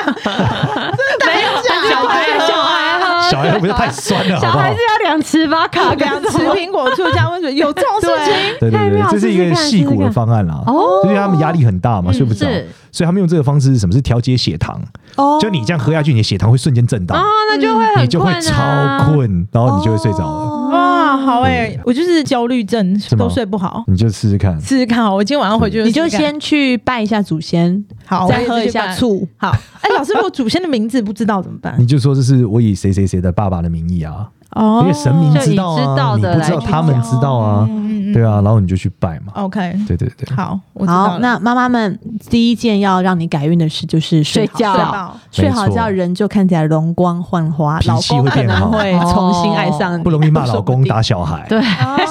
[SPEAKER 2] (laughs) 小孩
[SPEAKER 6] 小
[SPEAKER 2] (laughs)
[SPEAKER 6] 孩喝
[SPEAKER 1] 小孩会不会太酸了？好
[SPEAKER 6] 小
[SPEAKER 1] 不好
[SPEAKER 6] 孩是？要两匙八卡跟
[SPEAKER 2] 两匙苹果醋加温水，有这种事情？
[SPEAKER 1] 对对
[SPEAKER 4] 太
[SPEAKER 1] 对
[SPEAKER 4] 妙，
[SPEAKER 1] 这是一个
[SPEAKER 4] 试试看
[SPEAKER 1] 戏骨
[SPEAKER 4] 试试
[SPEAKER 1] 的
[SPEAKER 4] 看
[SPEAKER 1] 方案啦。
[SPEAKER 4] 哦嗯
[SPEAKER 1] 因为他们压力很大嘛，睡不着，
[SPEAKER 4] 是
[SPEAKER 1] 所以他们用这个方式是什么？是调节血糖。
[SPEAKER 2] 哦
[SPEAKER 1] 就你这样喝下去，你的血糖会瞬间震荡
[SPEAKER 4] 啊，，那就会
[SPEAKER 1] 嗯你
[SPEAKER 4] 很
[SPEAKER 1] 就会
[SPEAKER 4] 困
[SPEAKER 1] 超
[SPEAKER 4] 啊。哦
[SPEAKER 1] 困，然哦后你就会睡着了。
[SPEAKER 2] (laughs)
[SPEAKER 5] 哇，好哎、
[SPEAKER 2] 欸
[SPEAKER 1] 对
[SPEAKER 5] 我就是焦虑症
[SPEAKER 1] 吗
[SPEAKER 5] 都睡不好，
[SPEAKER 1] 你就试试看，
[SPEAKER 5] 试试看好，我今天晚上回去
[SPEAKER 2] 你就
[SPEAKER 5] 试试看
[SPEAKER 2] 先去拜一下祖先，
[SPEAKER 5] 好
[SPEAKER 2] 再喝一下。醋。
[SPEAKER 5] 好，哎、老师，如果祖先的名字不知道怎么办
[SPEAKER 1] 你？就说这是我以谁谁谁的爸爸的名义啊，
[SPEAKER 5] 哦
[SPEAKER 1] 因为神明知道
[SPEAKER 4] 就以知
[SPEAKER 1] 啊，
[SPEAKER 4] 道
[SPEAKER 1] 你
[SPEAKER 4] 的
[SPEAKER 1] 不知道
[SPEAKER 4] 来哦去
[SPEAKER 1] 他们知道啊，
[SPEAKER 5] 嗯嗯嗯
[SPEAKER 1] 对啊，然后你就去拜嘛。
[SPEAKER 5] ，OK，
[SPEAKER 1] 对对对，
[SPEAKER 5] 好，我知道
[SPEAKER 2] 好，
[SPEAKER 5] 了
[SPEAKER 2] 那妈妈们第一件要让你改运的事就是睡
[SPEAKER 4] 睡觉
[SPEAKER 5] 睡
[SPEAKER 2] 好
[SPEAKER 5] 吧
[SPEAKER 2] 睡
[SPEAKER 1] 没
[SPEAKER 2] 好
[SPEAKER 1] 错
[SPEAKER 2] 觉人就看起来容光焕发，
[SPEAKER 1] 脾
[SPEAKER 2] 老
[SPEAKER 1] 气
[SPEAKER 2] 公
[SPEAKER 1] 会
[SPEAKER 2] 可
[SPEAKER 1] 变好啊哦
[SPEAKER 2] 能会重新爱上你，
[SPEAKER 1] 不容易骂老公、
[SPEAKER 2] (laughs) 说不定
[SPEAKER 1] 打小孩，
[SPEAKER 4] 对，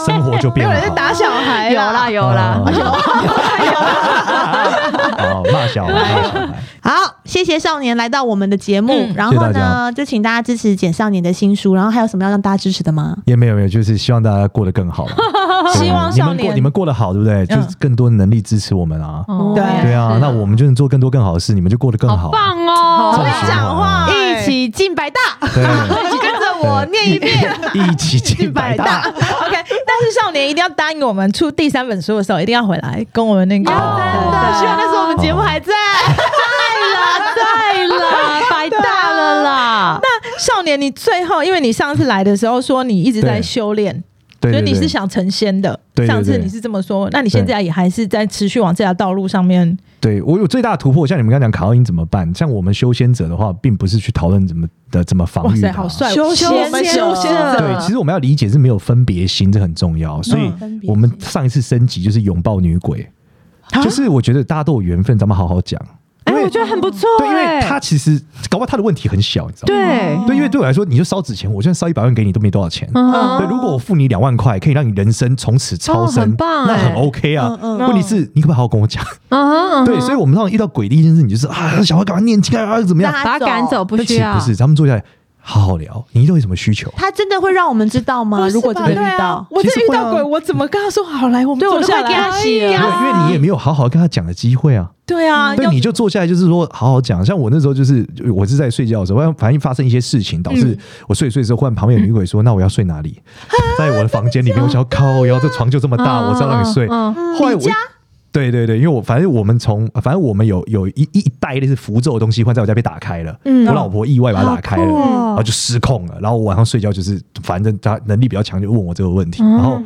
[SPEAKER 1] 生活就变好。
[SPEAKER 5] 小
[SPEAKER 1] 哎
[SPEAKER 5] 孩
[SPEAKER 4] 有啦有啦， (laughs)
[SPEAKER 1] 有 (laughs) 哦，骂小孩，骂小孩，
[SPEAKER 2] 好，谢谢少年来到我们的节目，
[SPEAKER 5] 嗯
[SPEAKER 2] 然后
[SPEAKER 1] 谢谢
[SPEAKER 2] 呢，
[SPEAKER 1] 大
[SPEAKER 2] 就请大家支持简少年的新书，然后还有什么要让大家支持的吗？
[SPEAKER 1] 也没有没有，就是希望大家过得更好嘛。
[SPEAKER 5] 希望
[SPEAKER 1] 你
[SPEAKER 5] 少
[SPEAKER 1] 们过
[SPEAKER 5] 年
[SPEAKER 1] 你们过得好，对不对？
[SPEAKER 5] 嗯
[SPEAKER 1] 就是更多能力支持我们啊。
[SPEAKER 4] 哦
[SPEAKER 2] 对
[SPEAKER 1] 对啊，那我们就能做更多更好的事，你们就过得更
[SPEAKER 4] 好
[SPEAKER 1] 好。
[SPEAKER 4] 棒哦！
[SPEAKER 1] 好
[SPEAKER 5] 会讲话，哎
[SPEAKER 2] 一起进百大，
[SPEAKER 1] 对，
[SPEAKER 2] 跟着我念一遍。
[SPEAKER 1] 一起进百大。
[SPEAKER 5] OK，但是少年一定要答应我们出第三本书的时候，一定要回来跟我们那个。
[SPEAKER 6] 希望那时候我们
[SPEAKER 1] 节目还
[SPEAKER 6] 在。
[SPEAKER 4] 对啦，
[SPEAKER 1] (laughs)
[SPEAKER 4] 白大了啦。
[SPEAKER 5] 少年，你最后，因为你上次来的时候说你一直在
[SPEAKER 1] 对
[SPEAKER 5] 修炼，
[SPEAKER 1] 对
[SPEAKER 5] 所
[SPEAKER 1] 对
[SPEAKER 5] 以
[SPEAKER 1] 对，
[SPEAKER 5] 你是想成仙的。
[SPEAKER 1] 对对对
[SPEAKER 5] 上次你是这么说，那你现在也还是在持续往这条道路上面。
[SPEAKER 1] 对我有最大的突破，像你们刚刚讲卡奥因怎么办？像我们修仙者的话，并不是去讨论怎么的怎么防
[SPEAKER 5] 哇
[SPEAKER 1] 御
[SPEAKER 5] 塞，
[SPEAKER 1] 的
[SPEAKER 5] 好
[SPEAKER 1] 啊。
[SPEAKER 5] 帅！
[SPEAKER 2] 修仙
[SPEAKER 5] 我们修仙
[SPEAKER 4] 者
[SPEAKER 1] 对，其实我们要理解是没有分别心，这很重要。所
[SPEAKER 4] 嗯
[SPEAKER 1] 以
[SPEAKER 2] 分别心
[SPEAKER 1] 我们上一次升级就是拥抱女鬼，
[SPEAKER 4] 啊
[SPEAKER 1] 就是我觉得大家都有缘分，咱们好好讲。
[SPEAKER 4] 哎，我觉得很不错
[SPEAKER 1] 对，因为
[SPEAKER 4] 哎。
[SPEAKER 1] 他其实搞不好他的问题很小，你知道吗？
[SPEAKER 4] 对，
[SPEAKER 1] 对，因为对我来说，你就烧纸钱，我就算烧一百万给你都没多少钱。
[SPEAKER 4] 嗯
[SPEAKER 1] 对，如果我付你两万块，可以让你人生从此超
[SPEAKER 4] 哦
[SPEAKER 1] 生，
[SPEAKER 4] 很棒
[SPEAKER 1] 那
[SPEAKER 4] 哎
[SPEAKER 1] 很 OK 啊。
[SPEAKER 2] 嗯
[SPEAKER 1] 问题是，你可不可以好好跟我讲？
[SPEAKER 4] 嗯
[SPEAKER 1] 对，所以我们通常遇到鬼的一件事情，就是啊，小孩赶快念经啊，怎么样？
[SPEAKER 2] 让他
[SPEAKER 4] 把他赶走不
[SPEAKER 1] 但
[SPEAKER 4] 需
[SPEAKER 1] 其实
[SPEAKER 4] 要，
[SPEAKER 1] 不是，他们坐下来，好好聊，你有什么需求？
[SPEAKER 2] 他真的会让我们知道吗？
[SPEAKER 5] 不是吧
[SPEAKER 2] 如果真的
[SPEAKER 5] 对
[SPEAKER 2] 遇
[SPEAKER 5] 啊
[SPEAKER 2] 到，
[SPEAKER 5] 我真
[SPEAKER 1] 其实
[SPEAKER 5] 的遇
[SPEAKER 1] 会啊
[SPEAKER 5] 到鬼，我怎么跟他说好来？我们
[SPEAKER 2] 对我
[SPEAKER 5] 坐
[SPEAKER 2] 都
[SPEAKER 5] 下
[SPEAKER 2] 快给他
[SPEAKER 5] 来。
[SPEAKER 2] 洗
[SPEAKER 1] 因
[SPEAKER 4] 啊
[SPEAKER 1] 为
[SPEAKER 2] 了。
[SPEAKER 1] 因为你也没有好好跟他讲的机会啊，
[SPEAKER 2] 对啊，
[SPEAKER 1] 对，
[SPEAKER 2] 要
[SPEAKER 1] 你就坐下来，就是说好好讲。像我那时候就是，我是在睡觉的时候，反正反正发生一些事情，导
[SPEAKER 4] 嗯
[SPEAKER 1] 致我睡一睡的时候，忽然旁边有女鬼说：“那我要睡哪里？” (laughs) 在我的房间里面，我想要靠腰，这床就这么大，我是要让你睡。
[SPEAKER 4] 嗯
[SPEAKER 1] 后来我，对对对，因为我反正我们从反正我们有有一一一袋类似符咒的东西，忽然在我家被打开了，
[SPEAKER 2] 嗯
[SPEAKER 1] 我老婆意外把它打开了，
[SPEAKER 4] 哦
[SPEAKER 1] 然后就失控了。然后我晚上睡觉就是，反正她能力比较强，就问我这个问题。
[SPEAKER 4] 嗯
[SPEAKER 1] 然后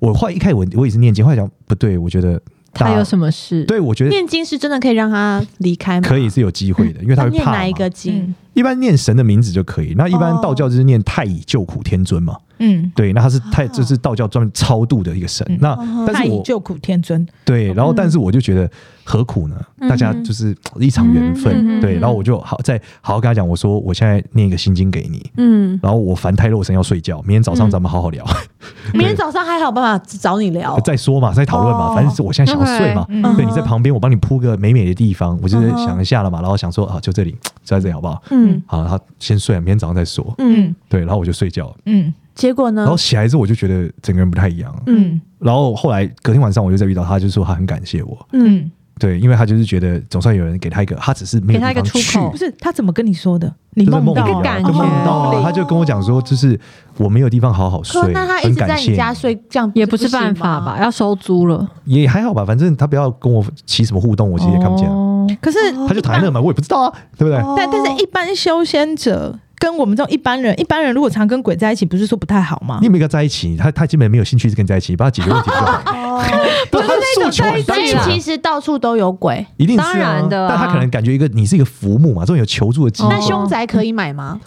[SPEAKER 1] 我后来一开始我我也是念经，后来讲不对，我觉得大
[SPEAKER 4] 他
[SPEAKER 1] 家
[SPEAKER 4] 有什么事？
[SPEAKER 1] 对我觉得
[SPEAKER 2] 念经是真的可以让他离开吗？
[SPEAKER 1] 可以是有机会的，因为他
[SPEAKER 2] 他
[SPEAKER 1] 会
[SPEAKER 2] 嗯念
[SPEAKER 1] 怕
[SPEAKER 2] 哪一
[SPEAKER 1] 嘛
[SPEAKER 2] 个经？
[SPEAKER 1] 一般念神的名字就可以。那一般
[SPEAKER 2] 哦
[SPEAKER 1] 道教就是念太乙救苦天尊嘛，
[SPEAKER 5] 嗯，
[SPEAKER 1] 对，那他是
[SPEAKER 2] 啊
[SPEAKER 1] 太就是道教专门超度的一个神。
[SPEAKER 5] 嗯
[SPEAKER 1] 那但
[SPEAKER 5] 太
[SPEAKER 1] 是
[SPEAKER 5] 乙
[SPEAKER 1] 我
[SPEAKER 5] 救苦天尊，
[SPEAKER 1] 对，然后但是我就觉得何苦呢？大家
[SPEAKER 2] 嗯
[SPEAKER 1] 就是一场缘分，
[SPEAKER 4] 嗯
[SPEAKER 1] 对。然后我就好再好好跟他讲，我说我现在念一个心经给你，
[SPEAKER 2] 嗯，
[SPEAKER 1] 然后我凡胎肉身要睡觉，明天早上咱们好好聊，
[SPEAKER 2] 明天早上还好办法找你聊
[SPEAKER 1] (laughs) 。再说嘛，再讨论嘛，
[SPEAKER 2] 哦
[SPEAKER 1] 反正是我现在想要睡嘛。
[SPEAKER 5] 嗯
[SPEAKER 1] 对，你在旁边，我帮你铺个美美的地方，我就是
[SPEAKER 2] 嗯哼
[SPEAKER 1] 想一下了嘛，然后想说啊，就这里，就在这里好不好？
[SPEAKER 2] 嗯
[SPEAKER 1] 好，然后啊先睡，明天早上再说。
[SPEAKER 2] 嗯，
[SPEAKER 1] 对，然后我就睡觉了，
[SPEAKER 5] 嗯
[SPEAKER 2] 结果呢
[SPEAKER 1] 然后？起来之后我就觉得整个人不太一样。
[SPEAKER 2] 嗯
[SPEAKER 5] 嗯
[SPEAKER 1] 然后后来隔天晚上我就再遇到他，就说他很感谢我，
[SPEAKER 2] 嗯，
[SPEAKER 5] 嗯，
[SPEAKER 1] 对，因为他就是觉得总算有人给他一个，他只是没有
[SPEAKER 4] 给他一个
[SPEAKER 1] 地方
[SPEAKER 4] 出口
[SPEAKER 1] 去
[SPEAKER 5] 不是他怎么跟你说的？你
[SPEAKER 1] 就在
[SPEAKER 5] 梦
[SPEAKER 1] 梦
[SPEAKER 5] 到
[SPEAKER 1] 里
[SPEAKER 4] 一个
[SPEAKER 1] 啊，
[SPEAKER 4] 感
[SPEAKER 1] 就
[SPEAKER 4] 觉
[SPEAKER 1] 梦到啊，他就跟我讲说，就是我没有地方好好睡
[SPEAKER 2] 可，那他一
[SPEAKER 1] 很
[SPEAKER 2] 直在
[SPEAKER 1] 感
[SPEAKER 2] 你
[SPEAKER 1] 谢
[SPEAKER 2] 家睡，这样
[SPEAKER 4] 也不是
[SPEAKER 2] 行
[SPEAKER 4] 办法
[SPEAKER 2] 吗
[SPEAKER 4] 吧？？要收租了，
[SPEAKER 1] 你，也还好吧，反正他不要跟我起什么互动，我其实也看不见啊，
[SPEAKER 4] 哦
[SPEAKER 5] 可是
[SPEAKER 1] 他就躺在那嘛，我也不知道啊，对不对？
[SPEAKER 5] 但但是一般修仙者跟我们这种一般人，一般人如果常跟鬼在一起，不是说不太好吗
[SPEAKER 1] 你？有没有跟他在一起？他他基本没有兴趣跟你在一起，帮他解决问题就好。 (laughs) 不是他诉求很
[SPEAKER 2] 所
[SPEAKER 1] 单
[SPEAKER 2] 以
[SPEAKER 1] 纯啊，
[SPEAKER 2] 其实到处都有鬼。
[SPEAKER 1] 一定是、啊、
[SPEAKER 4] 当然的啊
[SPEAKER 1] 但他可能感觉一个你是一个浮木嘛，这种有求助的机会。
[SPEAKER 2] 那
[SPEAKER 4] 哦
[SPEAKER 2] 凶宅可以买吗？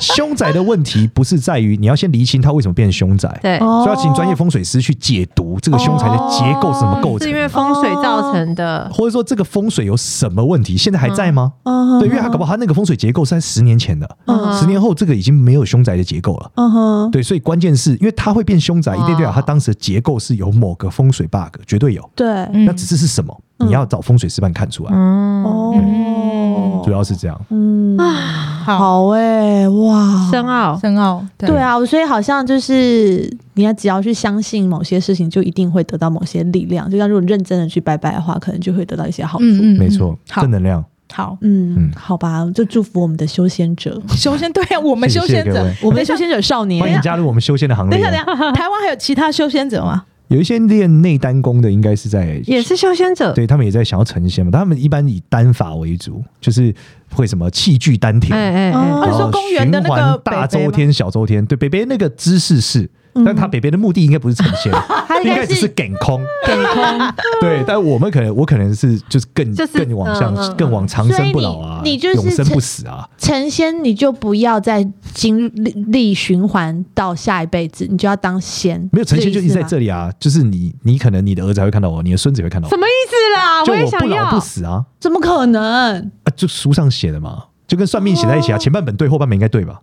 [SPEAKER 1] 凶宅的问题不是在于你要先厘清它为什么变成凶宅，
[SPEAKER 4] 对，
[SPEAKER 2] 哦
[SPEAKER 1] 所以要请专业风水师去解读这个凶宅的结构是怎么构
[SPEAKER 4] 哦是
[SPEAKER 1] 成
[SPEAKER 4] 因
[SPEAKER 1] 的，
[SPEAKER 4] 为风水造成的。
[SPEAKER 1] 或者说这个风水有什么问题，现在还在吗？
[SPEAKER 2] 嗯
[SPEAKER 1] 对，因为他搞不好他那个风水结构是在十年前的，
[SPEAKER 2] 嗯
[SPEAKER 1] 十年后这个已经没有凶宅的结构了。
[SPEAKER 2] 嗯哼，
[SPEAKER 1] 对，所以关键是因为它会变凶宅，一定代表它当时的结构是有某个风水 bug，绝对有。
[SPEAKER 2] 对，
[SPEAKER 5] 嗯
[SPEAKER 1] 那只是是什么，你要找风水师帮你看出来，
[SPEAKER 4] 嗯，
[SPEAKER 2] 哦
[SPEAKER 1] 主，要是这样。
[SPEAKER 2] 嗯，
[SPEAKER 5] 好
[SPEAKER 2] 好哎，哇，
[SPEAKER 4] 深奥，
[SPEAKER 5] 深奥，对
[SPEAKER 2] 对啊，所以好像就是你要只要去相信某些事情，就一定会得到某些力量。就像如果你认真的去拜拜的话，可能就会得到一些好处。嗯
[SPEAKER 5] 嗯嗯，
[SPEAKER 1] 没错，
[SPEAKER 5] 好
[SPEAKER 1] 正能量。
[SPEAKER 5] 好，
[SPEAKER 1] 嗯
[SPEAKER 2] 好吧，就祝福我们的修仙者，
[SPEAKER 5] 修仙对
[SPEAKER 1] (laughs)
[SPEAKER 5] 啊，我们
[SPEAKER 1] 谢
[SPEAKER 5] 修
[SPEAKER 1] 谢
[SPEAKER 5] 仙
[SPEAKER 1] 各
[SPEAKER 5] 者
[SPEAKER 1] 位，
[SPEAKER 2] 我们的修仙者少
[SPEAKER 1] 欢迎
[SPEAKER 2] 年。
[SPEAKER 1] 加入我们修仙的行
[SPEAKER 5] 等一
[SPEAKER 1] 列
[SPEAKER 5] 下
[SPEAKER 1] 哦。
[SPEAKER 5] 等一下，台湾还有其他修仙者吗？
[SPEAKER 1] 有一些练内丹功的，应该是在
[SPEAKER 4] 也是修仙者，
[SPEAKER 1] 对他们也在想要成仙嘛，但他们一般以丹法为主，就是会什么器具丹田，
[SPEAKER 4] 哎哎
[SPEAKER 5] 哦
[SPEAKER 1] 然
[SPEAKER 4] 哎，
[SPEAKER 5] 你
[SPEAKER 1] 后
[SPEAKER 5] 说公园的
[SPEAKER 1] 循
[SPEAKER 5] 那个
[SPEAKER 1] 环
[SPEAKER 5] 北
[SPEAKER 1] 大
[SPEAKER 5] 北
[SPEAKER 1] 周
[SPEAKER 5] 吗
[SPEAKER 1] 天、小周天，对北北那个姿势是，但他北北的目的应该不是成仙，
[SPEAKER 4] 他
[SPEAKER 1] 应
[SPEAKER 4] 应
[SPEAKER 1] 该
[SPEAKER 4] 该
[SPEAKER 1] 只
[SPEAKER 4] 是
[SPEAKER 1] 是梗空，梗空，对，但我们可能我可能是就是更
[SPEAKER 4] 就是
[SPEAKER 1] 更往
[SPEAKER 4] 嗯嗯
[SPEAKER 1] 上，
[SPEAKER 4] 嗯
[SPEAKER 1] 更往长生不老啊，
[SPEAKER 2] 所以你你就是
[SPEAKER 1] 永生不死啊，
[SPEAKER 2] 成仙你就不要再经历循环到下一辈子，你就要当仙。
[SPEAKER 1] 没有成仙就一直在
[SPEAKER 2] 意思吗。
[SPEAKER 1] 这里啊，就是你你可能你的儿子还会看到我，你的孙子也会看到我
[SPEAKER 4] 什，么意思啦？
[SPEAKER 1] 就
[SPEAKER 4] 啊也
[SPEAKER 1] 我不
[SPEAKER 4] 想
[SPEAKER 1] 老不
[SPEAKER 4] 要，
[SPEAKER 1] 死啊，
[SPEAKER 2] 怎么
[SPEAKER 1] (laughs)
[SPEAKER 2] 可能？
[SPEAKER 1] 啊，就书上写的嘛，就跟算命写在一起啊，前半本对，后半本应该对吧？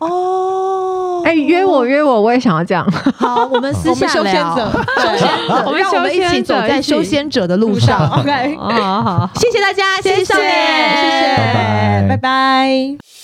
[SPEAKER 2] 哦，
[SPEAKER 4] 哎，约我约我，我也想要这样。
[SPEAKER 2] 好，我们私
[SPEAKER 5] 我
[SPEAKER 2] 下
[SPEAKER 5] 们修仙
[SPEAKER 2] 聊。
[SPEAKER 5] 者，
[SPEAKER 2] 修仙者，
[SPEAKER 4] 我们
[SPEAKER 2] 让我们一
[SPEAKER 4] 修
[SPEAKER 2] 起
[SPEAKER 4] 仙
[SPEAKER 2] 走
[SPEAKER 4] 者
[SPEAKER 2] 在
[SPEAKER 4] 一起
[SPEAKER 2] 修仙者的路上。
[SPEAKER 5] OK，
[SPEAKER 4] 哦，好好好。
[SPEAKER 2] 谢谢大家，谢谢少年，
[SPEAKER 5] 谢谢，
[SPEAKER 1] 拜拜
[SPEAKER 5] 拜拜。